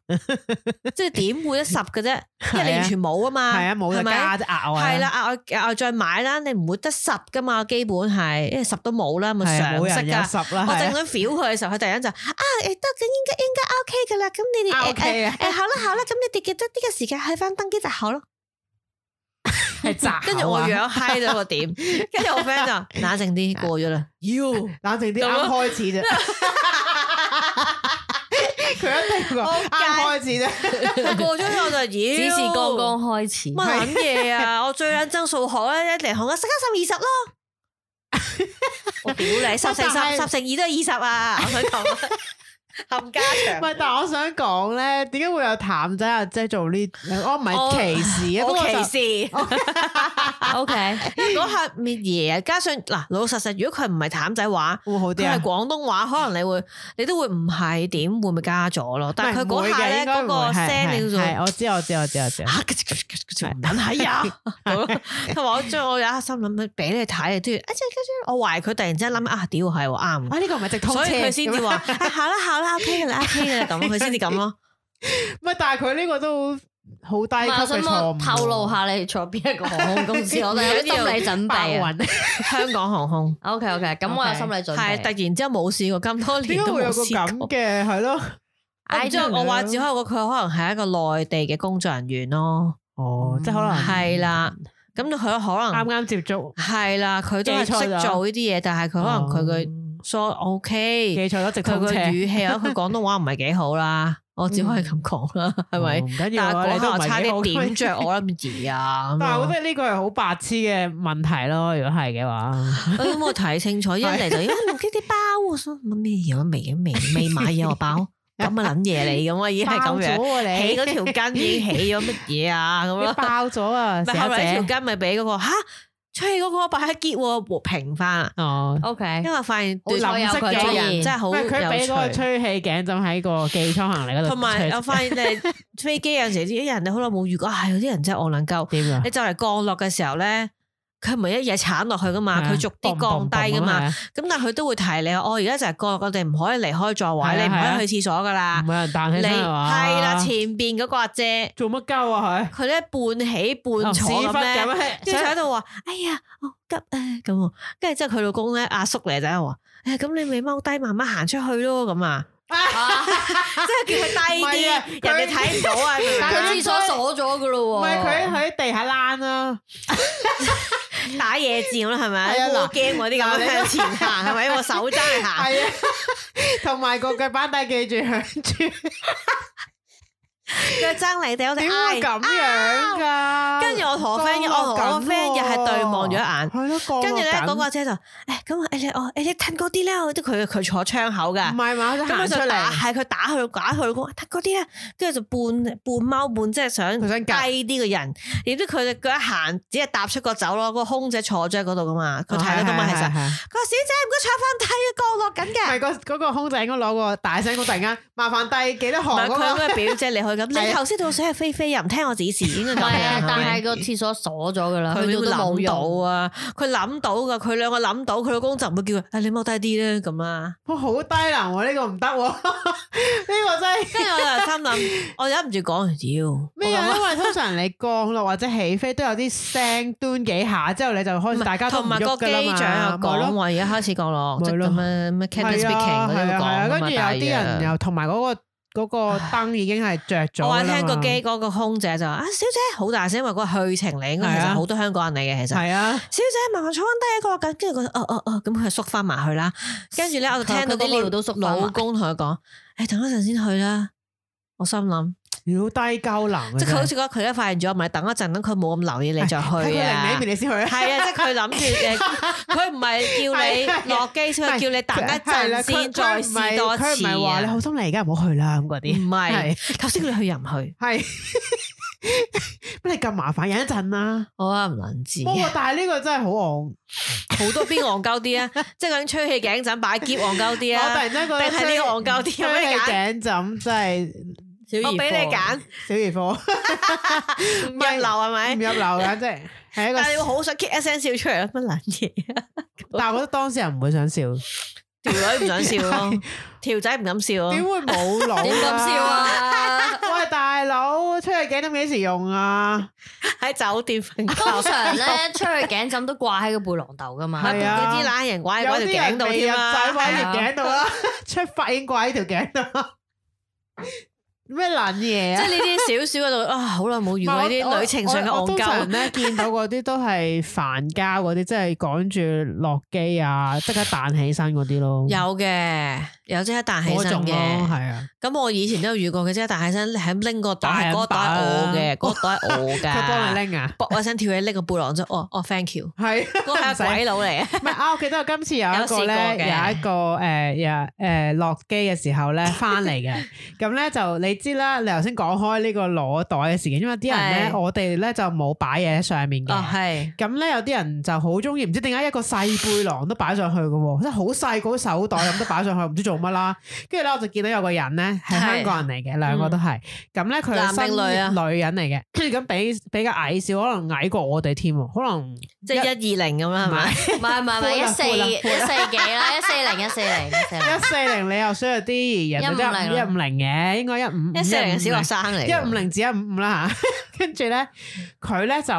Speaker 4: 即係點會得十嘅啫？因為你完全冇啊嘛，
Speaker 3: 係啊，啊冇
Speaker 4: 係
Speaker 3: 就
Speaker 4: 咪
Speaker 3: 加啫額外。
Speaker 4: 係啦，，啊額外額外再買啦，你唔會得十噶嘛，基本係，因為十都冇啦，咪
Speaker 3: 係啊
Speaker 4: 常
Speaker 3: 冇人
Speaker 4: 識
Speaker 3: 有
Speaker 4: 噶。
Speaker 3: 十啦，
Speaker 4: 我
Speaker 3: 係
Speaker 4: 正
Speaker 3: 啊
Speaker 4: 想 feel 佢嘅時候，佢突然間就啊誒得咁應該應該 OK 噶啦，咁
Speaker 3: [laughs]
Speaker 4: 你哋
Speaker 3: 啊
Speaker 4: 誒
Speaker 3: ，OK 啊
Speaker 4: 誒誒好啦好啦，咁你哋記得呢個時間去翻登機就好咯。
Speaker 3: 係宅口啊
Speaker 4: 跟住我樣嗨咗個點，跟住我 friend 就冷靜啲過咗啦。
Speaker 3: 要冷靜啲，
Speaker 4: 咁咯
Speaker 3: 啱開始啫。佢一定話
Speaker 4: 我
Speaker 3: 啱啊開始啫，
Speaker 4: 過咗我就咦，
Speaker 2: 只是剛剛開始，
Speaker 4: 乜撚嘢啊！我最撚憎數學咧，一嚟行啊，十加十二十咯。我屌你，十乘十
Speaker 3: 但係
Speaker 4: 十乘二都係二十啊！我想講冚家
Speaker 3: 唔
Speaker 4: 長，
Speaker 3: 係， [laughs] 但係我想講咧，點解會有譚仔阿姐做呢？我唔係
Speaker 4: 我
Speaker 3: 歧視啊，不過
Speaker 4: 我
Speaker 3: 就
Speaker 4: 歧視。 [laughs]
Speaker 2: O K，
Speaker 4: 嗰下咩嘢啊？加上嗱，老老實實，如果佢唔係淡仔話，
Speaker 3: 會好
Speaker 4: 佢
Speaker 3: 啲
Speaker 4: 係
Speaker 3: 啊。
Speaker 4: 廣東
Speaker 3: [laughs]
Speaker 4: 話，可能你會你都會唔係點，會唔會加咗咯？但係佢
Speaker 3: 唔
Speaker 4: 嗰
Speaker 3: 會
Speaker 4: 下
Speaker 3: 嘅，
Speaker 4: 咧
Speaker 3: 應該
Speaker 4: 嗰
Speaker 3: 唔
Speaker 4: 個
Speaker 3: 會係
Speaker 4: 聲
Speaker 3: 係
Speaker 4: 叫做
Speaker 3: 係，我知我知我知我
Speaker 4: [laughs]
Speaker 3: 知。
Speaker 4: 啊，唔撚係
Speaker 3: [laughs]
Speaker 4: 啊！咁同埋我將我有一刻心諗，俾你睇你都要啊！即係我懷疑佢突然之間諗啊，屌係喎啱喎，
Speaker 3: 啊！呢個唔係直通車，
Speaker 4: 所以佢先至
Speaker 3: [laughs]
Speaker 4: 話啊好啦好啦 OK 噶啦 OK 噶啦咁，佢先至咁咯。
Speaker 3: 唔係，但係佢呢個都好低
Speaker 2: 我
Speaker 3: 級
Speaker 2: 想
Speaker 3: 嘅錯
Speaker 2: 我
Speaker 3: 誤。
Speaker 2: 透
Speaker 3: [laughs]
Speaker 2: 露下你坐邊一個航空公司，我哋
Speaker 4: [laughs]
Speaker 2: 有啲心理準
Speaker 3: 白
Speaker 2: 備啊。
Speaker 3: 雲，
Speaker 4: 香港航
Speaker 3: [laughs]
Speaker 4: 空
Speaker 2: O K O K，咁我有
Speaker 3: OK
Speaker 2: 心理
Speaker 4: 係
Speaker 2: 準備。
Speaker 4: 突然之間冇試過咁多
Speaker 3: 點
Speaker 4: 年
Speaker 3: 解
Speaker 4: 都
Speaker 3: 會
Speaker 4: 冇
Speaker 3: 有個
Speaker 4: 試
Speaker 3: 咁
Speaker 4: 過。
Speaker 3: 嘅係咯？
Speaker 4: 我唔知，
Speaker 3: I don't
Speaker 4: 我話
Speaker 3: know
Speaker 4: 只可以講佢可能係一個內地嘅工作人員咯，
Speaker 3: 哦，即係可能
Speaker 4: 係啦。咁佢可
Speaker 3: 啱啱
Speaker 4: 能
Speaker 3: 接觸，
Speaker 4: 係啦，佢都
Speaker 3: 記
Speaker 4: 係識
Speaker 3: 錯
Speaker 4: 做
Speaker 3: 咗
Speaker 4: 呢啲嘢，但係佢可能
Speaker 3: Ờ.
Speaker 4: 佢嘅
Speaker 3: 啊哦
Speaker 4: so OK，
Speaker 3: 記錯咗直
Speaker 4: 佢
Speaker 3: 通
Speaker 4: 個
Speaker 3: 車，
Speaker 4: 語氣啊，佢廣東話唔係幾好
Speaker 3: [laughs]
Speaker 4: 啦，我只可以咁講啦，係
Speaker 3: 嗯哦
Speaker 4: 咪？
Speaker 3: 唔緊要
Speaker 4: 但
Speaker 3: 啊，
Speaker 4: 係
Speaker 3: 你都
Speaker 4: 嗰下
Speaker 3: 唔
Speaker 4: 我差
Speaker 3: 係幾好
Speaker 4: 啲點着我啦，咁熱啊！
Speaker 3: [laughs] 但係我覺
Speaker 4: 咁
Speaker 3: 得呢個係好白痴嘅問題咯，如果係嘅話，
Speaker 4: 我哎咁我睇
Speaker 3: [laughs]
Speaker 4: 清楚，一嚟就因哎為唔記啲包啊，我想乜咩嘢我未未
Speaker 3: [laughs]
Speaker 4: 未買嘢我包，咁啊諗嘢你咁啊，已經係咁樣。
Speaker 3: 樣
Speaker 4: 起嗰條筋已經起咗乜嘢啊？咁
Speaker 3: 你
Speaker 4: 咯，
Speaker 3: 爆咗啊，
Speaker 4: 咪後
Speaker 3: 小
Speaker 4: 嚟
Speaker 3: 姐
Speaker 4: 條，筋咪俾嗰個吓吹氣嗰個擺一結喎，平啊翻啦。
Speaker 3: 哦，
Speaker 2: O K，
Speaker 4: 因為發現對
Speaker 2: 好彩有
Speaker 4: 藍色
Speaker 2: 佢
Speaker 4: 嘅
Speaker 2: 出
Speaker 4: 人
Speaker 2: 現
Speaker 4: 真係好
Speaker 3: 唔係佢俾嗰個
Speaker 4: 有趣。
Speaker 3: 吹氣頸枕喺個寄艙行李嗰度吹，
Speaker 4: 同埋我發現你飛機有陣時啲人你好耐冇遇過，係有啲人真係我能夠，
Speaker 3: 點啊
Speaker 4: 你？就嚟降落嘅時候咧，佢唔係一嘢鏟落去噶
Speaker 3: À, 啊
Speaker 4: 嘛，佢逐啲降低噶嘛。
Speaker 3: 嘛，
Speaker 4: 咁但係佢都會提你話，我而家就係降落，我哋唔可以離開座
Speaker 3: 係啊
Speaker 4: 位，你唔
Speaker 3: 係啊
Speaker 4: 可以去廁所噶啦
Speaker 3: 唔。會有人彈
Speaker 4: 你
Speaker 3: 起身係啊嘛？
Speaker 4: 係啦，前边嗰個阿姐，
Speaker 3: 做乜鳩啊佢？
Speaker 4: 佢咧半起半坐
Speaker 3: 哦屎忽
Speaker 4: 咁咧。
Speaker 3: 樣
Speaker 4: 跟住
Speaker 3: [laughs]
Speaker 4: 就喺度話：哎呀，我急啊咁喎。跟住之後佢老公咧，阿叔嚟就喺度話：誒咁你咪踎低，慢慢行出去咯
Speaker 3: [laughs]
Speaker 4: 咁啊！即係
Speaker 3: 唔
Speaker 4: 叫
Speaker 3: 係啊
Speaker 4: 佢低啲，
Speaker 3: 佢
Speaker 4: 人哋睇唔到啊！明唔明啊
Speaker 2: 但係佢廁所鎖咗噶
Speaker 3: 唔
Speaker 2: 咯喎，
Speaker 3: 係佢喺地下躝啦，
Speaker 4: 打野戰啦，係咪
Speaker 3: 係啊
Speaker 4: 啊？
Speaker 3: 嗱
Speaker 4: 好驚我啲咁樣向前行，係咪？
Speaker 3: [laughs]
Speaker 4: 我手踭嚟行，
Speaker 3: 係啊， [laughs] 同埋個腳板底記住
Speaker 4: [laughs]
Speaker 3: 響住，
Speaker 4: 腳踭你哋，我哋
Speaker 3: 點會
Speaker 4: 嗌。
Speaker 3: 咁啊樣㗎？
Speaker 4: 跟住我同我 friend，我同我 friend 又係對望咗一眼。
Speaker 3: 係咯，降落
Speaker 4: 跟住咧，
Speaker 3: 緊
Speaker 4: 嗰個姐就誒咁啊，誒你我誒你褪高啲啦，我都佢佢坐窗口㗎
Speaker 3: 唔。係嘛，佢
Speaker 4: 咁
Speaker 3: 行
Speaker 4: 佢
Speaker 3: 出
Speaker 4: 就打，
Speaker 3: 嚟，哦
Speaker 4: 係佢打佢打佢講，得嗰啲咧，跟住就半半踎半，即係想
Speaker 3: 佢想
Speaker 4: 低
Speaker 3: 夾
Speaker 4: 啲嘅人，亦都佢隻腳一行，只係踏出個走咯，個空姐坐咗喺嗰度噶嘛，佢睇得到嘛，其實
Speaker 3: 係係係係
Speaker 4: 佢話小姐唔該坐翻低，降落緊
Speaker 3: 唔
Speaker 4: 嘅。
Speaker 3: 係個嗰個空姐應該攞個大聲公，突然間麻煩第幾多
Speaker 4: 唔
Speaker 3: 行
Speaker 4: 係
Speaker 3: 嗰
Speaker 4: 佢
Speaker 3: 個
Speaker 4: 嗰個表姐你去
Speaker 3: 係啊
Speaker 4: 咁，你頭先到水係飛飛又唔聽我指示，應該
Speaker 2: 唔
Speaker 4: 咁
Speaker 2: 係啊，
Speaker 4: 樣。
Speaker 2: 但
Speaker 4: 咪
Speaker 2: 係個廁所鎖咗噶啦，
Speaker 4: 佢
Speaker 2: 去
Speaker 4: 會
Speaker 2: 到都冇
Speaker 4: 諗
Speaker 2: 用。
Speaker 4: 到啊，佢諗到噶，佢兩個諗到，佢老公就唔會叫佢，誒你踎低啲啦咁啦。
Speaker 3: [laughs] 哇好低能喎，呢個唔得喎， [laughs] 呢個真係。
Speaker 4: 跟住我就心諗，我忍唔住講，妖
Speaker 3: 咩啊？因為通常你降落或者起飛都有啲聲端幾下之後，你就開始大家都
Speaker 4: 同
Speaker 3: 唔
Speaker 4: 埋個
Speaker 3: 喐
Speaker 4: 機
Speaker 3: 噶啦
Speaker 4: 長
Speaker 3: 嘛
Speaker 4: 又。
Speaker 3: 咪
Speaker 4: 講
Speaker 3: 咯
Speaker 4: 話而家開始降落，即
Speaker 3: 咪
Speaker 4: 係
Speaker 3: 咯
Speaker 4: 咁樣咩 Captain
Speaker 3: 係
Speaker 4: speaking
Speaker 3: 啊
Speaker 4: 嗰啲會
Speaker 3: 係啊係啊
Speaker 4: 講
Speaker 3: 跟住有啲人又同埋嗰個嗰個燈已經係着咗
Speaker 4: 我
Speaker 3: 㗎啦
Speaker 4: 話
Speaker 3: 嘛。
Speaker 4: 聽個機嗰個空姐就話：啊，小姐好大聲，因為嗰個去程嚟，應該其
Speaker 3: 係啊
Speaker 4: 實好多香港人嚟嘅，其實。
Speaker 3: 係啊，
Speaker 4: 小姐，麻煩坐翻低一個，跟住佢哦哦哦，咁佢就縮翻埋去啦。跟住咧，我就聽到
Speaker 2: 佢
Speaker 4: 嗰
Speaker 2: 佢啲尿
Speaker 4: 個
Speaker 2: 都縮返埋
Speaker 4: 老公同佢講：誒，等一陣先去啦。我心諗，
Speaker 3: 要低鳩能。
Speaker 4: 即係佢好似覺得佢而家發現咗，唔係等一陣，等佢冇咁留意你再
Speaker 3: 睇
Speaker 4: 去
Speaker 3: 佢嚟唔
Speaker 4: 啊
Speaker 3: 嚟。你先去啊。
Speaker 4: 係啊，即係佢
Speaker 2: [laughs]
Speaker 4: 諗住誒，佢唔係叫你落機先，佢叫你等一陣先再試多
Speaker 3: 佢唔
Speaker 4: 次
Speaker 3: 係話你
Speaker 4: 啊
Speaker 3: 好。心，你而家唔好去啦咁嗰啲。
Speaker 4: 唔係
Speaker 3: 係，
Speaker 4: 頭先你去又唔去，
Speaker 3: 係。 [laughs] 乜你咁麻煩？忍一陣啦。
Speaker 4: 我啊唔能知。
Speaker 3: 不過但係呢個真係好戇。
Speaker 4: 好多邊個戇鳩啲啊？ [laughs] 即係究竟吹氣頸枕擺夾戇鳩啲
Speaker 3: 我突
Speaker 4: 啊？
Speaker 3: 然間覺得
Speaker 4: 定係呢個戇鳩啲？有
Speaker 3: 吹
Speaker 4: 咩
Speaker 3: 你
Speaker 4: 揀？
Speaker 3: 頸枕真係
Speaker 4: 我俾你揀，
Speaker 3: 小兒
Speaker 4: [laughs]
Speaker 3: 科，
Speaker 4: 唔入流係
Speaker 3: 唔 [laughs]
Speaker 4: 咪？
Speaker 3: 入流簡直係一個
Speaker 4: 哎但。係你會好想 kick 一聲笑出嚟啦，乜撚嘢啊？
Speaker 3: 但係我覺得當事人唔會想
Speaker 4: [laughs]
Speaker 3: 笑，
Speaker 4: 哦
Speaker 3: 點
Speaker 4: 條女唔想笑咯，條仔唔敢笑咯。
Speaker 3: 會冇腦啊？
Speaker 2: 點咁 [laughs] 笑？
Speaker 3: [laughs]
Speaker 2: 啊？
Speaker 3: 喂，大佬，吹你頸枕幾時用啊？
Speaker 4: 喺酒店瞓
Speaker 2: 通
Speaker 4: 覺，
Speaker 2: 常咧，出去頸枕都掛喺個背囊度噶嘛。
Speaker 3: 係啊
Speaker 4: 有啲懶人掛喺
Speaker 3: 有
Speaker 4: 嗰
Speaker 3: 啲
Speaker 4: 條頸
Speaker 3: 人
Speaker 4: 度
Speaker 3: 未入
Speaker 4: 添
Speaker 3: 仔
Speaker 4: 啊！
Speaker 3: 喺條頸度啦，出髮已經掛喺條頸度啦。咩撚嘢
Speaker 4: [laughs] 即
Speaker 3: 啊
Speaker 4: 係？呢啲少少嗰度啊，好耐冇遇過呢
Speaker 3: 唔係我
Speaker 4: 啲旅程上嘅
Speaker 3: 我我
Speaker 4: 戇
Speaker 3: 通常
Speaker 4: 鳩。 [laughs]
Speaker 3: 咧見到嗰啲都係煩交嗰啲，即係趕住落機啊，即刻彈起身嗰啲咯。
Speaker 4: 有嘅，有即刻彈起
Speaker 3: 嗰
Speaker 4: 身
Speaker 3: 種咯，
Speaker 4: 嘅。
Speaker 3: 係啊，
Speaker 4: 咁我以前都有遇過嘅，即係彈起身係咁拎個袋，
Speaker 3: 大
Speaker 4: 係
Speaker 3: 人
Speaker 4: 嗰個袋
Speaker 3: 版
Speaker 4: 我
Speaker 3: 啊
Speaker 4: 嘅，嗰個袋
Speaker 3: [laughs]
Speaker 4: 我㗎。
Speaker 3: 佢幫你拎啊，
Speaker 4: 卜一聲跳起拎個背囊啫，哦哦，thank you，
Speaker 3: 係
Speaker 4: 嗰個係鬼佬嚟啊，
Speaker 3: 唔係啊？我記得我今次有一個咧，
Speaker 4: 有試過嘅
Speaker 3: 有一個誒有誒落機嘅時候咧，翻嚟嘅。咁咧就你知啦，你頭先講開呢個攞袋嘅事件，因為啲人咧，
Speaker 4: 係
Speaker 3: 我哋咧就冇擺嘢喺上面嘅。
Speaker 4: 哦係，
Speaker 3: 咁咧有啲人就好中意，唔知點解一個細背囊都擺上去嘅喎，即係好細個手袋咁都擺上去，唔知做乜啦。跟住咧我就見到有個人咧係香港人嚟嘅，兩個都係。咁咧佢係
Speaker 4: 嗯男定女啊
Speaker 3: 新女人嚟嘅，咁比比較矮少，可能矮過我哋添喎，可能
Speaker 4: 即係一二零咁啦，係咪？
Speaker 2: 唔係唔係唔係一四一四幾啦，一四零一四零一四
Speaker 3: 一四零你又需要啲，人哋都一
Speaker 2: 150
Speaker 3: 五零嘅，應該一五
Speaker 4: 一四零小學生嚟㗎，
Speaker 3: 一五零至一五五啦 [laughs] 嚇，跟住咧佢咧就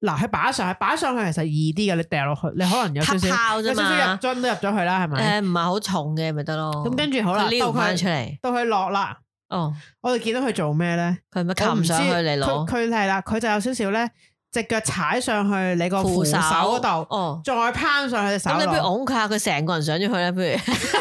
Speaker 3: 嗱佢擺上去，擺上去其實易啲嘅，你掉落去你可能有少
Speaker 4: 黑
Speaker 3: 少
Speaker 4: 泡
Speaker 3: 有
Speaker 4: 啫
Speaker 3: 少少入
Speaker 4: 嘛，
Speaker 3: 樽都入咗去啦，係咪？
Speaker 4: 誒唔係好重嘅咪得咯，
Speaker 3: 咁跟住好啦，
Speaker 4: 佢
Speaker 3: 到
Speaker 4: 撩翻出
Speaker 3: 佢
Speaker 4: 嚟，
Speaker 3: 到佢落啦，
Speaker 4: 哦，
Speaker 3: 我哋見到佢做咩咧？
Speaker 4: 佢咪
Speaker 3: 我唔
Speaker 4: 擒
Speaker 3: 知
Speaker 4: 上去嚟
Speaker 3: 佢
Speaker 4: 攞
Speaker 3: 佢係啦，佢就有少少咧，只腳踩上去你個扶手嗰度，
Speaker 4: 哦，
Speaker 3: 再攀上去隻手
Speaker 4: 咁你不如
Speaker 3: 度。
Speaker 4: 㧬佢下佢成個人上咗去啦，不如
Speaker 3: [laughs]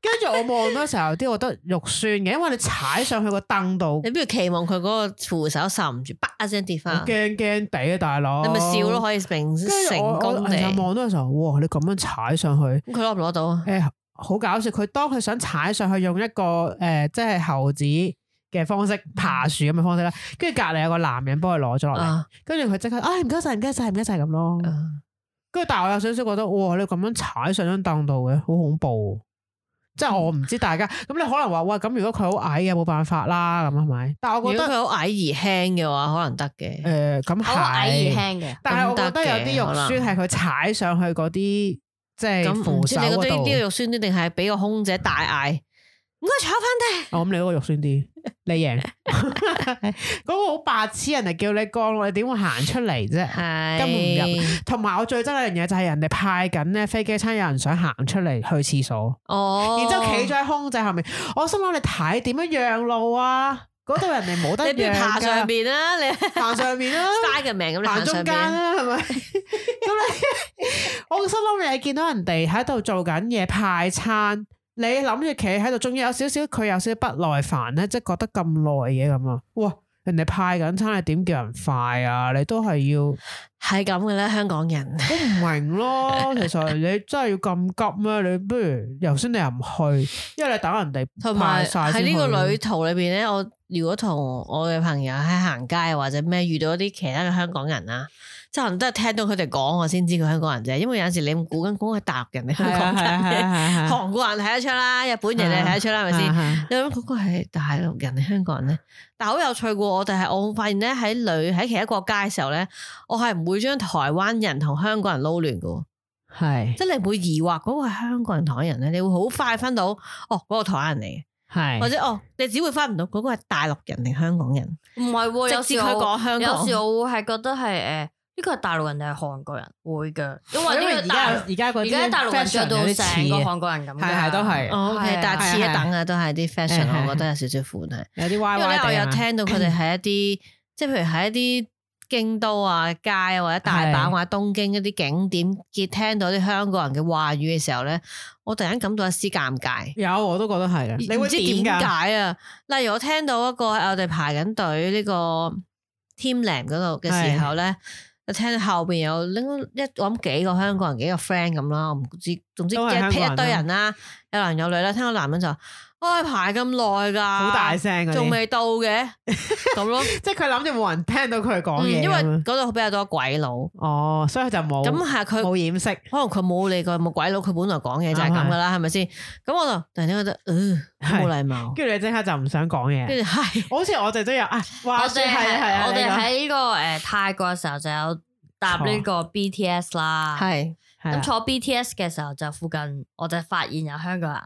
Speaker 3: 跟住我望到嘅時候，有啲覺得肉酸嘅，因為你踩上去個凳度，
Speaker 4: 你不如期望佢嗰個扶手受唔住，叭一聲跌
Speaker 3: 我
Speaker 4: 翻，
Speaker 3: 驚驚地啊，大佬。
Speaker 4: 你咪笑咯，。可以成
Speaker 3: 跟住
Speaker 4: 成
Speaker 3: 我
Speaker 4: 功
Speaker 3: 我
Speaker 4: 地，
Speaker 3: 其實
Speaker 4: 咁
Speaker 3: 望到嘅時候，哇！你咁樣踩上去，誒、
Speaker 4: 佢攞唔攞到啊？
Speaker 3: 好搞笑。佢當佢想踩上去，用一個誒、即係猴子嘅方式，爬樹咁嘅方式啦。跟住隔離有個男人幫佢攞咗落嚟，
Speaker 4: 啊
Speaker 3: 跟住佢即刻，唉唔該晒，唔該晒，唔該晒咁咯。跟住但係我有少少覺得，哇！你咁樣踩上張凳度嘅，好恐怖喎。即係我唔知大家咁，你可能話喂咁，如果佢好矮嘅冇辦法啦，咁係咪？但係
Speaker 4: 如
Speaker 3: 我
Speaker 4: 果
Speaker 3: 覺
Speaker 4: 佢
Speaker 3: 得
Speaker 4: 好矮而輕嘅話，可能得嘅。
Speaker 3: 誒咁
Speaker 2: 好矮而
Speaker 3: 係，
Speaker 2: 輕嘅，
Speaker 3: 但係我覺
Speaker 4: 咁得
Speaker 3: 得有啲
Speaker 4: 嘅
Speaker 3: 肉酸係佢踩上去嗰啲即係
Speaker 4: 咁唔
Speaker 3: 扶
Speaker 4: 知
Speaker 3: 手
Speaker 4: 你覺
Speaker 3: 嗰
Speaker 4: 得呢個
Speaker 3: 度。
Speaker 4: 肉酸啲定係俾個空姐大嗌？唔該坐翻低。
Speaker 3: 我哦諗你嗰個肉酸
Speaker 4: [laughs]
Speaker 3: 啲，你贏。 [laughs] 嗰個好白痴，人哋叫你降落，你點會行出嚟啫？
Speaker 4: 係
Speaker 3: 根本唔入同埋我最憎一樣嘢就係人哋派緊咧飛機餐，有人想行出嚟去廁所。
Speaker 4: 哦，
Speaker 3: 然之後企咗喺空姐後面，我心諗你睇點樣讓路啊？嗰度人哋冇得
Speaker 4: 你不如
Speaker 3: 讓
Speaker 4: 爬
Speaker 3: 㗎
Speaker 4: 上，邊啦，你
Speaker 3: 行上面
Speaker 4: [laughs]
Speaker 3: 啦，
Speaker 4: 嘥嘅命咁，你
Speaker 3: 行
Speaker 4: 行
Speaker 3: 中
Speaker 4: 上
Speaker 3: 間
Speaker 4: 邊。
Speaker 3: 啦，係
Speaker 4: [laughs]
Speaker 3: 咪？咁你 [laughs] 我心諗你係見到人哋喺度做緊嘢派餐，你諗住企喺度，仲要有少少佢有少少不耐煩咧，即係覺得咁耐嘅咁啊！哇，人哋派緊餐，你點叫人快啊？你都係要。
Speaker 4: 係咁嘅咧，香港人。
Speaker 3: 我唔明
Speaker 4: [laughs]
Speaker 3: 咯，其實你真係要咁急咩？你不如頭先你又唔去，因為你等人哋
Speaker 4: 同埋
Speaker 3: 派晒
Speaker 4: 喺
Speaker 3: 先
Speaker 4: 呢
Speaker 3: 去
Speaker 4: 個旅途裏邊咧，我如果同我嘅朋友喺行街或者咩遇到一啲其他嘅香港人啊，即係可能都係聽到佢哋講我先知佢香港人啫。因為有陣時你唔估緊估佢大陸人定香
Speaker 3: 係啊
Speaker 4: 港
Speaker 3: 係啊係
Speaker 4: 人嘅，
Speaker 3: 啊係啊啊
Speaker 4: 韓國人睇得出啦，日本人你睇得出啦，係咪先？
Speaker 3: 先？
Speaker 4: 你諗嗰個係大陸人定香港人咧？但係好有趣嘅喎，我哋係我發現咧喺旅喺其他國家嘅時候咧，我係唔會將台灣人同香港人撈亂嘅喎。
Speaker 3: 係啊
Speaker 4: 即係你唔會疑惑嗰個係香港人台灣人咧，你會好快分到哦嗰、個台灣人嚟嘅，或
Speaker 3: 係
Speaker 4: 者哦你只會分唔到嗰個係大陸人定香港人，
Speaker 2: 唔係喎，有
Speaker 4: 直
Speaker 2: 時
Speaker 4: 至佢
Speaker 2: 我
Speaker 4: 講香
Speaker 2: 有
Speaker 4: 港
Speaker 2: 時。我會係覺得係誒呢個係大陸人定係韓國人會嘅，因
Speaker 3: 因
Speaker 2: 為
Speaker 3: 為
Speaker 2: 呢
Speaker 3: 而
Speaker 2: 個
Speaker 3: 家
Speaker 2: 大陸
Speaker 3: 而家嗰
Speaker 2: 而
Speaker 3: 啲
Speaker 2: 家大陸人着
Speaker 3: fashion
Speaker 2: 到
Speaker 3: 有啲
Speaker 2: 成個
Speaker 3: 似嘅
Speaker 2: 韓國人咁㗎，
Speaker 3: 係係都係
Speaker 4: 哦，OK，但係
Speaker 3: 係
Speaker 4: 次一
Speaker 3: 係
Speaker 4: 等啊，都係啲
Speaker 3: 係
Speaker 4: fashion，
Speaker 3: 係
Speaker 4: 我覺得有少少款係。
Speaker 3: 有啲歪
Speaker 4: 因為
Speaker 3: 歪
Speaker 4: 咧，我
Speaker 3: 地啊
Speaker 4: 有聽到佢哋係一 [coughs] 啲，即係譬如喺一啲京都啊、街啊，或者大
Speaker 3: 係
Speaker 4: 阪或者東京一啲景點，結聽到啲香港人嘅話語嘅時候咧，我突然間感到一絲尷尬。
Speaker 3: 有我都覺得係啊，你
Speaker 4: 唔
Speaker 3: 會
Speaker 4: 知
Speaker 3: 點
Speaker 4: 點
Speaker 3: 㗎？
Speaker 4: 解啊？例如我聽到一個呃我哋排緊隊呢個 Team Lam 嗰度嘅時候咧，就聽到後邊有拎一我諗幾個香港人幾個 friend 咁啦，我唔知，總之一
Speaker 3: 都係香港人啦
Speaker 4: 一堆人啦，有男有女啦。聽到男人就話：，唉，排咁耐㗎，
Speaker 3: 好大聲嗰
Speaker 4: 仲
Speaker 3: 啲，
Speaker 4: 未到嘅，咁咯。
Speaker 3: 即係佢諗住冇人聽到佢講
Speaker 4: 嗯
Speaker 3: 嘢咁樣，啊
Speaker 4: 因為嗰度比較多鬼佬，
Speaker 3: 哦，所以佢就冇
Speaker 4: 咁係佢
Speaker 3: 冇掩飾，
Speaker 4: 可能佢冇理過有冇鬼佬，佢本來講嘢就係咁噶啦，係咪先？咁我就突然間覺得，嗯，好冇禮貌。
Speaker 3: 跟住你即刻就唔想講嘢
Speaker 4: 跟。住係
Speaker 3: 好似我哋都有啊，話
Speaker 2: 我
Speaker 3: 説
Speaker 2: 哋
Speaker 3: 係啊係
Speaker 2: 係
Speaker 3: 啊，
Speaker 2: 我
Speaker 3: 你
Speaker 2: 哋
Speaker 3: 講
Speaker 2: 喺呢個誒泰國嘅時候就有搭呢個 BTS 啦，
Speaker 4: 係
Speaker 3: 係啊
Speaker 2: 咁坐 BTS 嘅時候就附近我就發現有香港人。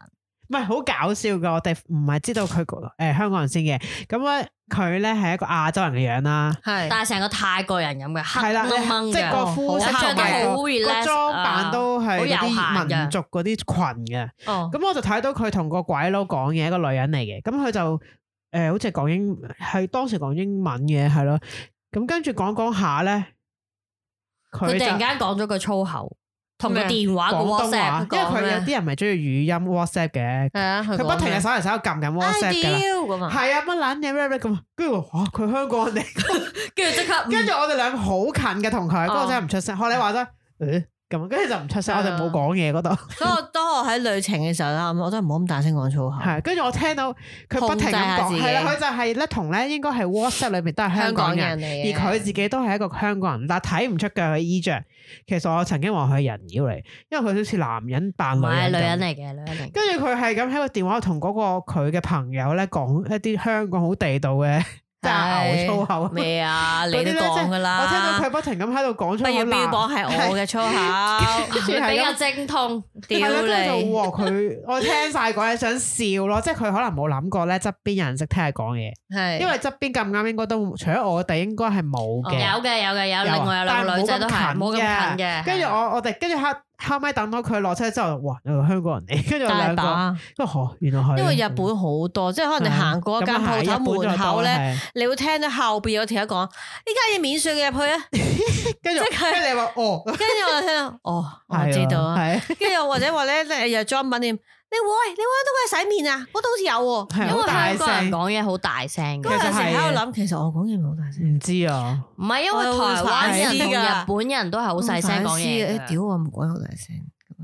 Speaker 3: 唔係好搞笑噶，我哋唔係知道佢誒、呃香港人先嘅，咁咧佢咧係一個亞洲人嘅樣啦，
Speaker 4: 係，
Speaker 2: 但係成個泰國人咁嘅，
Speaker 3: 係
Speaker 2: 黑
Speaker 3: 啦，
Speaker 2: 掹掹
Speaker 3: 即係個
Speaker 2: 嘅，哦
Speaker 3: 膚色
Speaker 2: 好
Speaker 3: 同
Speaker 2: 着得
Speaker 3: 埋個
Speaker 2: 好
Speaker 3: 個
Speaker 2: relax，
Speaker 3: 裝扮都係嗰
Speaker 2: 啊好
Speaker 3: 啲
Speaker 2: 悠閒嘅
Speaker 3: 民族嗰啲裙嘅，
Speaker 2: 哦，
Speaker 3: 咁我就睇到佢同個鬼佬講嘢，一個女人嚟嘅，咁佢就誒、呃好似係講英係當時講英文嘅係咯，咁跟住講講下咧，佢
Speaker 2: 佢突然
Speaker 3: 就。
Speaker 2: 間講咗句粗口，同個
Speaker 3: 咩
Speaker 2: 電話個
Speaker 3: 廣東話
Speaker 2: WhatsApp，，
Speaker 3: 因為佢有
Speaker 2: 講咩啊
Speaker 3: 啲人咪中意語音 WhatsApp 嘅，
Speaker 4: 係啊，佢
Speaker 3: 佢不停嘅手嚟手去撳緊 WhatsApp 噶啦。
Speaker 4: 咁啊，
Speaker 3: 係啊，乜撚嘢咩咩咁啊，跟住我哇佢香港人嚟，
Speaker 2: 跟住即刻，嗯
Speaker 3: 跟住我哋兩個好近嘅同佢，跟住我真係唔出聲。學你話齋，誒咁，啊跟住就唔出聲，我哋冇講嘢嗰
Speaker 2: 哦
Speaker 3: 度。
Speaker 4: 所以我當我喺旅程嘅時候啦，我都唔好咁大聲講粗口。
Speaker 3: 係，跟住我聽到佢不停咁
Speaker 4: 控制下自
Speaker 3: 講，
Speaker 4: 己
Speaker 3: 係啦，佢就係咧同咧應該係 WhatsApp 裏面都係香港人，
Speaker 4: 嚟
Speaker 3: 而
Speaker 4: 嘅，
Speaker 3: 佢自己都係一個香港人，但睇唔出嘅佢衣着。其實我曾經話佢係人妖嚟，因為佢好似男人扮
Speaker 2: 唔
Speaker 3: 女
Speaker 2: 係
Speaker 3: 人
Speaker 2: 女
Speaker 3: 咁。
Speaker 2: 人嚟嘅，女人嚟嘅，
Speaker 3: 跟住佢係咁喺個電話度同嗰個佢嘅朋友咧講一啲香港好地道嘅即係牛粗口。
Speaker 4: 咩啊？你
Speaker 3: 嗰啲
Speaker 4: 都
Speaker 3: 咧即
Speaker 4: 講
Speaker 3: 係
Speaker 4: 噶啦，
Speaker 3: 我聽到佢不停咁喺度講出
Speaker 4: 不要標榜係我嘅粗口，
Speaker 3: 跟住係
Speaker 2: 比較
Speaker 3: 咁，
Speaker 2: 精通，
Speaker 4: 屌
Speaker 3: 係啦，跟住就
Speaker 4: 你！
Speaker 3: 哇佢，我聽晒嗰嘢想笑咯，即係佢可能冇諗過咧，側邊有人識聽佢講
Speaker 4: [laughs]
Speaker 3: 嘢，
Speaker 4: 係
Speaker 3: 因為側邊咁啱應該都除咗我哋應該係冇
Speaker 4: 哦
Speaker 2: 有
Speaker 3: 嘅，
Speaker 2: 嘅有嘅有，
Speaker 3: 有啊
Speaker 2: 另外有兩個女仔都係
Speaker 3: 但係
Speaker 2: 冇
Speaker 3: 冇咁
Speaker 2: 咁
Speaker 3: 近嘅
Speaker 2: 近嘅，
Speaker 3: 跟住
Speaker 4: 啊
Speaker 3: 我我哋跟住後後尾等到佢落車之後，哇有個香港人嚟，跟 [laughs] 住我
Speaker 4: 大
Speaker 3: 兩個，
Speaker 4: 把，
Speaker 3: 跟住哦原來佢
Speaker 4: 因為日本好多，即係可能
Speaker 3: 啊
Speaker 4: 你行過一間鋪頭門口咧，， [laughs] 你會聽到後邊有條友講：呢間嘢免稅嘅入去啊！
Speaker 3: 跟住
Speaker 4: 即
Speaker 3: 跟
Speaker 4: 係
Speaker 3: 住你話哦，
Speaker 4: 跟住我就聽到，哦， [laughs] 我知道啊。
Speaker 3: 係
Speaker 4: 跟住又或者話咧，你又裝品店，你會你會喺度佢洗面啊？嗰度好似有喎。
Speaker 3: 係
Speaker 2: 因
Speaker 3: 好
Speaker 2: 為
Speaker 3: 大
Speaker 2: 香港人
Speaker 3: 聲，
Speaker 2: 講嘢好大聲
Speaker 4: 嗰
Speaker 2: 嘅
Speaker 3: 實，
Speaker 4: 陣時
Speaker 3: 係
Speaker 4: 喺度諗，其實我講嘢唔係好大聲。
Speaker 3: 唔知啊，
Speaker 2: 唔係因為
Speaker 4: 我會
Speaker 2: 台灣人同
Speaker 4: 反思㗎
Speaker 2: 日本人都係好細聲講
Speaker 4: 誒
Speaker 2: 嘢嘅，
Speaker 4: 屌我唔講好大聲。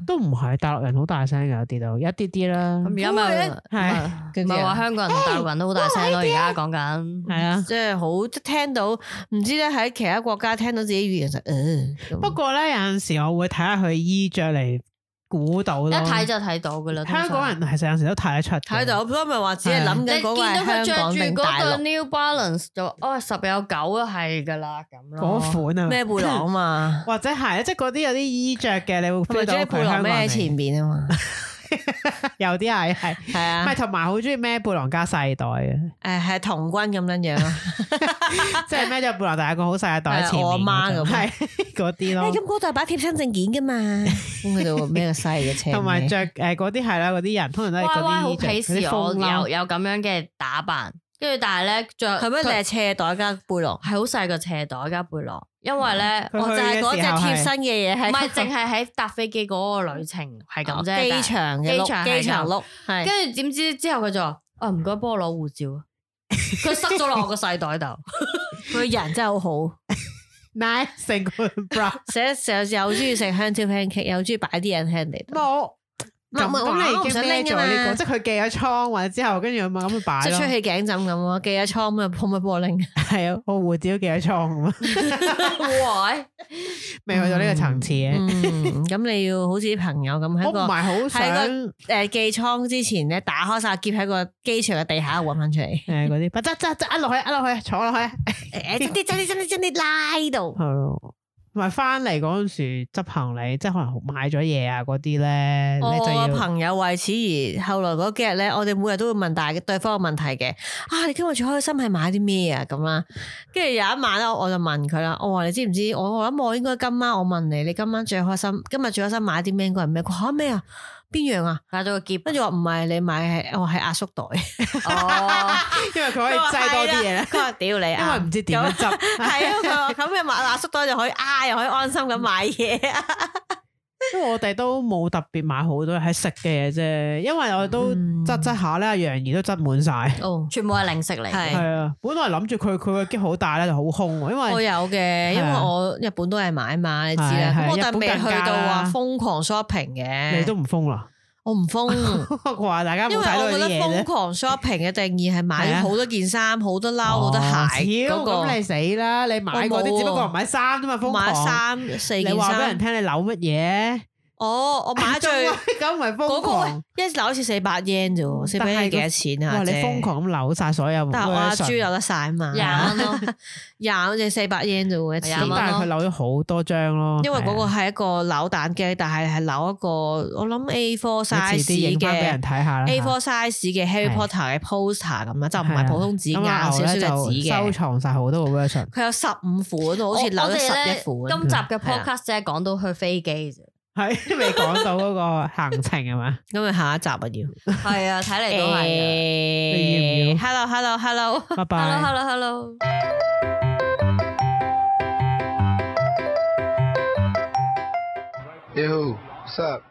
Speaker 3: 都唔係大陸人好大聲㗎，有啲都一啲啲啦。啊
Speaker 2: 咁而家咪
Speaker 3: 係
Speaker 2: 唔係
Speaker 4: 啊
Speaker 2: 話香港人、大陸人都好大聲咯，而家講緊。
Speaker 3: 係啊。
Speaker 4: 即係好即係聽到，唔知咧喺其他國家聽到自己語言就嗯，咁
Speaker 3: 不過咧，有陣時我會睇下佢衣着嚟估到咯。
Speaker 2: 一睇就睇到噶啦，通常
Speaker 3: 香港人其實有陣時都睇得出嘅。
Speaker 4: 睇到，所以咪話只係諗
Speaker 2: 啊你
Speaker 4: 緊
Speaker 2: 見
Speaker 4: 嗰
Speaker 2: 到
Speaker 4: 個係
Speaker 2: 佢
Speaker 4: 香
Speaker 2: 着
Speaker 4: 港
Speaker 2: 住
Speaker 4: 定大
Speaker 2: 嗰
Speaker 4: 陸
Speaker 2: 對 New Balance 就話哦十有九都係噶啦咁咯。
Speaker 3: 嗰款啊，
Speaker 4: 咩背囊啊
Speaker 3: [laughs]
Speaker 4: 嘛，
Speaker 3: 或者係即係嗰啲有啲衣着嘅，你會
Speaker 4: 佢咪
Speaker 3: feel 到
Speaker 4: 將
Speaker 3: 佢
Speaker 4: 背
Speaker 3: 香
Speaker 4: 囊孭
Speaker 3: 港
Speaker 4: 喺
Speaker 3: 人
Speaker 4: 前
Speaker 3: 嚟
Speaker 4: 面啊嘛，
Speaker 3: 有啲係係，
Speaker 4: 係啊
Speaker 3: 唔係，同埋好中意孭背囊加細袋
Speaker 4: [laughs]
Speaker 3: 嘅，
Speaker 4: 誒係童軍咁樣樣哎咯。
Speaker 3: 即係孭咗背囊，但係個好細嘅袋喺前面
Speaker 4: 係我阿媽
Speaker 3: 嗰種
Speaker 4: 咁
Speaker 3: 係嗰啲
Speaker 4: [laughs] 誒
Speaker 3: 咯。
Speaker 4: 咁嗰度係擺貼身證件噶嘛，咁佢就會孭個西嘅 [laughs] 車尾，
Speaker 3: 同埋着誒嗰啲係啦，嗰啲人通常都係
Speaker 2: 歪歪
Speaker 3: 嗰啲
Speaker 2: 好
Speaker 3: 衣着
Speaker 2: 鄙
Speaker 3: 嗰
Speaker 2: 視
Speaker 3: 啲
Speaker 2: 我
Speaker 3: 風褸
Speaker 2: 有有咁樣嘅打扮，跟住但係咧着
Speaker 4: 係咩？你
Speaker 2: 佢
Speaker 4: 係斜袋加背囊，
Speaker 2: 係好細個斜袋加背囊，因為咧
Speaker 3: 佢
Speaker 2: 我
Speaker 4: 我就
Speaker 2: 就
Speaker 4: 係
Speaker 2: 係
Speaker 4: 嗰隻貼身嘅嘢係
Speaker 2: 唔係
Speaker 4: [laughs]
Speaker 2: 淨係喺搭飛機嗰個旅程係咁啫，但係
Speaker 4: 機場嘅
Speaker 2: 機
Speaker 4: 碌
Speaker 2: 場係
Speaker 4: 機場
Speaker 2: 咁
Speaker 4: 碌係。
Speaker 2: 跟住點知之後佢就話：啊唔該，幫我攞護照啊。佢塞咗落我個細袋度，
Speaker 4: 佢人真係好好，
Speaker 3: ，nice 成個 bra
Speaker 4: 成日成日又中意食香蕉 pancake，又中意擺啲人喺人哋度，
Speaker 3: 冇。咁
Speaker 4: 唔係
Speaker 3: 咁
Speaker 4: 我
Speaker 3: 你
Speaker 4: 唔
Speaker 3: 已經
Speaker 4: 想
Speaker 3: 孭
Speaker 4: 拎
Speaker 3: 咗
Speaker 4: 㗎
Speaker 3: 呢個，
Speaker 4: 嘛
Speaker 3: 即係佢寄咗倉或者之後，跟住咪咁樣擺
Speaker 4: 即係
Speaker 3: 咯
Speaker 4: 吹。氣頸枕咁咯，寄咗倉咁啊，可唔可以幫我拎？
Speaker 3: 係啊，我護照寄咗倉咁啊，
Speaker 2: 喂，
Speaker 3: [laughs] 未去到呢個層次嘅。
Speaker 4: 嗯，咁你要好似啲朋友咁
Speaker 3: 我
Speaker 4: 喺
Speaker 3: 唔
Speaker 4: 個
Speaker 3: 嗯係好
Speaker 4: 喺
Speaker 3: 想
Speaker 4: 個誒寄倉之前咧，打開晒夾喺個機場嘅地下揾翻出嚟。
Speaker 3: 誒嗰啲，執執執呃落去，呃落去，坐落去。
Speaker 4: 誒，真啲真啲真啲真啲拉到，
Speaker 3: 係咯，同埋翻嚟嗰陣時執行李，即係可能買咗嘢啊嗰啲咧，你
Speaker 4: 我
Speaker 3: 就
Speaker 4: 個
Speaker 3: 要
Speaker 4: 朋友為此而後來嗰幾日咧，我哋每日都會問大對方個問題嘅。啊，你今日最開心係買啲咩啊？咁啦，跟住有一晚咧，我就問佢啦，我話你知唔知？我我諗我應該今晚我問你，你今晚最開心，今日最開心買啲咩？應該係咩？佢話嚇咩啊？邊樣
Speaker 2: [laughs]
Speaker 4: 啊？
Speaker 2: 買咗個夾，
Speaker 4: 跟住我話唔係你買係，我係壓縮袋。
Speaker 2: 哦，
Speaker 3: [laughs] 因為佢可以擠多啲 [laughs] 嘢咧，
Speaker 4: [laughs] 佢話屌你，
Speaker 3: 因為唔知點樣執。
Speaker 4: 係啊，佢話咁嘅買壓縮袋就可以啊，又可以安心咁買嘢啊。
Speaker 3: 因為我哋都冇特別買好多係食嘅嘢啫，因為我都
Speaker 4: 嗯
Speaker 3: 執執下咧，阿楊怡都執滿晒。
Speaker 4: 哦，
Speaker 2: 全部係零食嚟。
Speaker 4: 係
Speaker 3: 係啊，本來諗住佢佢個機好大咧，就好空喎，因
Speaker 4: 我
Speaker 3: 為
Speaker 4: 有嘅，因為
Speaker 3: 係啊
Speaker 4: 我日本都係買嘛，你知
Speaker 3: 係
Speaker 4: 啦。
Speaker 3: 係
Speaker 4: 咁我但
Speaker 3: 日本
Speaker 4: 未去
Speaker 3: 更加
Speaker 4: 到話
Speaker 3: 啦
Speaker 4: 瘋狂 shopping
Speaker 3: 你都
Speaker 4: 嘅，
Speaker 3: 唔封啦。 [laughs]
Speaker 4: 我唔瘋，
Speaker 3: 我話大家
Speaker 4: 因
Speaker 3: 冇
Speaker 4: 為
Speaker 3: 睇到佢
Speaker 4: 我覺
Speaker 3: 啲
Speaker 4: 得
Speaker 3: 嘢
Speaker 4: 瘋
Speaker 3: 啫。
Speaker 4: 狂 shopping 嘅定義係買
Speaker 3: 係啊
Speaker 4: 好多件衫、好多褸、好多
Speaker 3: 哦
Speaker 4: 鞋嗰
Speaker 3: 屌咁
Speaker 4: 個，
Speaker 3: 你死啦！你買嗰
Speaker 4: 我冇
Speaker 3: 啲
Speaker 4: 啊
Speaker 3: 只不過唔買衫啫嘛，瘋
Speaker 4: 買
Speaker 3: 狂。
Speaker 4: 三四
Speaker 3: 你
Speaker 4: 件
Speaker 3: 話俾人
Speaker 4: 衫。
Speaker 3: 聽你扭乜嘢？
Speaker 4: 哦，我買
Speaker 3: [laughs]
Speaker 4: 最
Speaker 3: 咁咪
Speaker 4: 嗰
Speaker 3: 瘋
Speaker 4: 個
Speaker 3: 狂
Speaker 4: 喂。一樓好似四百 yen 啫喎，四百
Speaker 3: 但係
Speaker 4: yen
Speaker 3: 個
Speaker 4: 幾多錢啊？
Speaker 3: 哇！你
Speaker 4: 姐
Speaker 3: 瘋，狂咁扭晒所有，
Speaker 4: 但係我阿豬
Speaker 3: 咁
Speaker 4: 有得晒嘛？
Speaker 2: 廿蚊咯，
Speaker 4: 廿蚊隻四百 yen 啫喎，一次
Speaker 2: 廿蚊。
Speaker 3: 但係佢扭咗好多張咯。
Speaker 4: 啊因為嗰個
Speaker 3: 係啊
Speaker 4: 係一個扭蛋機，但係係扭一個我諗 A4
Speaker 3: 你遲啲
Speaker 4: size
Speaker 3: 影翻俾
Speaker 4: 嘅
Speaker 3: 人。睇下啦。
Speaker 4: A4 size 嘅 Harry
Speaker 3: 係
Speaker 4: Potter 嘅 poster 咁啦，就唔
Speaker 3: 係啊
Speaker 4: 係普通紙
Speaker 3: 咁啊
Speaker 4: 硬少
Speaker 3: 牛咧
Speaker 4: 少嘅
Speaker 3: 就
Speaker 4: 紙
Speaker 3: 收
Speaker 4: 嘅。
Speaker 3: 藏晒好多個
Speaker 4: [laughs]
Speaker 3: version。
Speaker 4: 佢有十五款，好
Speaker 2: 我
Speaker 4: 似扭
Speaker 2: 我
Speaker 4: 咗
Speaker 2: 哋
Speaker 4: 十
Speaker 2: 呢
Speaker 4: 一款。
Speaker 2: 今集嘅
Speaker 4: 係啊
Speaker 2: podcast 只係講到去飛機啫。
Speaker 3: 係未講到嗰個行程係
Speaker 4: [laughs]
Speaker 3: 嘛？
Speaker 4: 咁咪下一集啊要。
Speaker 2: 係啊，睇嚟都係嘅。
Speaker 3: 你要唔要
Speaker 4: h e l l o Hello Hello，
Speaker 3: 拜拜。
Speaker 2: Hello hello hello。
Speaker 1: Hey, who? What's up?